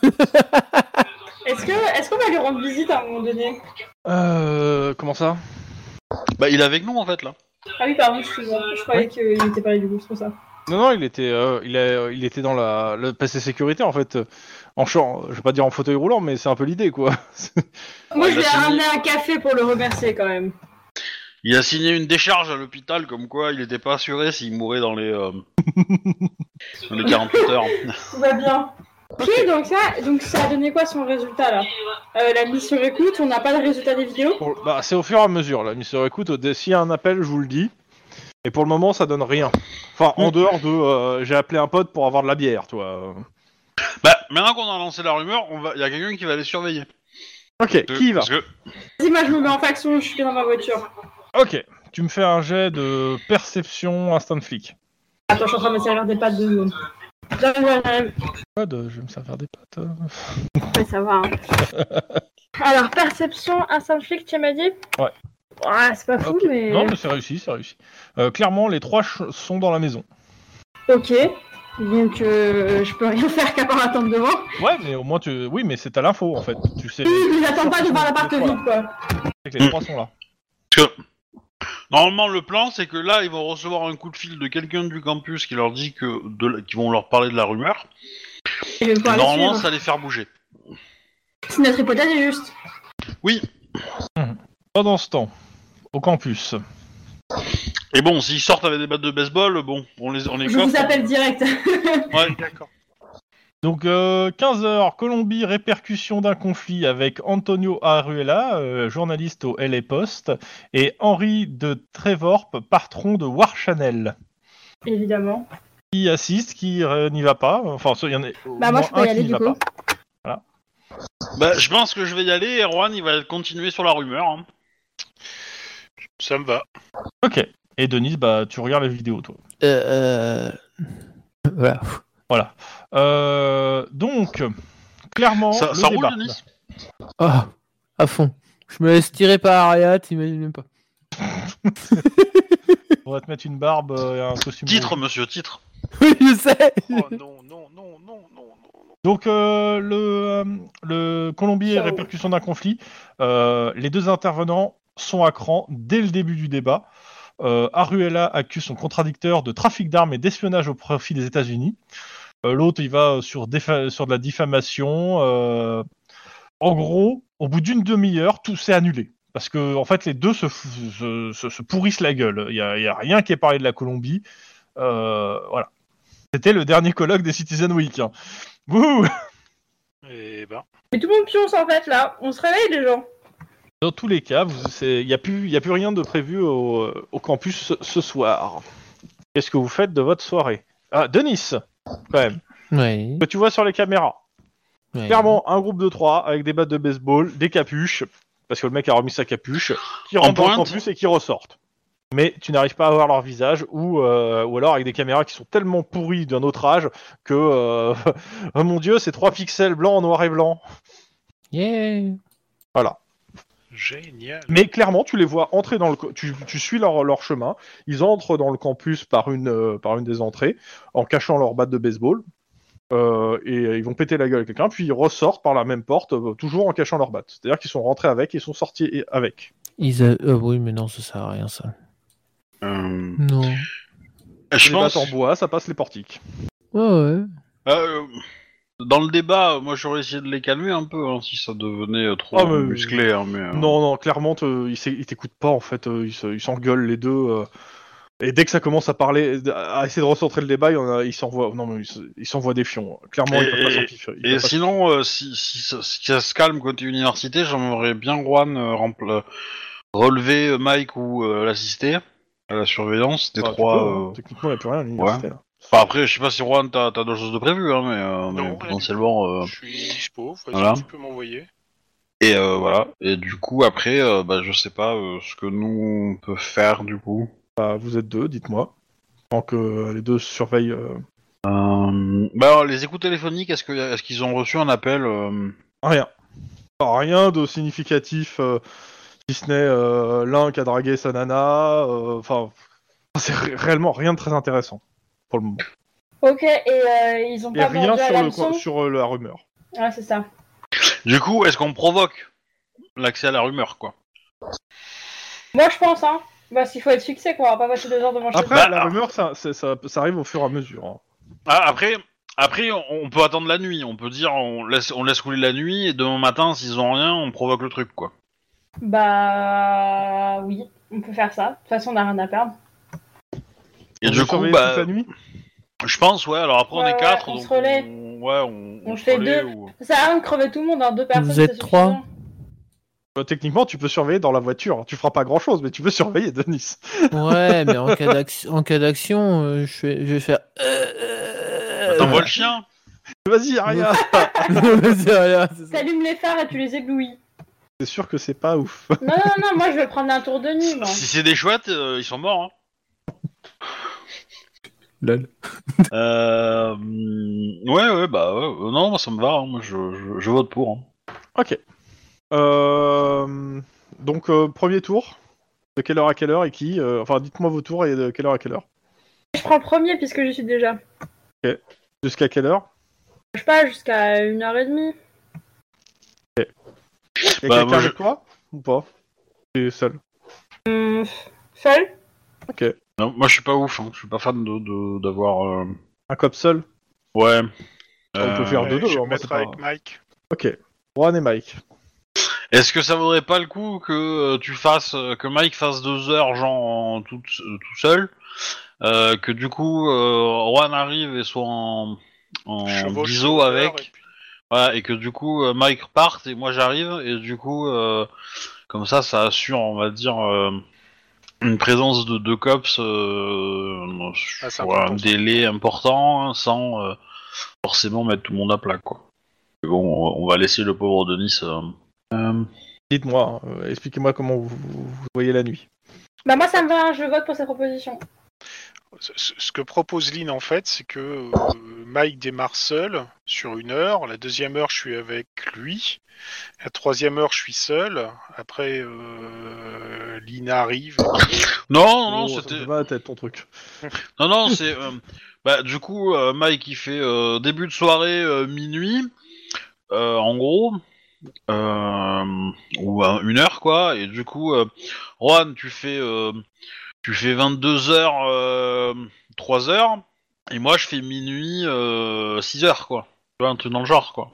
C: Est-ce que, est-ce qu'on va lui rendre visite à un moment donné
B: euh, comment ça
A: Bah, il est avec nous en fait là.
C: Ah oui, pardon, excuse-moi. Je croyais qu'il était pas là du coup, c'est pour ça.
B: Non, non, il était, euh, il, a- il était dans la, le PC sécurité en fait, euh, en champ, je vais pas dire en fauteuil roulant, mais c'est un peu l'idée quoi.
C: Moi, je
A: bah,
C: vais
A: c'est
C: ramener un café pour le remercier quand même.
A: Il a signé une décharge à l'hôpital comme quoi il était pas assuré s'il mourait dans les, euh, dans les 48 heures.
C: Tout va bien. Ok, donc ça, donc ça a donné quoi son résultat là Euh, La mission écoute, on n'a pas le résultat des vidéos
B: Pour- bah, c'est au fur et à mesure là, Mister Écoute, dès- s'il y a un appel, je vous le dis. Et pour le moment, ça donne rien. Enfin, en dehors de euh, j'ai appelé un pote pour avoir de la bière, toi.
A: Bah, maintenant qu'on a lancé la rumeur, on va... il y a quelqu'un qui va les surveiller. Euh,
B: Ok, qui y va
A: Parce que-
C: Vas-y, moi je me mets en faction, je suis bien dans ma voiture.
B: Ok, tu me fais un jet de perception instant flic.
C: Attends, je suis en train de me servir des pâtes de môme. J'arrive, j'arrive.
B: Pod, euh, je vais me servir des potes. euh.
C: Ouais, ça va. hein. Alors, perception, instant flic, tu m'as dit
B: Ouais.
C: Ouais, c'est pas fou,
B: Ok.
C: Ah, mais.
B: Non, mais c'est réussi, c'est réussi. Euh, clairement, les trois ch- sont dans la maison.
C: Ok. Donc, euh, je peux rien faire qu'à part attendre devant.
B: Ouais, mais au moins, tu... oui, mais c'est à l'info en fait. Tu sais,
C: Oui, mais j'attends pas devant l'appart
B: Voilà.
C: vide, quoi.
B: que
A: Mm.
B: les trois sont là.
A: Normalement, le plan, c'est que là, ils vont recevoir un coup de fil de quelqu'un du campus qui leur dit que. De... la- qui vont leur parler de la rumeur.
C: Je vais
A: Et
C: pouvoir les
A: normalement,
C: suivre.
A: ça les faire bouger.
C: Si notre hypothèse est juste.
B: Pendant ce temps, au campus.
A: Et bon, s'ils sortent avec des battes de baseball, bon, on les, on les
C: Je
A: coffre.
C: vous appelle direct.
A: Ouais.
D: D'accord.
B: Donc 15h, Colombie, répercussion d'un conflit avec Antonio Aruela, euh, journaliste au LA Post, et Henri de Trevorp, patron de War Channel,
C: Évidemment.
B: qui assiste, qui euh, n'y va pas. Enfin, il y en a au
C: Bah, moi,
B: moins
C: je peux y
B: un qui
C: aller,
B: n'y
C: du
B: va
C: coup.
B: pas.
A: Bah, je pense que je vais y aller et Juan, il va continuer sur la rumeur. hein.
D: Ça me va.
B: Ok. Et Denise, bah, tu regardes les vidéos, toi.
E: Euh, euh, Voilà.
B: Euh, donc, clairement,
A: Ça,
B: le
A: ça roule,
B: débat.
A: Denis
E: Ah, à fond. Je me laisse tirer par Ariat, t'imagines même pas.
B: On va te mettre une barbe euh, et un costume.
A: Titre,
B: rouge.
A: monsieur, titre.
E: Oui, je sais
D: Oh non, non, non, non, non, non. non.
B: Donc, euh, le, euh, le Colombie et
C: Ça roule.
B: répercussion d'un conflit. Euh, les deux intervenants sont à cran dès le début du débat. Euh, Aruela accuse son contradicteur de trafic d'armes et d'espionnage au profit des États-Unis. Euh, L'autre, il va sur, défa- sur de la diffamation. euh, En gros, au bout d'une demi-heure, tout s'est annulé. Parce que, en fait, les deux se, f- se- se- se pourrissent la gueule. Il n'y a, il y a rien qui est parlé de la Colombie. Euh, voilà. C'était le dernier colloque des Citizen Week. hein. Wouhou
D: Eh ben,
C: Mais tout le monde pionce en fait là. On se réveille les gens.
B: Dans tous les cas, il n'y a, plus- y a plus rien de prévu au, euh, au campus ce, ce soir. Qu'est-ce que vous faites de votre soirée Ah, Denis, quand même.
E: Ouais.
B: Que tu vois sur les caméras.
E: ouais.
B: Clairement, un groupe de trois avec des battes de baseball, des capuches, parce que le mec a remis sa capuche, qui
A: En
B: rentrent dans le
A: pointe.
B: campus et qui ressortent. Mais tu n'arrives pas à voir leur visage, ou, euh, ou alors avec des caméras qui sont tellement pourries d'un autre âge que, euh, oh mon dieu, c'est trois pixels blancs en noir et blanc.
E: Yeah.
D: génial.
B: Mais clairement, tu les vois entrer dans le, co- tu, tu suis leur, leur chemin. Ils entrent dans le campus par une, euh, par une des entrées, en cachant leur batte de baseball, Euh, et euh, ils vont péter la gueule à quelqu'un. Puis ils ressortent par la même porte, euh, toujours en cachant leur batte. C'est-à-dire qu'ils sont rentrés avec, ils sont sortis et- avec.
E: Ils a- euh, oui, mais non, ça sert à rien, ça.
A: Euh,
E: Non.
A: je
B: les battes
A: pense.
B: en bois, ça passe les portiques.
E: Ouais, ouais.
A: Euh, dans le débat, euh, moi j'aurais essayé de les calmer un peu hein, si ça devenait euh, trop
B: Ah, mais-
A: musclé. hein, mais, euh,
B: Non, non, clairement, te- ils s'é- ils t'écoutent pas en fait. euh, Ils se- ils s'engueulent les deux. euh, Et dès que ça commence à parler, à essayer de recentrer le débat, il y en a- ils s'envoient, non mais ils se- ils s'envoient des fions. Clairement, ils
A: Et-
B: peuvent pas
A: et-
B: s'empiffrer. Ils
A: Et
B: peuvent pas
A: sinon, euh, si, si ça, si ça se calme côté université, j'aimerais bien Juan euh, rempla- relever euh, Mike ou euh, l'assister à la surveillance des
B: Bah, tu
A: trois.
B: peux, hein.
A: euh,
B: Techniquement, il n'y a plus rien à l'université. là.
A: enfin, après, je sais pas si Juan t'as t'as d'autres choses de prévues, hein, mais, euh, mais
D: Non, ouais.
A: potentiellement. euh,
D: Je suis dispo, vas-y,
A: Voilà.
D: tu peux m'envoyer.
A: Et euh, voilà. Et du coup, après, euh, bah, je sais pas euh, ce que nous on peut faire du coup.
B: Bah, vous êtes deux, dites-moi. Tant que euh, les deux surveillent. euh,
A: Euh, bah, alors, les écoutes téléphoniques, est-ce que est-ce qu'ils ont reçu un appel euh,
B: Rien. Enfin, rien de significatif, euh, si ce n'est euh, l'un qui a dragué sa nana. euh, Enfin, c'est ré- réellement rien de très intéressant pour le moment.
C: Ok, et euh, ils ont
B: Et
C: pas
B: rien
C: vendu à
B: sur, le,
C: l'hameçon.
B: sur euh, la rumeur.
C: Ouais, c'est ça.
A: Du coup, est-ce qu'on provoque l'accès à la rumeur, quoi
C: Moi je pense, hein. Parce qu'il faut être fixé quoi. On va pas passer deux heures devant chez
B: Après,
A: Bah,
B: la
A: alors-
B: rumeur, ça, c'est- ça, ça arrive au fur et à mesure. hein.
A: Ah, après, après, on on peut attendre la nuit. On peut dire, on laisse, on laisse couler la nuit et demain matin, s'ils ont rien, on provoque le truc, quoi.
C: Bah oui, on peut faire ça. De toute façon, on a rien à perdre.
A: Et
B: On
A: du
B: peut
A: coup,
B: surveiller
A: bah,
B: toute la nuit.
A: je pense, ouais. Alors après, on
C: Ouais,
A: est
C: ouais,
A: quatre,
C: on
A: donc
C: se relaie.
A: on- ouais, on,
C: On
A: se
C: fait
A: relaie
C: deux.
A: ou-
C: Ça sert à rien de crever tout le monde, hein. deux personnes.
E: êtes
C: c'est
E: trois.
C: suffisant.
B: Bah, techniquement, tu peux surveiller dans la voiture. Tu feras pas grand chose, mais tu peux surveiller, Denis.
E: Ouais, mais en cas d'action, en cas d'action, euh, je, fais- je vais faire. euh,
A: Bah, T'envoies le chien
B: Vas-y, Aria.
E: C'est rien, c'est ça.
C: T'allumes les phares et tu les éblouis.
B: c'est sûr que c'est pas ouf.
C: Non, non, non, moi je vais prendre un tour de nuit.
D: Mmh,
C: moi.
A: Si c'est des chouettes, euh, ils sont morts.
E: Lol.
A: Hein. euh, ouais, ouais, bah ouais. Euh, non, moi ça me va. hein. Moi, je, je- je vote pour. hein.
B: Ok. Euh, donc, euh, premier tour. De quelle heure à quelle heure et qui euh, Enfin, dites-moi vos tours et de quelle heure à quelle heure
C: Je prends le premier puisque je suis déjà.
B: Jusqu'à quelle heure
C: Je sais pas, jusqu'à une heure et demie.
B: Y
A: Bah,
B: a quelqu'un
A: moi, je-
B: avec toi Ou pas T'es seul.
C: Hum, seul
A: Non, moi, je suis pas ouf. hein. Je suis pas fan de- de d'avoir. euh,
B: Un cop seul
A: Ouais. Euh,
B: On peut faire
D: Ouais,
B: deux-deux,
D: je vais
B: alors,
D: me
B: moi,
D: mettre
B: c'est pas-
D: avec Mike.
B: Ok. Juan et Mike.
A: Est-ce que ça vaudrait pas le coup que euh, tu fasses, euh, que Mike fasse deux heures genre en tout, euh, tout seul, euh, que du coup euh, Juan arrive et soit en, en
D: Chevauche
A: biseau
D: sur l'heure,
A: avec,
D: et puis-
A: voilà, et que du coup euh, Mike parte et moi j'arrive et du coup euh, comme ça ça assure on va dire euh, une présence de deux cops euh,
D: Ah, c'est
A: sur un
D: important, ça.
A: délai important hein, sans euh, forcément mettre tout le monde à plat quoi. Mais bon, on- on va laisser le pauvre Denis. euh, euh,
B: Dites-moi, hein, euh, expliquez-moi comment vous, vous- vous voyez la nuit.
C: Bah moi ça me va, hein, je vote pour cette proposition.
D: Ce- Ce ce que propose Lynn en fait, c'est que euh, Mike démarre seul sur une heure. La deuxième heure, je suis avec lui. La troisième heure, je suis seul. Après, euh, Lynn arrive.
A: Non, non,
B: Oh, ça me
A: c'était.
B: fait mal à la tête ton truc.
A: Non, non, c'est. euh, Bah, du coup, euh, Mike, il fait euh, début de soirée, euh, minuit, euh, en gros. euh, ou à une heure quoi. Et du coup, euh, Juan, tu fais euh, tu fais 22 heures, euh, 3 heures, et moi je fais minuit, euh, 6 heures quoi. Tu vois, un truc dans le genre quoi.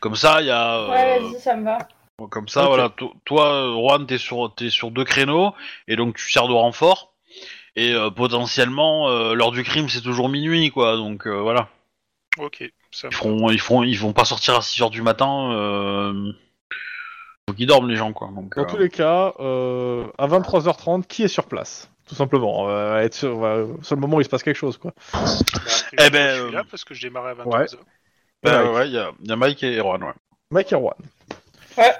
A: Comme ça, il y a. euh,
C: Ouais, vas-y, ça me va.
A: Bon, Comme ça,
B: Ok.
A: voilà, to- toi, euh, Juan, t'es sur, t'es sur deux créneaux, et donc tu sers de renfort, et euh, potentiellement, euh, l'heure du crime, c'est toujours minuit, quoi, donc euh, voilà.
D: Ok, ça
A: Ils feront, ils feront, ils vont pas sortir à 6 heures du matin, euh... faut qu'ils dorment, les gens, quoi. Donc,
B: Dans
A: euh,
B: tous les cas, euh, à 23h30, qui est sur place Tout simplement. On va être sûr, on va- c'est le moment où il se passe quelque chose, quoi.
A: Eh
D: Eh
A: ben,
D: ben, je suis là
A: euh,
D: parce que je démarrais à 23h.
B: ouais.
A: bah,
B: Mike.
A: ouais, il y, a- y a Mike et Juan, ouais.
B: Mike et Juan.
C: Ouais.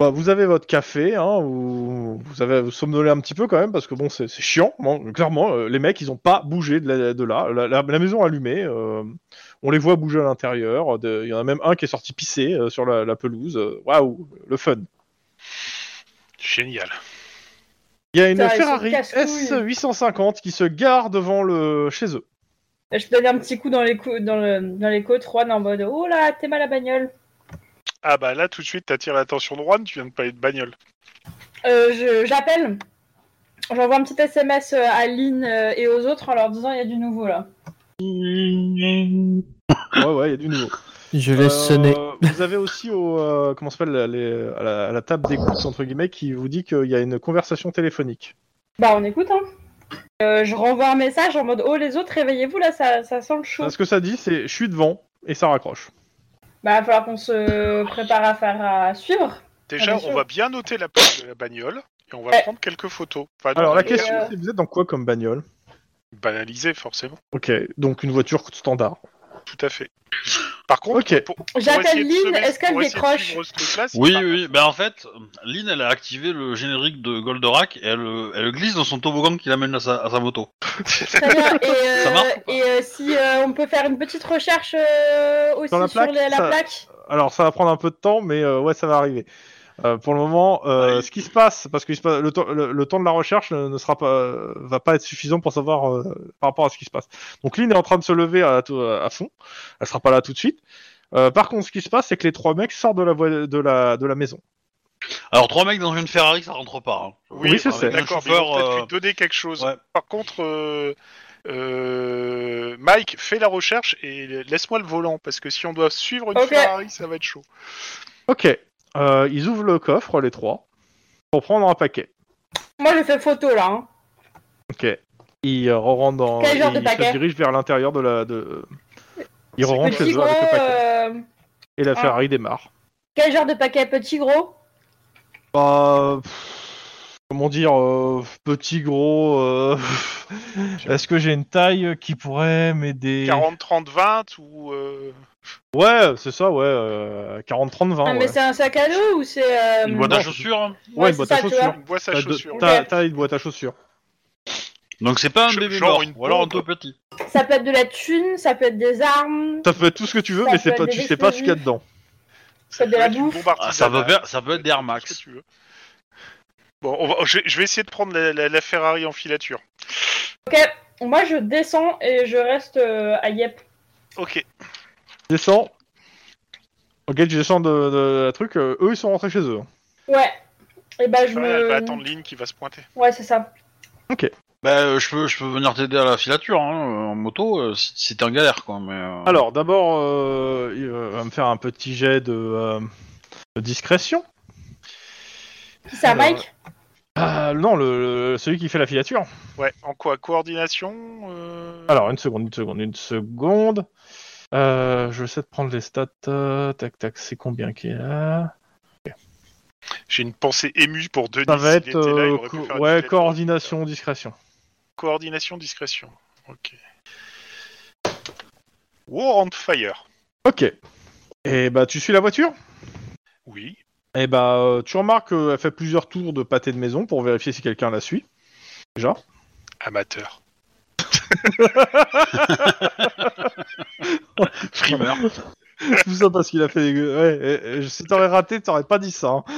B: Bah, vous avez votre café, hein, vous, vous avez vous somnolez un petit peu quand même, parce que bon, c'est c'est chiant. bon, clairement, euh, les mecs, ils ont pas bougé de, la- de là. La, la- la maison allumée, euh, on les voit bouger à l'intérieur. de- Il y en a même un qui est sorti pisser euh, sur la, la pelouse. euh, Waouh, le fun.
D: Génial.
B: Il y a une
C: Putain, ils sont
B: Ferrari
C: casse-couilles.
B: S850 qui se gare devant le chez eux.
C: Je te donne un petit coup dans les, cou- dans le- dans les côtes, Juan, en mode Oh là, t'es mal à bagnole.
D: Ah bah là, tout de suite, t'attires l'attention de Juan, tu viens de parler de bagnole.
C: Euh, je- J'appelle. J'envoie un petit SMS euh, à Lynn euh, et aux autres en leur disant Il y a du nouveau là.
B: Ouais, ouais, il y a du nouveau.
E: Je laisse
B: Euh,
E: sonner.
B: Vous avez aussi au euh, comment s'appelle les- à, la, à la table d'écoute entre guillemets qui vous dit qu'il y a une conversation téléphonique.
C: Bah, on écoute, hein. Euh, je renvoie un message en mode Oh les autres, réveillez-vous là, ça, ça sent le chaud.
B: Ce que ça dit, c'est je suis devant et ça raccroche.
C: Bah, va falloir qu'on se prépare à faire à suivre.
D: Déjà,
C: Ah, bien sûr.
D: on va bien noter la plaque de la bagnole et on va
C: Eh.
D: prendre quelques photos. Enfin, non,
B: Alors la
D: mais,
B: question,
D: euh,
B: c'est vous êtes dans quoi comme bagnole
D: Banalisée, forcément.
B: Ok, donc une voiture standard.
D: Tout à fait. Par contre,
B: Ok.
D: pour- pour
C: J'appelle
D: essayer de
C: Lynn,
D: semer-
C: est-ce qu'elle
D: pour essayer de
C: décroche
D: suivre ce truc-là, c'est
A: Oui,
D: pas-
A: oui, bah en fait, Lynn, elle a activé le générique de Goldorak, et elle, euh, elle glisse dans son toboggan qui l'amène à sa, à sa moto.
C: Très bien. Et, euh,
A: Ça marche ou
C: et euh, si euh, on peut faire une petite recherche euh, aussi
B: Sur la plaque,
C: sur les- la
B: ça-
C: plaque
B: Alors ça va prendre un peu de temps, mais euh, ouais, ça va arriver. Euh, pour le moment, euh,
A: Ouais.
B: ce qui se passe, parce que le, temps- le- le temps de la recherche ne, ne sera pas, va pas être suffisant pour savoir euh, par rapport à ce qui se passe. Donc Lynn est en train de se lever à, tout- à fond. Elle sera pas là tout de suite. Euh, par contre, ce qui se passe, c'est que les trois mecs sortent de la, voi- de la, de la maison.
A: Alors, trois mecs dans une Ferrari, ça rentre pas, hein.
D: Oui,
B: Oui, c'est
D: on est
B: ça.
D: D'accord, mais ils
A: Chauffeur,
D: vont peut-être
A: euh,
D: lui donner quelque chose.
A: ouais.
D: Par contre, euh, euh, Mike, fais la recherche et laisse-moi le volant, parce que si on doit suivre une
C: Ok.
D: Ferrari, ça va être chaud.
B: Ok. Euh, ils ouvrent le coffre, les trois, pour prendre un paquet.
C: Moi, je fais photo là. hein.
B: Ok. Ils euh, rentrent dans.
C: Quel genre
B: ils
C: de paquet
B: se dirigent vers l'intérieur de la. De... Ils
D: C'est
B: rentrent
C: Petit
B: chez eux
C: gros.
B: avec le paquet.
C: euh,
B: Et la
C: ah.
B: Ferrari démarre.
C: Quel genre de paquet Petit gros
B: Bah, pff, comment dire, euh, petit gros. euh, Est-ce que j'ai une taille qui pourrait m'aider
D: 40, 30, 20 ou... euh,
B: Ouais, c'est ça, ouais. euh, 40, 30, 20.
C: Non,
B: ouais.
C: Ah, mais c'est un sac à dos ou c'est. euh,
A: Une boîte à
B: non.
A: chaussures, hein.
B: Ouais,
C: ouais,
B: une boîte
C: c'est
B: à
C: ça, tu
B: chaussures.
C: vois.
D: une boîte à
B: T'as deux-
D: chaussures.
B: T'as
C: Ouais.
B: t'as une boîte à chaussures.
A: Donc c'est pas un
D: Genre
A: bébé
D: genre
A: mort,
D: une
A: ou alors un
D: bombe.
A: tout petit.
C: Ça peut être de la thune, ça peut être des armes,
B: Ça peut être tout ce que tu veux,
C: Ça
B: mais c'est
C: peut
B: pas,
C: être
B: tu
C: des
B: sais pas ce qu'il y a
C: explosifs.
B: dedans.
C: ça peut être de la
D: être une
C: bouffe.
D: bombe
A: Ah, ça, peut
D: artisanale.
A: faire, ça peut être des Air
D: Tout ce
A: Max.
D: que tu veux. Bon, on va- je, vais- je vais essayer de prendre la, la- la Ferrari en filature.
C: Moi, je descends et je reste euh, à Yep.
D: Ok.
B: Descends. Ok, tu descends de, de la truc. euh, eux, ils sont rentrés chez eux.
C: Ouais. Et bah, je
D: Ferrari, Elle va
C: me.
D: attendre Lynn qui va se pointer.
C: Ouais, c'est ça.
A: Bah, euh, je peux, je peux venir t'aider à la filature, hein, euh, en moto, euh, si, si t'es en galère, quoi. Mais, euh,
B: Hein. Alors, d'abord, euh, il va me faire un petit jet de, euh, de discrétion.
C: Qui ça,
B: Alors,
C: Mike
B: Ah, non, le, le- celui qui fait la filature.
D: Ouais, en quoi Coordination euh,
B: Alors, une seconde, une seconde, une seconde. Euh, je vais essayer de prendre les stats. euh, tac, tac, c'est combien qu'il y a
D: J'ai une pensée émue pour Denis.
B: Ça va
D: S'il
B: être
D: était là, il
B: euh,
D: aurait pu
B: co-
D: faire une
B: ouais,
D: filature.
B: coordination, discrétion.
D: Coordination, discrétion. Ok. War on fire.
B: Ok. Et bah, tu suis la voiture
D: Oui.
B: Et bah, euh, tu remarques qu'elle fait plusieurs tours de pâté de maison pour vérifier si quelqu'un la suit. Déjà.
D: Amateur.
A: Frimeur.
B: Tout ça parce qu'il a fait des... Ouais, et- et si t'aurais raté, t'aurais pas dit ça. hein.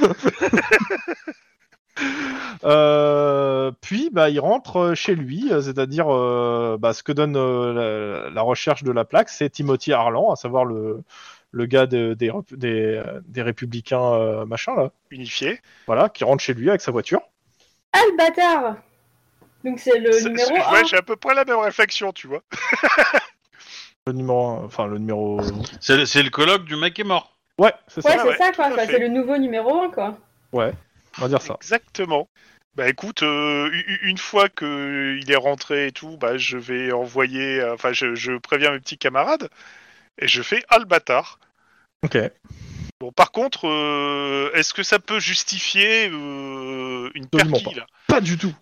B: Euh, puis, bah, il rentre euh, chez lui, euh, c'est-à-dire euh, bah, ce que donne euh, la, la recherche de la plaque, c'est Timothy Harlan, à savoir le, le gars de- des, rep- des, euh, des républicains euh, machin là,
D: Unifié.
B: voilà, qui rentre chez lui avec sa voiture.
C: Ah, le bâtard Donc c'est le
D: C'est-
C: numéro
D: c'est-
C: 1.
D: ouais, j'ai à peu près la même réflexion, tu vois.
B: Le numéro, un- enfin le numéro.
A: C'est le, c'est le colloque du mec qui est mort.
B: Ouais, c'est
C: Ouais,
B: ça.
C: c'est
D: ouais,
C: ça,
D: tout à
C: quoi. quoi.
D: fait.
C: C'est le nouveau numéro 1, quoi.
B: On va dire ça.
D: Exactement. Bah écoute, euh, u- une fois que il est rentré et tout, bah je vais envoyer, euh, enfin je, je préviens mes petits camarades et je fais ah le bâtard.
B: Ok.
D: Bon par contre, euh, est-ce que ça peut justifier euh, une
B: Absolument
D: perquille là
B: Pas du tout.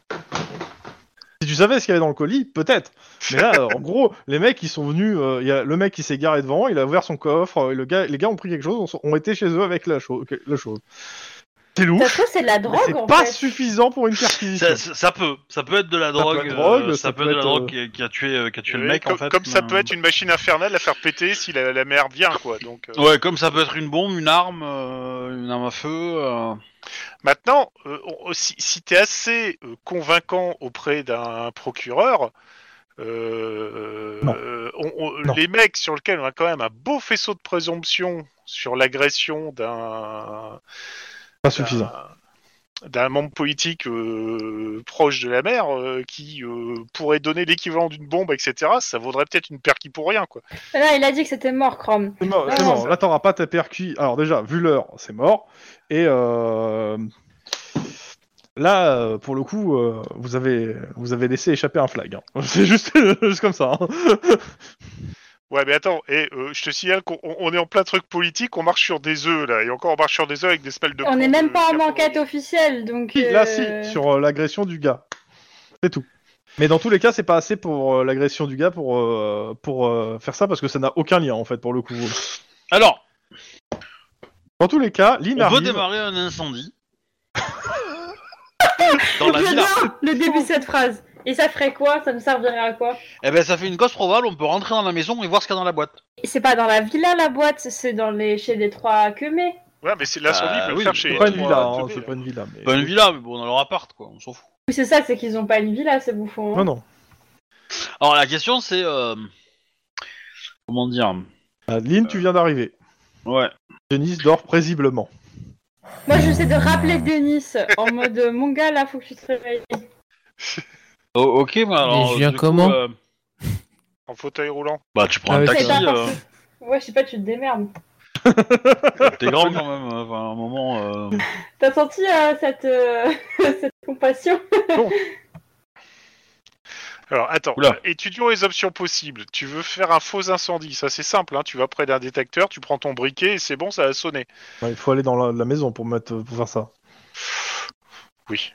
B: Si tu savais ce qu'il y avait dans le colis, peut-être. Mais là, en gros, les mecs, ils sont venus. euh, Il y a le mec qui s'est garé devant, il a ouvert son coffre. euh, et le gars, les gars ont pris quelque chose, ont, ont été chez eux avec la, cho- la chose. C'est lourd.
C: Ça se trouve, c'est de la
B: mais
C: drogue,
B: C'est
C: en
B: pas
C: fait.
B: suffisant pour une perquisition.
A: Ça, ça- ça peut, ça peut être de la
B: peut
A: drogue.
B: être drogue,
A: euh,
B: ça
A: ça peut
B: peut
A: être de la
B: être, euh,
A: drogue qui, a- qui a tué, euh, qui a tué le
D: Ouais,
A: mec
D: comme,
A: en fait.
D: comme ça
A: mais- euh,
D: peut être une machine infernale à faire péter si la, la mère vient quoi. Donc euh,
A: Ouais, comme ça peut être une bombe, une arme, euh, une arme à feu. euh.
D: Maintenant, euh, on- si, si tu es assez euh, convaincant auprès d'un procureur, euh,
B: Non.
D: euh, on- on-
B: Non.
D: les mecs sur lesquels on a quand même un beau faisceau de présomption sur l'agression d'un
B: Pas suffisant.
D: d'un membre politique euh, proche de la mer euh, qui euh, pourrait donner l'équivalent d'une bombe, etc., ça vaudrait peut-être une perquis pour rien. quoi.
C: Là, il a dit que c'était mort, Chrome.
B: C'est mort. c'est
C: Ah,
B: mort.
D: ça-
B: Là, t'auras pas ta perquis. Alors déjà, vu l'heure, c'est mort. Et euh, là, euh, pour le coup, euh, vous avez vous avez laissé échapper un flag. hein. C'est juste, juste comme ça. hein.
D: Ouais, mais attends, et euh, je te signale qu'on on- on est en plein truc politique, on marche sur des œufs là, et encore on marche sur des œufs avec des spells de.
C: On n'est
D: plomb,
C: même
D: de
C: pas en
D: capot.
C: enquête officielle, donc...
B: Oui, là, si,
C: euh,
B: sur euh, l'agression du gars. C'est tout. Mais dans tous les cas, c'est pas assez pour euh, l'agression du gars pour, euh, pour euh, faire ça parce que ça n'a aucun lien en fait pour le coup.
A: Alors,
B: Dans tous les cas, Lynn
A: on peut
B: arrive.
A: démarrer un incendie. Dans la villa.
C: J'adore le début de cette phrase. Et ça ferait quoi Ça me servirait à quoi
A: Eh ben, ça fait une cause probable. On peut rentrer dans la maison et voir ce qu'il y a dans la boîte.
C: Et C'est pas dans la villa, la boîte, c'est dans les... chez les trois queumés.
D: Ouais, mais c'est l'incendie,
A: Bah
D: il peut
A: oui,
D: le faire
A: mais
D: chez
B: C'est pas une
D: toi,
B: villa,
D: à
B: hein,
D: Tenet,
B: c'est
D: là.
B: pas une villa. mais-
A: Pas une villa, mais bon, dans leur appart, quoi. On s'en fout.
C: Ou C'est ça, c'est qu'ils ont pas une villa, ces bouffons. hein.
B: Non, non.
A: Alors, la question, c'est euh, comment dire
B: Ah, Lynn, tu viens d'arriver.
A: Ouais.
B: Denise dort paisiblement.
C: Moi, j'essaie de rappeler Denis en mode euh, mon gars, là, faut que tu te réveilles.
A: O- ok, bah, alors.
E: je viens
A: du coup,
E: comment
A: euh,
D: En fauteuil roulant.
A: Bah, tu prends
E: Ah
A: un
E: oui,
A: taxi.
C: C'est pas
A: euh,
C: parce que- Ouais, je sais pas, tu te démerdes.
A: T'es grand quand même. euh, Enfin, à un moment. euh,
C: T'as senti euh, cette, euh, cette compassion
D: Alors attends,
A: Oula.
D: euh, étudions les options possibles. Tu veux faire un faux incendie, ça c'est simple, hein. tu vas près d'un détecteur, tu prends ton briquet et c'est bon, ça a sonné.
B: Ouais, il faut aller dans la, la maison pour, mettre, pour faire ça.
D: Oui.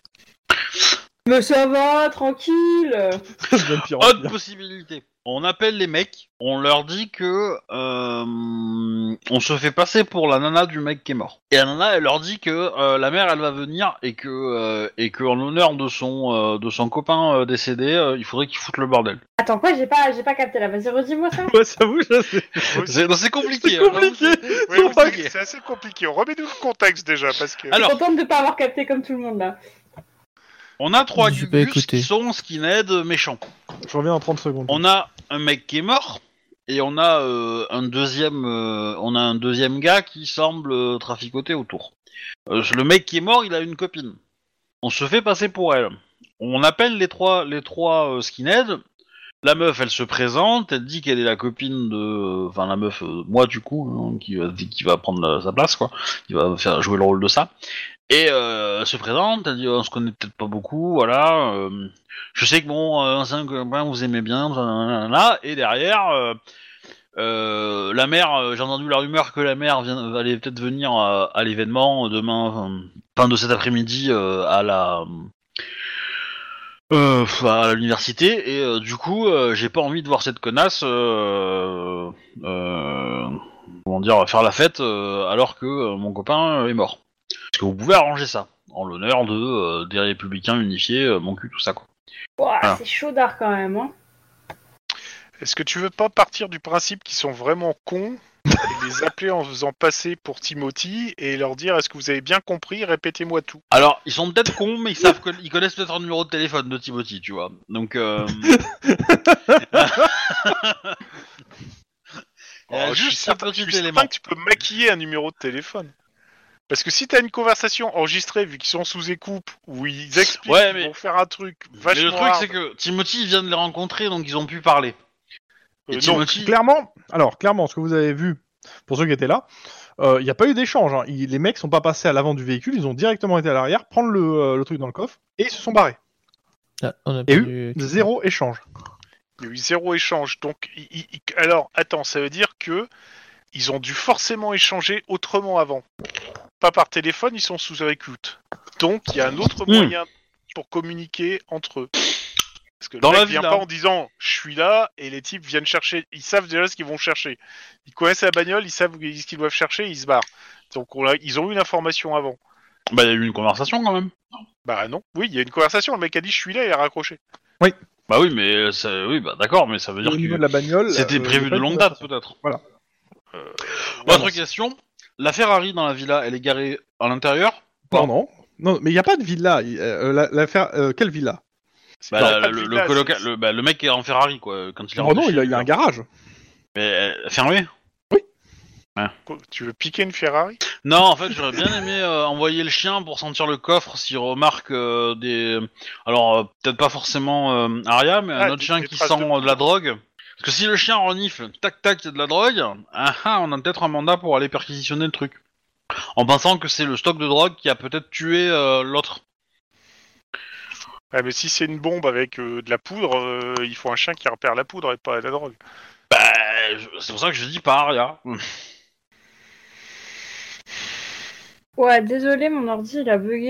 C: Mais ça va, tranquille
B: Ça devient de pire en
A: Autre
B: pire.
A: possibilité. On appelle les mecs, on leur dit que euh, on se fait passer pour la nana du mec qui est mort. Et la nana, elle leur dit que euh, la mère, elle va venir et que euh, et que en l'honneur de son euh, de son copain euh, décédé, euh, il faudrait qu'il foute le bordel.
C: Attends, quoi, j'ai pas, j'ai pas capté là. Vas-y, redis-moi ça.
A: Oh,
B: Ouais, j'avoue, je sais.
A: C'est non, c'est compliqué.
B: C'est
A: hein,
B: compliqué.
A: j'avoue, c'est-
D: Oui, oui,
B: vrai
D: c'est c'est assez compliqué, remets-nous le contexte déjà, parce que...
A: Alors,
C: Je suis contente de pas avoir capté comme tout le monde, là.
A: On a trois
E: J'ai pas
A: gugus
E: écouté.
A: qui sont skinhead euh, méchants.
B: Je reviens en 30 secondes.
A: On a un mec qui est mort et on a euh, un deuxième, euh, on a un deuxième gars qui semble euh, traficoter autour. Euh, le mec qui est mort, il a une copine. On se fait passer pour elle. On appelle les trois, les trois euh, skinheads. La meuf, elle se présente, elle dit qu'elle est la copine de, enfin la meuf, euh, moi du coup, hein, qui, va- qui va prendre la- sa place quoi, qui va faire jouer le rôle de ça. Et euh, elle se présente, elle dit on se connaît peut-être pas beaucoup, voilà. euh, je sais que bon, euh, ancien copain, vous aimez bien, là, et derrière, euh, euh, la mère, euh, j'ai entendu la rumeur que la mère vient, allait peut-être venir à, à l'événement euh, demain, enfin, fin de cet après-midi, euh, à la. euh, à l'université, et euh, du coup, euh, j'ai pas envie de voir cette connasse. euh, euh, comment dire, faire la fête euh, alors que euh, mon copain euh, est mort. Est-ce que vous pouvez arranger ça en l'honneur de euh, des républicains unifiés, euh, mon cul, tout ça quoi.
C: Ouah,
A: Ah.
C: C'est chaud d'art quand même, hein.
D: Est-ce que tu veux pas partir du principe qu'ils sont vraiment cons et les appeler en faisant passer pour Timothy et leur dire est-ce que vous avez bien compris, répétez-moi tout.
A: Alors, ils sont peut-être cons, mais ils savent que- ils connaissent peut-être un numéro de téléphone de Timothy, tu vois. Donc, euh... Il y a
D: Oh, je
A: juste
D: suis
A: ce
D: certain-
A: petit
D: je suis certain
A: élément.
D: que tu peux maquiller un numéro de téléphone. Parce que si t'as une conversation enregistrée, vu qu'ils sont sous écoute, où ils expliquent
A: Ouais,
D: qu'ils
A: mais-
D: vont faire un truc
A: Mais
D: vachement
A: le truc,
D: hard,
A: c'est que Timothy vient de les rencontrer, donc ils ont pu parler.
D: euh,
A: Et
D: non,
A: Timothy,
B: Clairement, alors clairement, ce que vous avez vu, pour ceux qui étaient là, euh, il n'y a pas eu d'échange. hein. Il- Les mecs sont pas passés à l'avant du véhicule, ils ont directement été à l'arrière, prendre le, euh, le truc dans le coffre et ils se sont barrés.
E: Ah, on a
B: Et
E: perdu-
B: Zéro échange.
D: il y a eu zéro échange. Donc, il- il- il- alors, attends, ça veut dire que ils ont dû forcément échanger autrement avant. Pas par téléphone, ils sont sous écoute. Donc, il y a un autre
A: Hmm.
D: moyen pour communiquer entre eux. Parce que
A: Dans
D: le
A: la hein.
D: mec vient
A: villa.
D: pas en disant je suis là et les types viennent chercher. Ils savent déjà ce qu'ils vont chercher. Ils connaissent la bagnole, ils savent ce qu'ils doivent chercher, ils se barrent. Donc, on a- ils ont eu l'information avant.
A: bah, il y a eu une conversation quand même.
D: Bah non, oui, il y a une conversation. Le mec a dit je suis là, il a raccroché.
A: Bah oui, mais ça... oui, bah d'accord, mais ça veut dire
B: Au niveau
A: que
B: de la bagnole,
A: c'était
B: euh,
A: prévu
B: j'ai pas
A: de
B: eu
A: longue date peut-être.
B: Voilà.
A: Euh,
B: Non,
A: Autre
B: non.
A: question, la Ferrari dans la villa, elle est garée à l'intérieur
B: Non, non. Non, mais il n'y a pas de villa. Il- euh, la- l'affaire- euh, quelle villa
A: Bah,
D: Non,
A: la-
D: pas de
A: le, le
D: villa,
A: coloca-
D: c'est-
A: le- bah, le mec est en Ferrari quoi, quand il est
B: Oh
A: rentré
B: non,
A: chez
B: il a,
A: lui,
B: il a un
A: quoi.
B: garage.
A: Mais euh, fermé
D: Tu veux piquer une Ferrari
A: Non, en fait, j'aurais bien aimé euh, envoyer le chien pour sentir le coffre s'il remarque euh, des. Alors, euh, peut-être pas forcément euh, Aria, mais un
D: Ah,
A: autre
D: des-
A: chien
D: des
A: qui
D: traces
A: sent
D: de-
A: euh, de... la drogue. Parce que si le chien renifle, tac tac, il y a de la drogue, ah, ah, on a peut-être un mandat pour aller perquisitionner le truc. En pensant que c'est le stock de drogue qui a peut-être tué euh, l'autre.
D: Ah, mais si c'est une bombe avec euh, de la poudre, euh, il faut un chien qui repère la poudre et pas la drogue.
A: Bah, je- c'est pour ça que je dis pas Aria.
C: Ouais, désolé, mon ordi il a bugué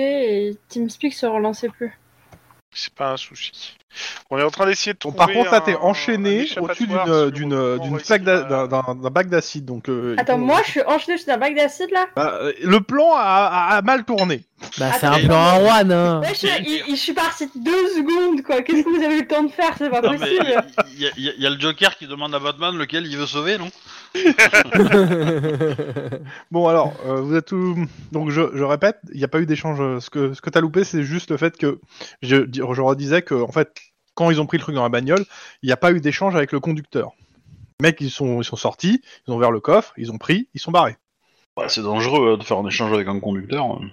C: et TeamSpeak se relançait plus.
D: C'est pas un souci. On est en train d'essayer de
B: Bon,
D: trouver.
B: par contre, là, t'es
D: un- un
B: enchaîné
D: échappatoire
B: au-dessus
D: sur
B: d'une d'une
D: comment
B: d'une
D: réussir
B: plaque d'a- d'un
D: à-
B: d'un- d'un bac d'acide. Donc, euh, il
C: Attends,
B: faut-
C: moi je suis enchaînée, je suis dans un bac d'acide là
B: Bah, euh, le plan a, a- a mal tourné.
E: Bah, c'est
C: Attends.
E: un plan à Rouen,
B: Ah.
E: hein.
C: Ouais, je, suis- il- il- je suis partie deux secondes quoi, qu'est-ce que vous avez eu le temps de faire C'est pas
A: Non, mais
C: possible
A: il y, a- il y a- il y a le Joker qui demande à Batman lequel il veut sauver, non
B: Bon, alors, euh, vous êtes tout. Donc, je, je répète, il n'y a pas eu d'échange. euh, Ce que, ce que t'as loupé, c'est juste le fait que. Je, di- je redisais que, en fait, quand ils ont pris le truc dans la bagnole, il n'y a pas eu d'échange avec le conducteur. Les mecs, ils sont, ils sont sortis, ils ont ouvert le coffre, ils ont pris, ils sont barrés.
A: Bah, c'est dangereux euh, de faire un échange avec un conducteur. euh.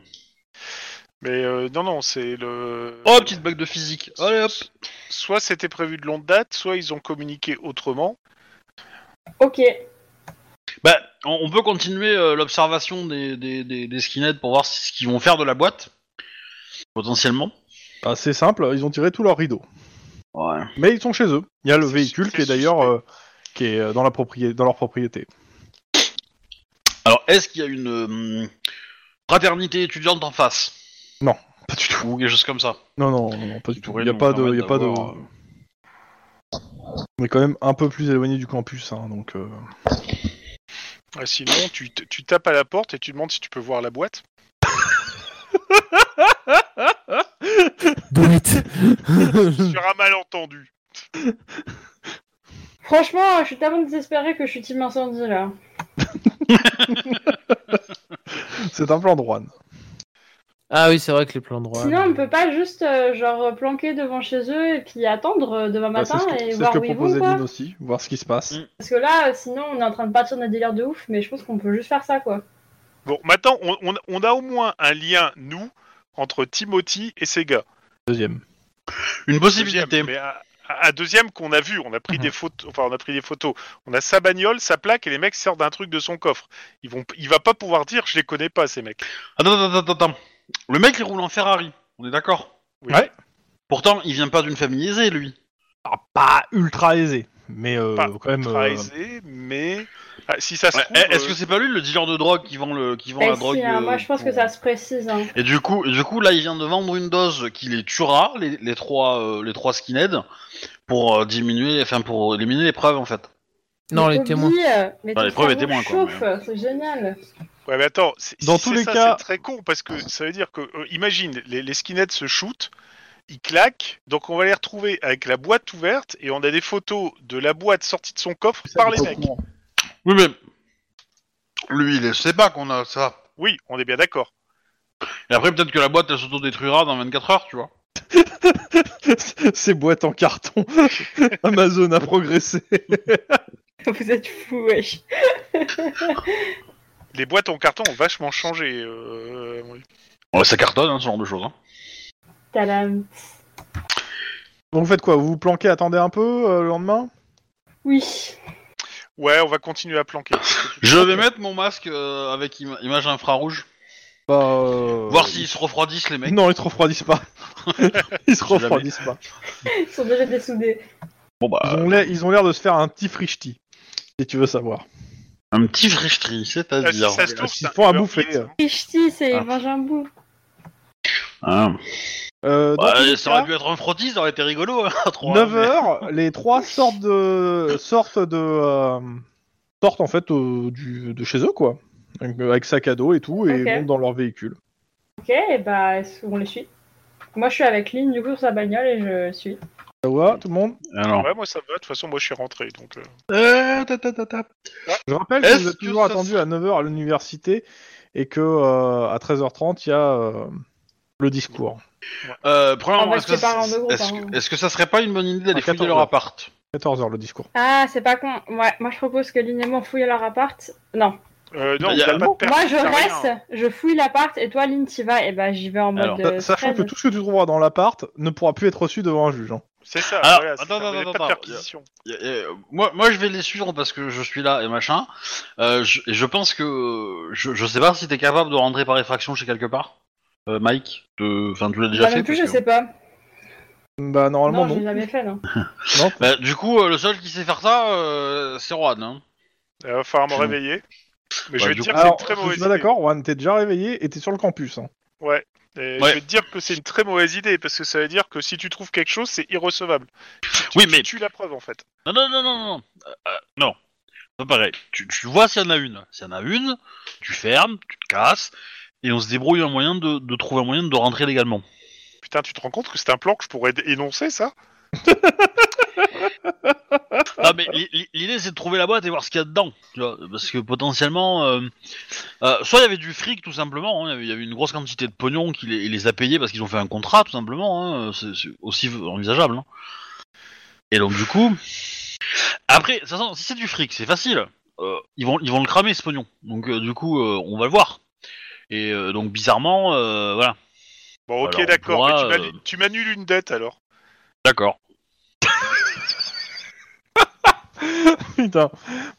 D: Mais euh, non, non, c'est le.
A: Oh, petite bague de physique. Allez hop.
D: Soit c'était prévu de longue date, soit ils ont communiqué autrement.
C: Ok,
A: Bah, on, on peut continuer euh, l'observation des, des, des, des skinheads pour voir si- ce qu'ils vont faire de la boîte. Potentiellement.
B: Bah, c'est simple, ils ont tiré tous leurs rideaux.
A: Ouais.
B: Mais ils sont chez eux. Il y a le
D: C'est-
B: véhicule
D: c'est
B: qui est d'ailleurs euh, qui est euh, dans, la propriété, dans leur propriété.
A: Alors, est-ce qu'il y a une euh, fraternité étudiante en face
B: Pas du tout.
A: Ou quelque chose comme ça
B: Non, non, non, non, pas du
A: Qui
B: tout.
A: pourrait
B: Il n'y a
A: nous
B: pas de.
A: permettre
B: il Y a pas de...
A: d'avoir, euh,
B: On est quand même un peu plus éloigné du campus, hein, donc. euh,
D: Ah, sinon, tu, t- tu tapes à la porte et tu demandes si tu peux voir la boîte.
E: Do it.
B: Hmm.
D: sur un malentendu.
C: franchement, je suis tellement désespérée que je suis team incendie là.
B: C'est un plan de Rouen.
E: ah oui, c'est vrai que les plans droits.
C: Sinon, on peut pas juste euh, genre planquer devant chez eux et puis attendre euh, demain
B: Bah, c'est
C: matin
B: ce que, c'est
C: et
B: ce
C: voir
B: que
C: où ils vont
B: proposait
C: quoi.
B: Lynn aussi, voir ce qui se passe.
A: Mm.
C: Parce que là, euh, sinon, on est en train de partir d'un délire de ouf, mais je pense qu'on peut juste faire ça quoi.
D: Bon, maintenant, on, on- on a au moins un lien, nous, entre Timothy et ces gars.
B: Deuxième.
A: Une possibilité.
D: Deuxième, mais un, un deuxième qu'on a vu, on a pris
B: Mhm.
D: des photos, enfin on a pris des photos. On a sa bagnole, sa plaque et les mecs sortent d'un truc de son coffre. Ils vont, il va pas pouvoir dire je les connais pas ces mecs.
A: Attends, attends, attends, attends. Le mec, il roule en Ferrari. On est d'accord
D: Oui.
B: Ouais.
A: Pourtant, il vient pas d'une famille aisée, lui.
B: Alors, Ah, pas ultra aisé, mais euh,
D: Pas
B: quand même.
D: Ultra
B: euh,
D: aisé, mais ah, si ça se
A: Ouais,
D: trouve,
A: Eh, Est-ce
D: euh,
A: que c'est pas lui le dealer de drogue qui vend, le, qui vend
C: Bah,
A: la
C: si,
A: drogue
C: hein,
A: euh,
C: moi, je pense que
A: pour-
C: ça se précise. hein.
A: Et du coup, du coup, là, il vient de vendre une dose qui les tuera, les, les trois, euh, les trois skinheads, pour euh, diminuer, enfin pour éliminer les preuves en fait.
E: Non,
C: Mais
E: les
C: Toby,
E: témoins.
C: euh, mais
A: Enfin,
C: ton
A: Bah, les preuves et
C: cerveau
A: témoins, quoi,
C: chauffe, C'est génial.
D: ouais, mais attends, c'est-
B: Dans
D: si
B: tous
D: c'est
B: les
D: ça,
B: cas-
D: c'est très con parce que ça veut dire que euh, imagine les, les skinheads se shootent, ils claquent, donc on va les retrouver avec la boîte ouverte et on a des photos de la boîte sortie de son coffre par les mecs.
A: Oui, mais lui, il sait pas qu'on a ça.
D: Oui, on est bien d'accord.
A: Et après, peut-être que la boîte, elle s'autodétruira dans 24 heures, tu vois.
B: Ces boîtes en carton, Amazon a progressé.
C: Vous êtes fous, wesh.
D: Les boîtes en carton ont vachement changé. euh, oui.
A: Ouais, ça cartonne, hein, ce genre de choses. hein.
C: Talam.
B: Donc vous faites quoi Vous vous planquez, attendez un peu euh, le lendemain
C: Oui.
D: Ouais, on va continuer à planquer.
A: Je vais mettre mon masque euh, avec im- image infrarouge,
B: Bah, euh,
A: voir s'ils se refroidissent, les mecs.
B: Non, ils se refroidissent pas. ils se refroidissent pas.
C: Ils sont déjà dessoudés.
A: Bon, bah,
B: Ils ont l'air- Ils ont l'air de se faire un petit frichti, si tu veux savoir.
A: un petit fricheterie,
D: Ah, si
A: c'est-à-dire.
D: ça se trouve,
B: S'ils
D: c'est un
B: font à
D: Uber
B: bouffer.
D: Eats, hein.
C: Richti, c'est
A: Ah.
C: ils mangent un bout.
A: Ah.
B: Euh, dans tous
A: Bah,
B: les
A: ça aurait
B: cas,
A: pu être un frottis, ça aurait été rigolo. Hein, à trois,
B: 9
A: mais-
B: heures, les trois sortent de sortent de euh, sortent en fait euh, du, de chez eux quoi, Donc, euh, avec sac à dos et tout et
C: Ok.
B: montent dans leur véhicule.
C: Ok, bah, on les suit. Moi, je suis avec Lynn, du coup, sur sa bagnole, et je suis.
B: Ça va tout le monde
A: Alors.
D: Ouais, moi ça me va. De toute façon, moi je suis rentré. Donc, euh,
A: Euh, ta, ta, ta, ta.
B: Je rappelle
A: Est-ce
B: que vous êtes
A: que
B: toujours
A: ça
B: attendu à 9 heures à l'université et que euh, à 13h30 il y a euh, le discours.
A: Euh, premièrement,
C: En fait,
A: est-ce que,
C: c'est pas un euro,
A: est-ce
C: par
A: que-
C: an.
A: est-ce que ça serait pas une bonne idée d'aller
B: À 14
A: fouiller leur
B: heures.
A: appart
B: 14h le discours.
C: Ah, c'est pas con. Ouais, moi, je propose que Lynn et moi, on fouille leur appart. Non.
D: euh, non,
A: Il y a-
D: t'as pas de perte,
C: moi, je
D: t'as rien,
C: reste,
D: hein.
C: je fouille l'appart, et toi, Lynn, t'y vas, et bah, j'y vais en mode.
A: Alors,
C: euh,
B: Sa- Sachant que
C: thread.
B: tout ce que tu trouveras dans l'appart ne pourra plus être reçu devant un juge. hein.
D: C'est ça.
A: Alors,
D: voilà, c'est
A: attends,
D: ça,
A: attends,
D: mais
A: attends,
D: pas de
A: attends.
D: perquisition.
A: Et, et, euh, moi, moi, je vais les suivre parce que je suis là et machin. Euh, je, et je pense que je, je sais pas si t'es capable de rentrer par effraction chez quelque part, euh, Mike. de- Enfin, tu l'as déjà
C: Bah,
A: fait.
C: non plus, je
A: parce que-
C: sais pas.
B: Bah normalement
C: Non,
B: non.
C: j'ai jamais fait, non.
B: Non.
A: Bah, du coup, euh, le seul qui sait faire ça, euh, c'est Juan. Hein.
D: Il va falloir Euh, me
A: Je-
D: réveiller. Mais je
A: Ouais,
D: vais
A: du
D: te dire
A: coup- Ah,
D: que c'est une
B: Alors,
D: très
B: je
D: mauvaise
B: suis
D: idée.
B: pas d'accord, Juan, t'es déjà réveillé et t'es sur le campus. hein.
D: Ouais. Et
A: Ouais.
D: Je vais te dire que c'est une très mauvaise idée parce que ça veut dire que si tu trouves quelque chose, c'est irrecevable. Tu-
A: Oui,
D: tu
A: mais-
D: tues la preuve en fait.
A: Non, non, non, non, non, non. Euh, euh, non. Pas pareil. Tu, tu vois s'il y en a une. S'il y en a une, tu fermes, tu te casses, et on se débrouille un moyen de, de trouver un moyen de rentrer légalement.
D: Putain, tu te rends compte que c'est un plan que je pourrais dé- énoncer ça
A: Ah, mais li- li- l'idée c'est de trouver la boîte et voir ce qu'il y a dedans. tu vois, parce que potentiellement, euh, euh, soit il y avait du fric tout simplement, hein, il y avait- il y avait une grosse quantité de pognon qui les, il les a payés parce qu'ils ont fait un contrat tout simplement. hein, c'est c'est aussi envisageable. hein. Et donc du coup, après, de toute façon, si c'est du fric, c'est facile. Euh, ils vont ils vont le cramer ce pognon. Donc euh, du coup, euh, on va le voir. Et euh, donc bizarrement, euh, voilà.
D: Bon, ok,
A: Alors, euh, on
D: d'accord.
A: pourra,
D: mais tu m'annules- tu m'annules une dette alors.
A: D'accord.
B: Putain.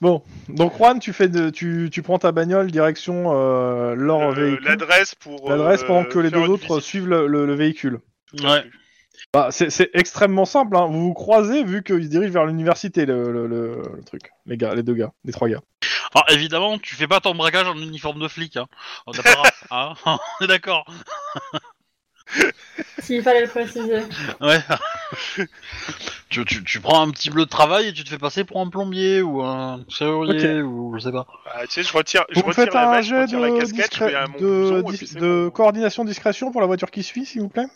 B: Bon, donc Juan, tu fais de, tu, tu prends ta bagnole direction euh, leur
D: Euh,
B: véhicule,
D: L'adresse pour.
B: l'adresse
D: euh,
B: pendant que les
D: faire
B: deux
D: une
B: autres
D: visite.
B: suivent le, le- le véhicule.
D: Tout à
A: Ouais.
D: fait.
B: Bah, c'est c'est extrêmement simple. hein. Vous vous croisez vu qu'ils se dirigent vers l'université, le, le- le- le truc. Les gars, les deux gars, les trois gars.
A: Alors évidemment, tu fais pas ton braquage en uniforme de flic. Hein. On t'a pas- hein, on est d'accord.
C: S'il fallait le préciser.
A: Ouais. tu, tu, tu prends un petit bleu de travail et tu te fais passer pour un plombier ou un serrurier ou je sais pas.
D: Ah, tu sais, je retire, je
B: Vous me
D: retire
B: faites
D: la
B: un
D: vache, je
B: jet
D: retire la
B: de,
D: casquette, je
B: discré-
D: mets un mon
B: de,
D: blouson, et
B: dis-
D: puis c'est
B: de
D: bon.
B: coordination discrétion pour la voiture qui suit, s'il vous plaît.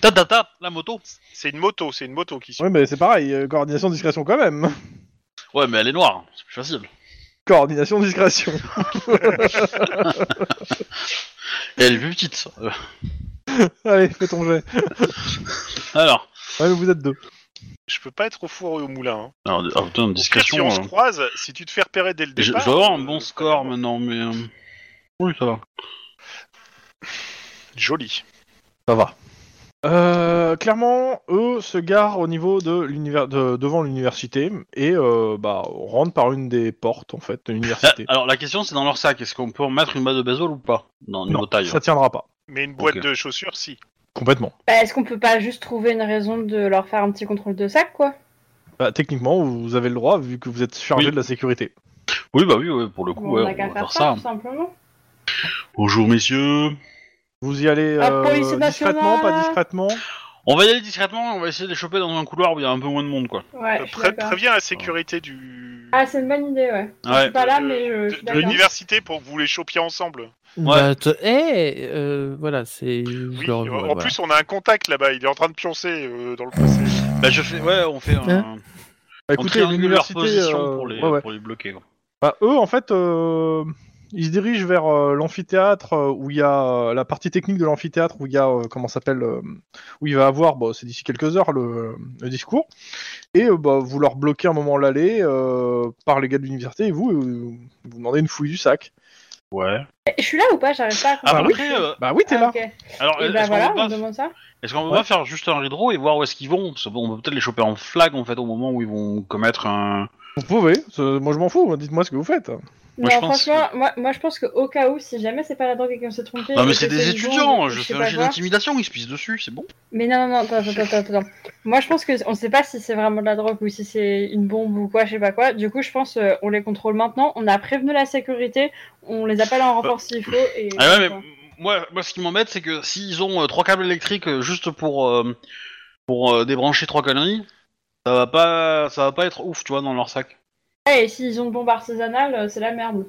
A: Ta ta ta, la moto.
D: C'est une moto, c'est une moto qui suit.
B: Oui, mais c'est pareil, euh, coordination discrétion quand même.
A: Ouais, mais elle est noire, c'est plus facile.
B: coordination discrétion.
A: Et elle est plus petite. Euh,
B: Allez, fais ton jet.
A: alors.
B: Ouais, mais vous êtes deux.
D: Je peux pas être au four et au moulin. hein.
A: Alors, ah, putain,
D: Pire, si
A: discrétion.
D: on se
A: euh,
D: croise, si tu te fais repérer dès le
A: je, je
D: départ.
A: dois avoir un
D: euh,
A: bon score maintenant, mais. euh, Oui, ça va.
D: Joli.
B: Ça va. Euh, clairement, eux se garent au niveau de l'univers, de- devant l'université et euh, bah on rentre par une des portes en fait de
A: Ah,
B: l'université.
A: Alors, la question, c'est dans leur sac. Est-ce qu'on peut en mettre une balle de baseball ou pas Dans niveau
B: non,
A: taille.
B: ça tiendra pas
D: Mais une boîte
A: Ok.
D: de chaussures, si.
B: complètement.
C: Bah, est-ce qu'on peut pas juste trouver une raison de leur faire un petit contrôle de sac, quoi
B: Bah, techniquement, vous avez le droit vu que vous êtes chargé
A: Oui.
B: de la sécurité.
A: Oui, bah oui, ouais, pour le coup,
C: Bon,
A: ouais,
C: On a
A: on
C: qu'à
A: va
C: faire
A: faire
C: ça,
A: ça.
C: tout simplement.
A: Bonjour, messieurs.
B: Vous y allez
C: Ah,
B: euh,
C: police nationale.
B: discrètement, pas discrètement.
A: On va y aller discrètement. On va essayer de les choper dans un couloir où il y a un peu moins de monde, quoi.
C: Ouais,
D: Euh,
C: je suis
D: pré-
C: d'accord.
A: Ah.
D: préviens la sécurité du.
C: Ah, c'est une bonne idée, ouais. Je suis pas là,
D: de-
C: mais je, je
D: de,
C: suis
D: de
C: d'accord.
D: l'université pour que vous les chopiez ensemble.
A: Ouais.
E: Bah, t- eh, euh, voilà, c'est. je
D: Oui, euh,
E: le
D: en
E: revois, voilà.
D: plus, on a un contact là-bas, il est en train de pioncer euh, dans le passé.
A: Bah, je fais. Ouais, on fait un.
E: Hein
B: Bah,
A: On
B: écoutez,
A: triangule leur
B: l'université,
A: position
B: euh,
A: pour, les,
B: ouais, ouais.
A: pour les bloquer. quoi.
B: Bah, eux en fait, euh, il se dirige vers euh, l'amphithéâtre euh, où il y a euh, la partie technique de l'amphithéâtre où il y a euh, comment ça s'appelle euh, où il va avoir bon, c'est d'ici quelques heures le, le discours et euh, bah, vous leur bloquez un moment l'allée euh, par les gars de l'université et vous euh, vous demandez une fouille du sac.
A: Ouais.
C: Eh, Je suis là ou pas J'arrive pas à
B: Ah,
C: comprendre.
B: oui.
A: Après, euh,
B: Bah oui t'es
C: Ah,
B: là.
C: ok.
A: alors,
C: Et
A: est-ce
C: bah
A: qu'on
C: voilà,
A: peut
C: on
A: pas-
C: me demande ça.
A: est-ce qu'on peut
B: Ouais.
A: pas faire juste un rideau et voir où est-ce qu'ils vont Parce que bon, On peut peut-être les choper en flag en fait au moment où ils vont commettre un.
B: Vous pouvez. c'est- Moi je m'en fous. Dites-moi ce que vous faites.
A: Moi,
C: non,
A: je pense
C: franchement, moi, moi je pense qu'au cas où, si jamais c'est pas la drogue et qu'on s'est trompé.
A: Non
C: et
A: mais
C: que
A: c'est des
C: une
A: étudiants,
C: bombe,
A: je fais
C: sais
A: un
C: pas
A: jeu
C: quoi.
A: d'intimidation, ils se pissent dessus, c'est bon.
C: Mais non, non, non, attends, attends, attends, attends. Moi je pense qu'on sait pas si c'est vraiment de la drogue ou si c'est une bombe ou quoi, je sais pas quoi. Du coup, je pense euh, on les contrôle maintenant, on a prévenu la sécurité, on les appelle en renfort s'il faut. Et...
A: Ah ouais, mais moi, moi ce qui m'embête, c'est que s'ils ont euh, trois câbles électriques euh, juste pour euh, pour euh, débrancher trois conneries, ça va pas, ça va pas être ouf, tu vois, dans leur sac.
C: Ouais, et s'ils ont une bombe artisanale, euh, c'est la merde.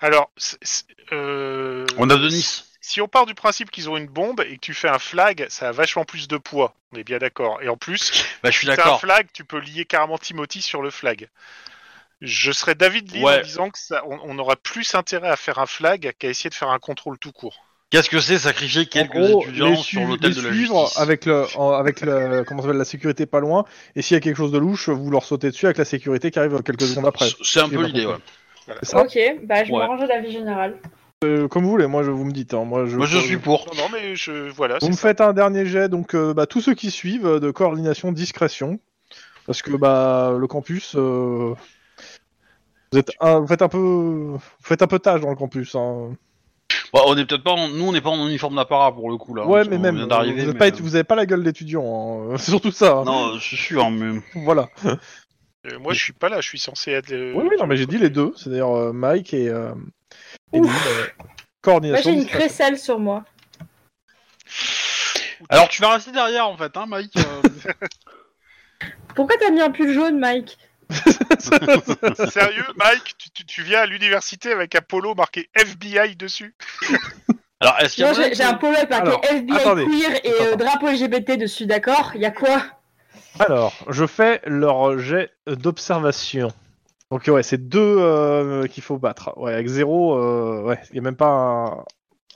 D: Alors, c'est- c'est- euh,
A: On a de Nice.
D: si on part du principe qu'ils ont une bombe et que tu fais un flag, ça a vachement plus de poids. On est bien d'accord. Et en plus,
A: Bah je suis
D: t'as un
A: d'accord.
D: flag, tu peux lier carrément Timothy sur le flag. Je serais David Lee
A: Ouais.
D: en disant que ça, on, on aura plus intérêt à faire un flag qu'à essayer de faire un contrôle tout court.
A: Qu'est-ce que c'est sacrifier
B: En
A: quelques
B: gros,
A: étudiants
B: les
A: sur
B: suiv-
A: l'hôtel
B: les
A: de la
B: suivre
A: justice
B: avec le en- avec le comment ça s'appelle la sécurité pas loin et s'il y a quelque chose de louche vous leur sautez dessus avec la sécurité qui arrive quelques secondes après
A: C'est- C'est un
B: J'ai
A: peu
B: pas
A: l'idée, ouais.
B: compris. C'est ça
C: Ok, bah je
A: Ouais.
C: me range à l'avis général.
B: Euh, comme vous voulez moi je vous me dites hein, moi je
A: Moi je suis pour.
D: Non, non, mais je, voilà.
B: vous
D: c'est
B: me
D: ça.
B: faites un dernier jet donc euh, bah, tous ceux qui suivent euh, de coordination discrétion parce que bah le campus euh, vous êtes un- vous faites un peu vous faites un peu tâche dans le campus hein.
A: Bah, on est peut-être pas, en- nous on n'est pas en uniforme d'apparat pour le coup là.
B: ouais
A: Bah, On-
B: mais
A: on
B: même
A: vient
B: vous
A: d'arriver,
B: n'avez
A: mais,
B: pas,
A: euh,
B: été- vous avez pas la gueule d'étudiant hein. c'est surtout ça hein.
A: Non, je suis sûr, mais
B: voilà
D: Euh, moi, je suis pas là. Je suis censé être. euh,
B: Oui, oui, non, mais j'ai dit les deux, c'est-à-dire euh, Mike et, euh, et
C: Ouf.
B: Lynn, euh,
C: Moi j'ai
B: coordination.
C: une crécelle sur moi.
A: alors tu vas rester derrière en fait, hein, Mike. euh,
C: Pourquoi t'as mis un pull jaune, Mike
D: Sérieux, Mike, tu, tu- tu viens à l'université avec un polo marqué FBI dessus
A: alors est-ce qu'il y a
C: Non,
A: moyen
C: j'ai j'ai un polo
B: Alors,
C: marqué FBI
B: attendez.
C: queer et euh,
B: Attends.
C: drapeau LGBT dessus, d'accord Y a quoi
B: Alors, je fais leur jet d'observation. Donc ouais, c'est deux euh, qu'il faut battre. Ouais, avec zéro, euh, ouais, il n'y a même pas un,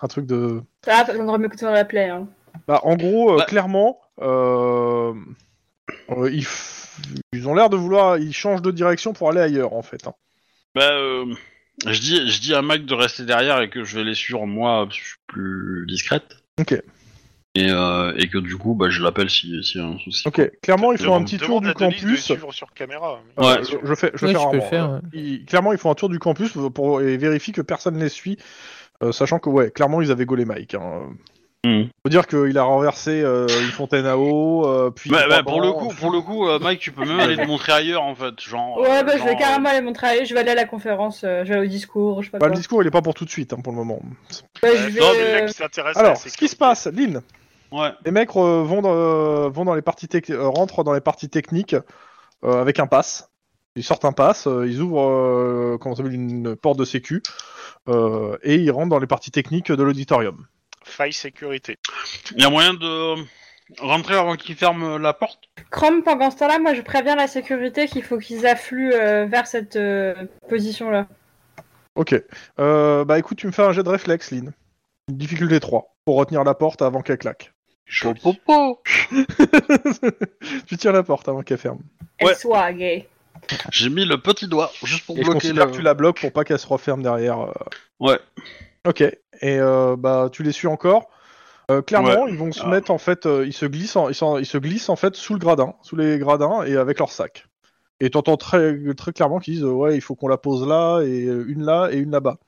B: un truc de...
C: Ça va, pas besoin de remettre sur la plaie. Hein.
B: Bah, en gros, euh,
A: Bah.
B: clairement, euh, euh, ils, f- ils ont l'air de vouloir... Ils changent de direction pour aller ailleurs, en fait. hein.
A: Bah, euh, je dis, je dis à Mac de rester derrière et que je vais les suivre moi, parce que je suis plus discrète.
B: Ok.
A: Et, euh, et que du coup, bah, je l'appelle si, si y a un souci.
B: Ok, clairement, ils font un
A: Demande-
B: petit tour
D: Demande
B: du
D: à Denise de les
B: campus.
D: suivre sur caméra.
A: Ouais.
B: Euh, je, je fais, je fais
E: Ouais, tu peux
B: rarement.
E: le faire, ouais.
B: Ils- clairement, ils font un tour du campus pour, pour- et vérifient que personne ne les suit, euh, sachant que ouais, clairement, ils avaient gaulé Mike. Hein.
A: Hmm.
B: Faut dire qu'il a renversé euh, une fontaine à eau, euh, puis
A: Bah,
B: un
A: bah, pour le
B: banc,
A: coup,
B: euh,
A: pour le coup, euh, Mike, tu peux même aller te montrer ailleurs en fait, genre.
C: Ouais,
A: euh,
C: bah je vais
A: genre,
C: carrément aller mon travail, je vais aller à la conférence, euh, je vais aller au discours, je sais pas
B: bah,
C: quoi.
B: le discours, il est pas pour tout de suite hein, pour le moment.
C: Bah,
D: Euh,
C: je vais,
D: non, mais là,
C: euh,
D: qui s'intéresse à la
B: Alors, ce qui
D: sécurité.
B: se passe, Lynn,
A: euh, Ouais.
B: les mecs euh, vont, dans, euh, vont dans les parties tec- euh, rentrent dans les parties techniques euh, avec un pass. Ils sortent un pass, euh, ils ouvrent euh, comment ça s'appelle, une porte de sécu euh, et ils rentrent dans les parties techniques de l'auditorium.
D: Faille sécurité.
A: Il y a moyen de rentrer avant qu'ils ferment la porte.
C: Chrome, pendant ce temps-là, moi je préviens la sécurité qu'il faut qu'ils affluent euh, vers cette euh, position-là.
B: Ok. Euh, bah écoute, tu me fais un jet de réflexe, Lynn. Une Difficulté 3, pour retenir la porte avant qu'elle claque.
D: Joli.
A: Popo.
B: tu tires la porte avant qu'elle ferme.
A: Ouais.
C: Elle soit gay.
A: J'ai mis le petit doigt juste pour
B: Et je
A: bloquer
B: considère
A: la.
B: que tu la bloques pour pas qu'elle se referme derrière. euh.
A: Ouais.
B: Ok. Et euh, bah tu les suis encore. Euh, clairement, ils vont se
A: Ah.
B: mettre en fait, euh, ils se glissent, en, ils, s'en- ils se glissent en fait sous le gradin, sous les gradins et avec leur sac. Et t'entends très très clairement qu'ils disent euh, ouais, il faut qu'on la pose là et euh, une là et une là-bas.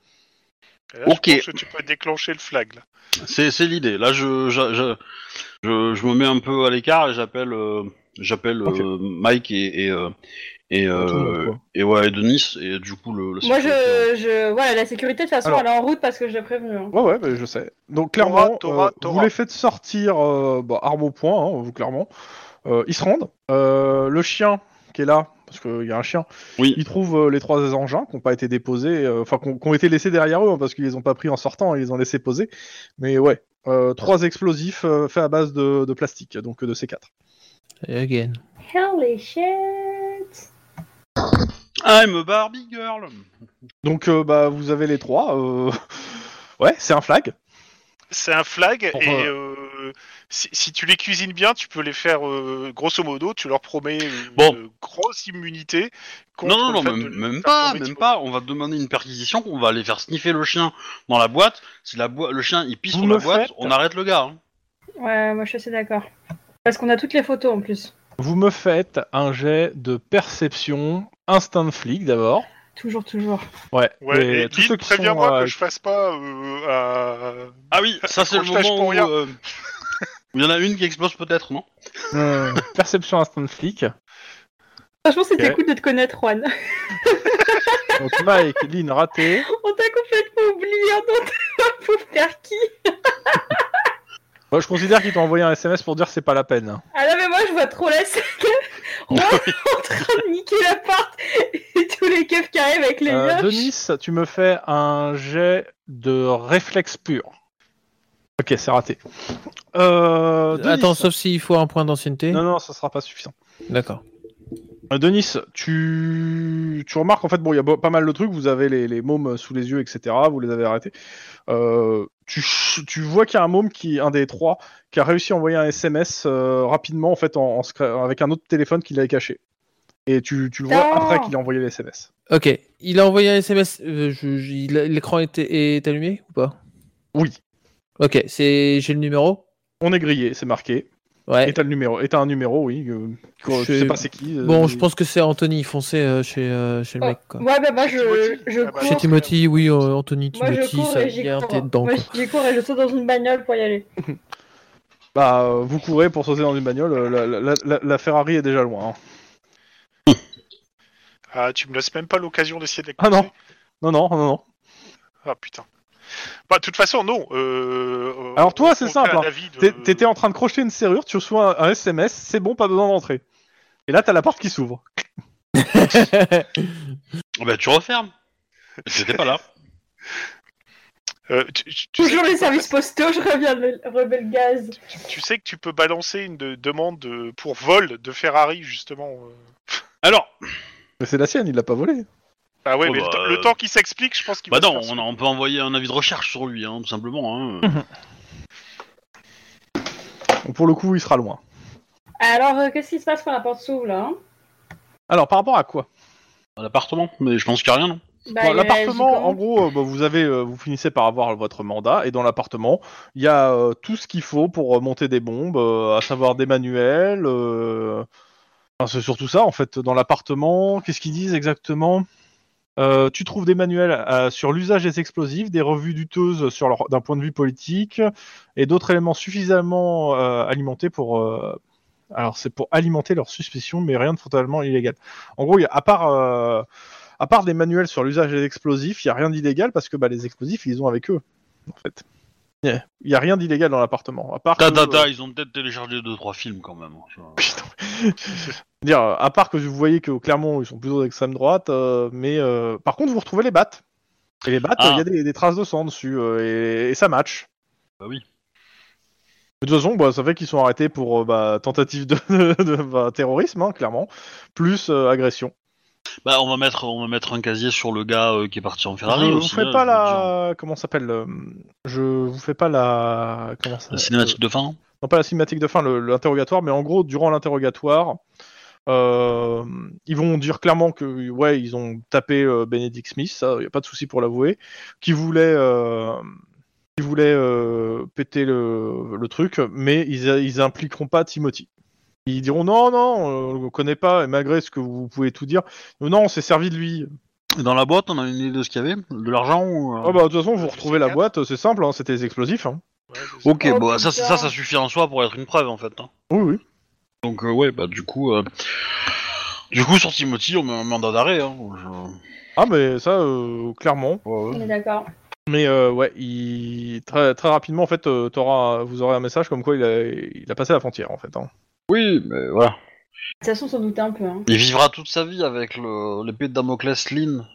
D: Et là, je
A: Ok.
D: pense que tu peux déclencher le flag. là.
A: C'est, c'est l'idée. Là, je, je, je, je, je me mets un peu à l'écart et j'appelle, euh, j'appelle
B: Ok.
A: euh, Mike et et euh, et,
B: Tout le monde,
A: euh,
B: quoi.
A: et ouais, et Denis et du coup le. le hein.
C: Moi je,
A: sécurité.
C: je. Voilà, la sécurité de toute façon
B: Alors.
C: elle est en route parce que je l'ai prévenue. hein.
B: Ouais, ouais, bah, je sais. Donc, clairement,
D: T'auras, t'auras,
B: euh,
D: t'auras.
B: vous les faites sortir, euh, bah, arme au point, hein, vous, clairement. Euh, ils se rendent. Euh, le chien qui est là, parce qu'il y a un chien,
A: Oui.
B: il trouve euh, les trois engins qui n'ont pas été déposés, euh, enfin, qui ont- qui ont été laissés derrière eux, hein, parce qu'ils les ont pas pris en sortant, ils les ont laissés poser. Mais ouais, euh, trois explosifs euh, faits à base de, de plastique, donc euh, de C4.
E: Again.
C: Holy shit
A: I'm a Ah, Barbie girl.
B: Donc, euh, bah, vous avez les trois. euh, Ouais, c'est un flag.
D: C'est un flag
B: Pour,
D: et euh, si, si tu les cuisines bien, tu peux les faire euh, grosso modo, tu leur promets une
A: Bon.
D: euh, grosse immunité. contre
A: Non, non,
D: le
A: non,
D: fait
A: même,
D: de
A: même
D: les faire
A: pas,
D: tomber
A: même
D: dessus.
A: pas. On va te demander une perquisition, on va aller faire sniffer le chien dans la boîte. Si la boi- le chien il pisse
B: Vous
A: sur la
B: me
A: boîte,
B: faites-
A: on arrête le gars. hein.
C: Ouais, moi je suis assez d'accord. Parce qu'on a toutes les photos en plus.
B: Vous me faites un jet de perception, instinct de flic d'abord.
C: Toujours, toujours.
B: Ouais,
D: Ouais,
B: mais
D: et Lynn, préviens-moi
B: euh,
D: que je fasse pas euh, un-
A: Ah oui, ça c'est le
D: Crochetage
A: moment
D: pour
A: où
D: rien.
A: euh, où il y en a une qui explose peut-être, non
B: euh, perception, instinct de flic.
C: Franchement, c'était
B: Ok.
C: cool de te connaître, Juan.
B: Donc Mike, Lynn, raté.
C: On t'a complètement oublié hein, en tant pour faire qui
B: Moi, je considère qu'ils t'ont envoyé un SMS pour dire c'est pas la peine.
C: Ah non, mais moi je vois trop la scène. Juan en train de niquer l'appart et tous les keufs qui arrivent avec les
D: Ah,
B: Euh,
C: mioches.
B: Denis, tu me fais un jet de réflexe pur. Ok, c'est raté. Euh, Denis-
E: Attends, sauf s'il faut un point d'ancienneté.
B: Non, non, ça sera pas suffisant.
E: D'accord.
B: Euh, Denis, tu... tu remarques en fait, bon, il y a bo- pas mal de trucs, vous avez les, les mômes sous les yeux, etc., vous les avez arrêtés. Euh, tu, ch- tu vois qu'il y a un môme, qui, un des trois, qui a réussi à envoyer un SMS euh, rapidement en fait, en, en secret- avec un autre téléphone qu'il avait caché. Et tu, tu le vois
C: Ah.
B: après qu'il a envoyé les SMS.
E: Ok. Il a envoyé un SMS. euh, je- je- il a- L'écran est, est allumé ou pas
B: Oui,
E: Ok. C'est j'ai le numéro.
B: on est grillé, c'est marqué. Et
E: Ouais.
B: t'as le numéro, et t'as un numéro, oui. euh, que-
E: Je-
B: Tu sais pas c'est qui. euh,
E: Bon,
B: mais-
E: je pense que c'est Anthony foncé euh, chez euh, chez le
C: Oh,
E: mec. Quoi.
C: Ouais, bah moi je,
D: Timothy.
C: je
D: Ah bah,
E: Chez
D: non.
C: cours.
E: Timothy, oui, euh, Anthony,
C: Moi je
E: Timothy,
C: cours
E: ça
C: et
E: y
C: j'y
E: est,
C: cours.
E: t'es dedans.
C: Moi
E: quoi.
C: j'y cours et je saute dans une bagnole pour y aller.
B: Bah, euh, vous courez pour sauter dans une bagnole, euh, la, la- la- la Ferrari est déjà loin. hein.
D: Ah, tu me laisses même pas l'occasion d'essayer de les
B: Ah non.
D: croiser.
B: Non, non, non, non.
D: Ah putain. Bah, de toute façon, non. euh, euh,
B: Alors, toi,
D: on-
B: c'est
D: on
B: simple,
D: fait un
B: hein.
D: avis de-
B: T'es- T'étais en train de crocheter une serrure, tu reçois un, un SMS, c'est bon, pas besoin d'entrer. Et là, t'as la porte qui s'ouvre.
A: Ah Bah tu refermes. J'étais pas là.
D: Euh, tu- tu- tu sais
C: Toujours
D: que tu
C: les
D: peux-
C: services postaux, je reviens de Rebel Gaz.
D: Tu sais que tu peux balancer une de- demande de- pour vol de Ferrari, justement. euh.
A: Alors,
B: Mais c'est la sienne, il l'a pas volée.
D: Ah ouais,
A: Oh,
D: mais le
A: bah,
D: temps-
A: euh,
D: le, temps qui s'explique, je pense qu'il
A: bah
D: va se
A: non,
D: faire
A: on, a- on peut envoyer un avis de recherche sur lui, hein, tout simplement. hein.
B: Donc, pour le coup, il sera loin.
C: Alors, euh, qu'est-ce qui se passe quand la porte s'ouvre là hein
B: Alors, par rapport à quoi
A: À L'appartement, mais je pense qu'il y a rien, non
B: Bon,
C: Bah, il réagit
B: L'appartement,
C: comment
B: en gros, euh, bah, vous avez, euh, vous finissez par avoir votre mandat, et dans l'appartement, il y a euh, tout ce qu'il faut pour euh, monter des bombes, euh, à savoir des manuels. euh, enfin, c'est surtout ça, en fait, dans l'appartement. Qu'est-ce qu'ils disent exactement Euh, Tu trouves des manuels euh, sur l'usage des explosifs, des revues douteuses sur leur- d'un point de vue politique, et d'autres éléments suffisamment euh, alimentés pour. euh, alors, c'est pour alimenter leurs suspicions, mais rien de frontalement illégal. En gros, il y a- à part. euh, à part des manuels sur l'usage des explosifs, il n'y a rien d'illégal parce que bah, les explosifs, ils les ont avec eux, en fait. Il n'y a rien d'illégal dans l'appartement. À part
A: Ta
B: que,
A: ta ta,
B: euh,
A: ils ont peut-être téléchargé deux trois films quand même. hein, ça.
B: dire, euh, à part que vous voyez que clairement, ils sont plutôt d'extrême droite, euh, mais euh, par contre, vous retrouvez les battes. Et les battes, il
A: Ah.
B: y a des, des traces de sang dessus euh, et, et ça match.
A: Bah oui.
B: De toute façon, bah, ça fait qu'ils sont arrêtés pour euh, bah, tentative de, de, bah, terrorisme, hein, clairement, plus euh, agression.
A: Bah on va mettre on va mettre un casier sur le gars euh, qui est parti en Ferrari.
B: je vous
A: aussi,
B: fais
A: hein,
B: pas
A: je veux
B: la. Comment ça s'appelle euh, Je vous fais pas la. Comment
A: dire.
B: ça
A: La cinématique de fin.
B: non pas la cinématique de fin, le- l'interrogatoire, mais en gros, durant l'interrogatoire, euh, ils vont dire clairement que ouais, ils ont tapé euh, Benedict Smith, ça, y a pas de souci pour l'avouer, qui voulait, euh, qui voulait euh, péter le, le truc, mais ils, ils impliqueront pas Timothy. Ils diront non, non, euh, on le connaît pas, et malgré ce que vous pouvez tout dire, non, on s'est servi de lui.
A: Et Dans la boîte, on a une idée de ce qu'il y avait, de l'argent ou. euh,
B: Ah bah, de toute façon, vous retrouvez la
D: C4.
B: boîte, c'est simple, hein, c'était des explosifs. hein.
D: Ouais, c'est ça.
A: Ok,
C: Oh,
A: bon, ça,
C: putain.
A: ça, ça suffit en soi pour être une preuve en fait. hein.
B: Oui, oui.
A: Donc, euh, ouais, bah, du coup, euh, du coup, sur Timothy, on met un mandat d'arrêt. Hein, je-
B: Ah, mais ça, euh, clairement.
C: On est d'accord.
B: Mais euh, ouais, il... très, très rapidement, en fait, euh, t'auras- vous aurez un message comme quoi il a, il a passé la frontière, en fait. hein.
A: Oui, mais voilà.
C: De toute façon, on s'en doutait un peu. Hein.
A: Il vivra toute sa vie avec le- l'épée de Damoclès Lynn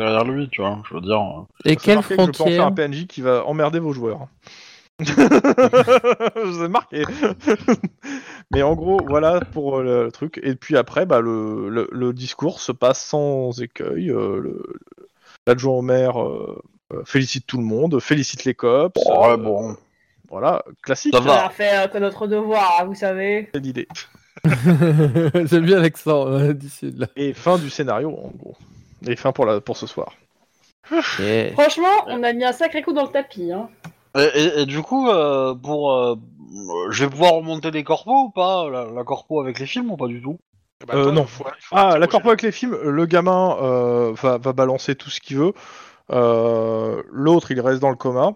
A: derrière lui, tu vois. Je veux dire. euh.
E: Et
B: C'est
E: quelle
B: marqué que Je peux en faire
E: frontière
B: un PNJ qui va emmerder vos joueurs. je vous ai marqué. Mais en gros, voilà pour euh, le truc. Et puis après, bah, le, le- le discours se passe sans écueil. euh, le- le- L'adjoint au maire euh, euh, félicite tout le monde, félicite les cops. euh,
A: Ouais, bon.
B: Voilà, classique.
A: Ça
C: On
A: va.
C: a fait euh, que notre devoir, hein, vous savez.
B: c'est l'idée.
E: J'aime bien l'accent euh, d'ici de là.
B: Et fin du scénario, en gros. Et fin pour, la, pour ce soir.
C: Franchement, on a mis un sacré coup dans le tapis. Hein.
A: Et, et- et du coup, euh, pour, euh, je vais pouvoir remonter les corpos ou pas la, la corpo avec les films ou pas du tout
D: Bah,
B: Euh,
D: attends,
B: non.
D: faut- il faut
B: Ah,
D: interroger.
B: la corpo avec les films, le gamin euh, va, va balancer tout ce qu'il veut. Euh, L'autre, il reste dans le coma.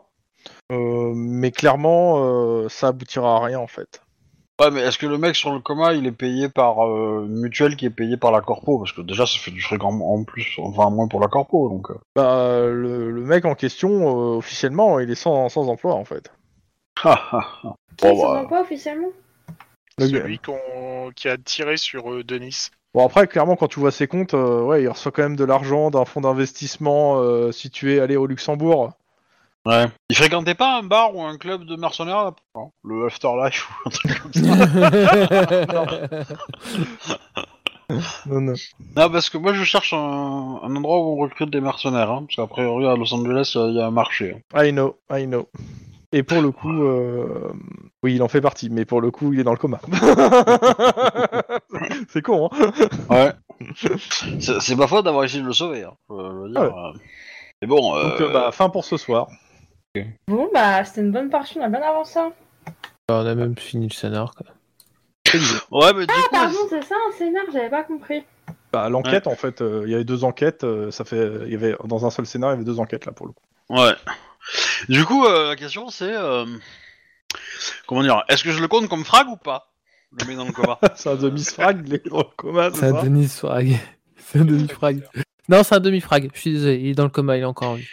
B: Euh, mais clairement, euh, ça aboutira à rien en fait.
A: Ouais, mais est-ce que le mec sur le coma, il est payé par euh, une mutuelle qui est payée par la corpo Parce que déjà, ça fait du truc en, en plus, enfin en moins pour la corpo, donc. euh.
B: Bah, le, le mec en question, euh, officiellement, il est sans, sans emploi en fait.
A: Ah, ah.
C: Qui
A: Bon,
C: s'en
A: bah.
C: rend pas officiellement
B: Le gars-
D: Celui qu'on- qui a tiré sur euh, Denis.
B: Bon, après, clairement, quand tu vois ses comptes, euh, ouais, il reçoit quand même de l'argent d'un fonds d'investissement euh, situé aller au Luxembourg.
A: ouais. Il fréquentait pas un bar ou un club de mercenaires là Non, Le Afterlife ou un truc comme ça
B: Non, non.
A: Non, parce que moi, je cherche un, un endroit où on recrute des mercenaires. Hein, parce qu'a priori, à Los Angeles, il y, a- il y a un marché. hein.
B: I know, I know. Et pour le coup, euh, oui, il en fait partie, mais pour le coup, il est dans le coma. c'est con, hein
A: Ouais. c'est c'est pas faute d'avoir essayé de le sauver. Hein, je veux dire,
B: Ah Ouais.
A: euh. Mais bon, euh,
B: Donc, euh, bah, fin pour ce soir.
C: Bon, bah, c'était une bonne partie, on a bien avancé. hein.
E: on a même fini le scénar. Quoi.
A: ouais, mais du coup,
C: Ah, Pardon, c'est ça un scénar, j'avais pas compris.
B: Bah, l'enquête, en fait, euh, il y avait deux enquêtes. euh, ça fait, il y avait dans un seul scénario, il y avait deux enquêtes là pour le coup.
A: Ouais. Du coup, euh, la question c'est. euh, Comment dire Est-ce que je le compte comme frag ou pas Je le mets dans le coma.
B: c'est un demi-frag, il est dans le coma,
E: C'est
B: c'est
E: un
B: ça
E: demi-frag. C'est un demi-frag. Non, c'est un demi-frag. Je suis désolé, il est dans le coma, il est encore en vie.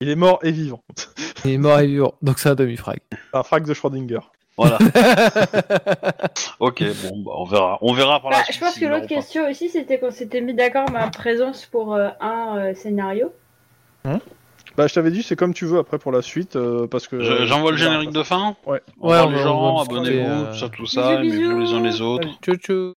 B: Il est mort et vivant.
E: Il est mort et vivant, donc c'est un demi-frag.
B: un frag de Schrödinger.
A: Voilà. ok, bon, bah, on verra. On verra par
C: Bah,
A: la suite.
C: je pense
A: s'il
C: que
A: meurt
C: l'autre
A: ou pas.
C: question aussi, c'était qu'on s'était mis d'accord ma présence pour euh, un euh, scénario.
B: Bah, je t'avais dit, c'est comme tu veux après pour la suite, euh, parce que.
A: Je- J'envoie le générique de fin.
B: Ouais.
A: Au revoir
E: Ouais, on
A: les
E: va-
A: gens,
E: on va
A: abonnez-vous,
E: discuter, euh,
A: tout ça, tout ça.
C: Bisous,
A: Aimez-vous les uns les
C: bisous.
A: autres.
E: Tchou tchou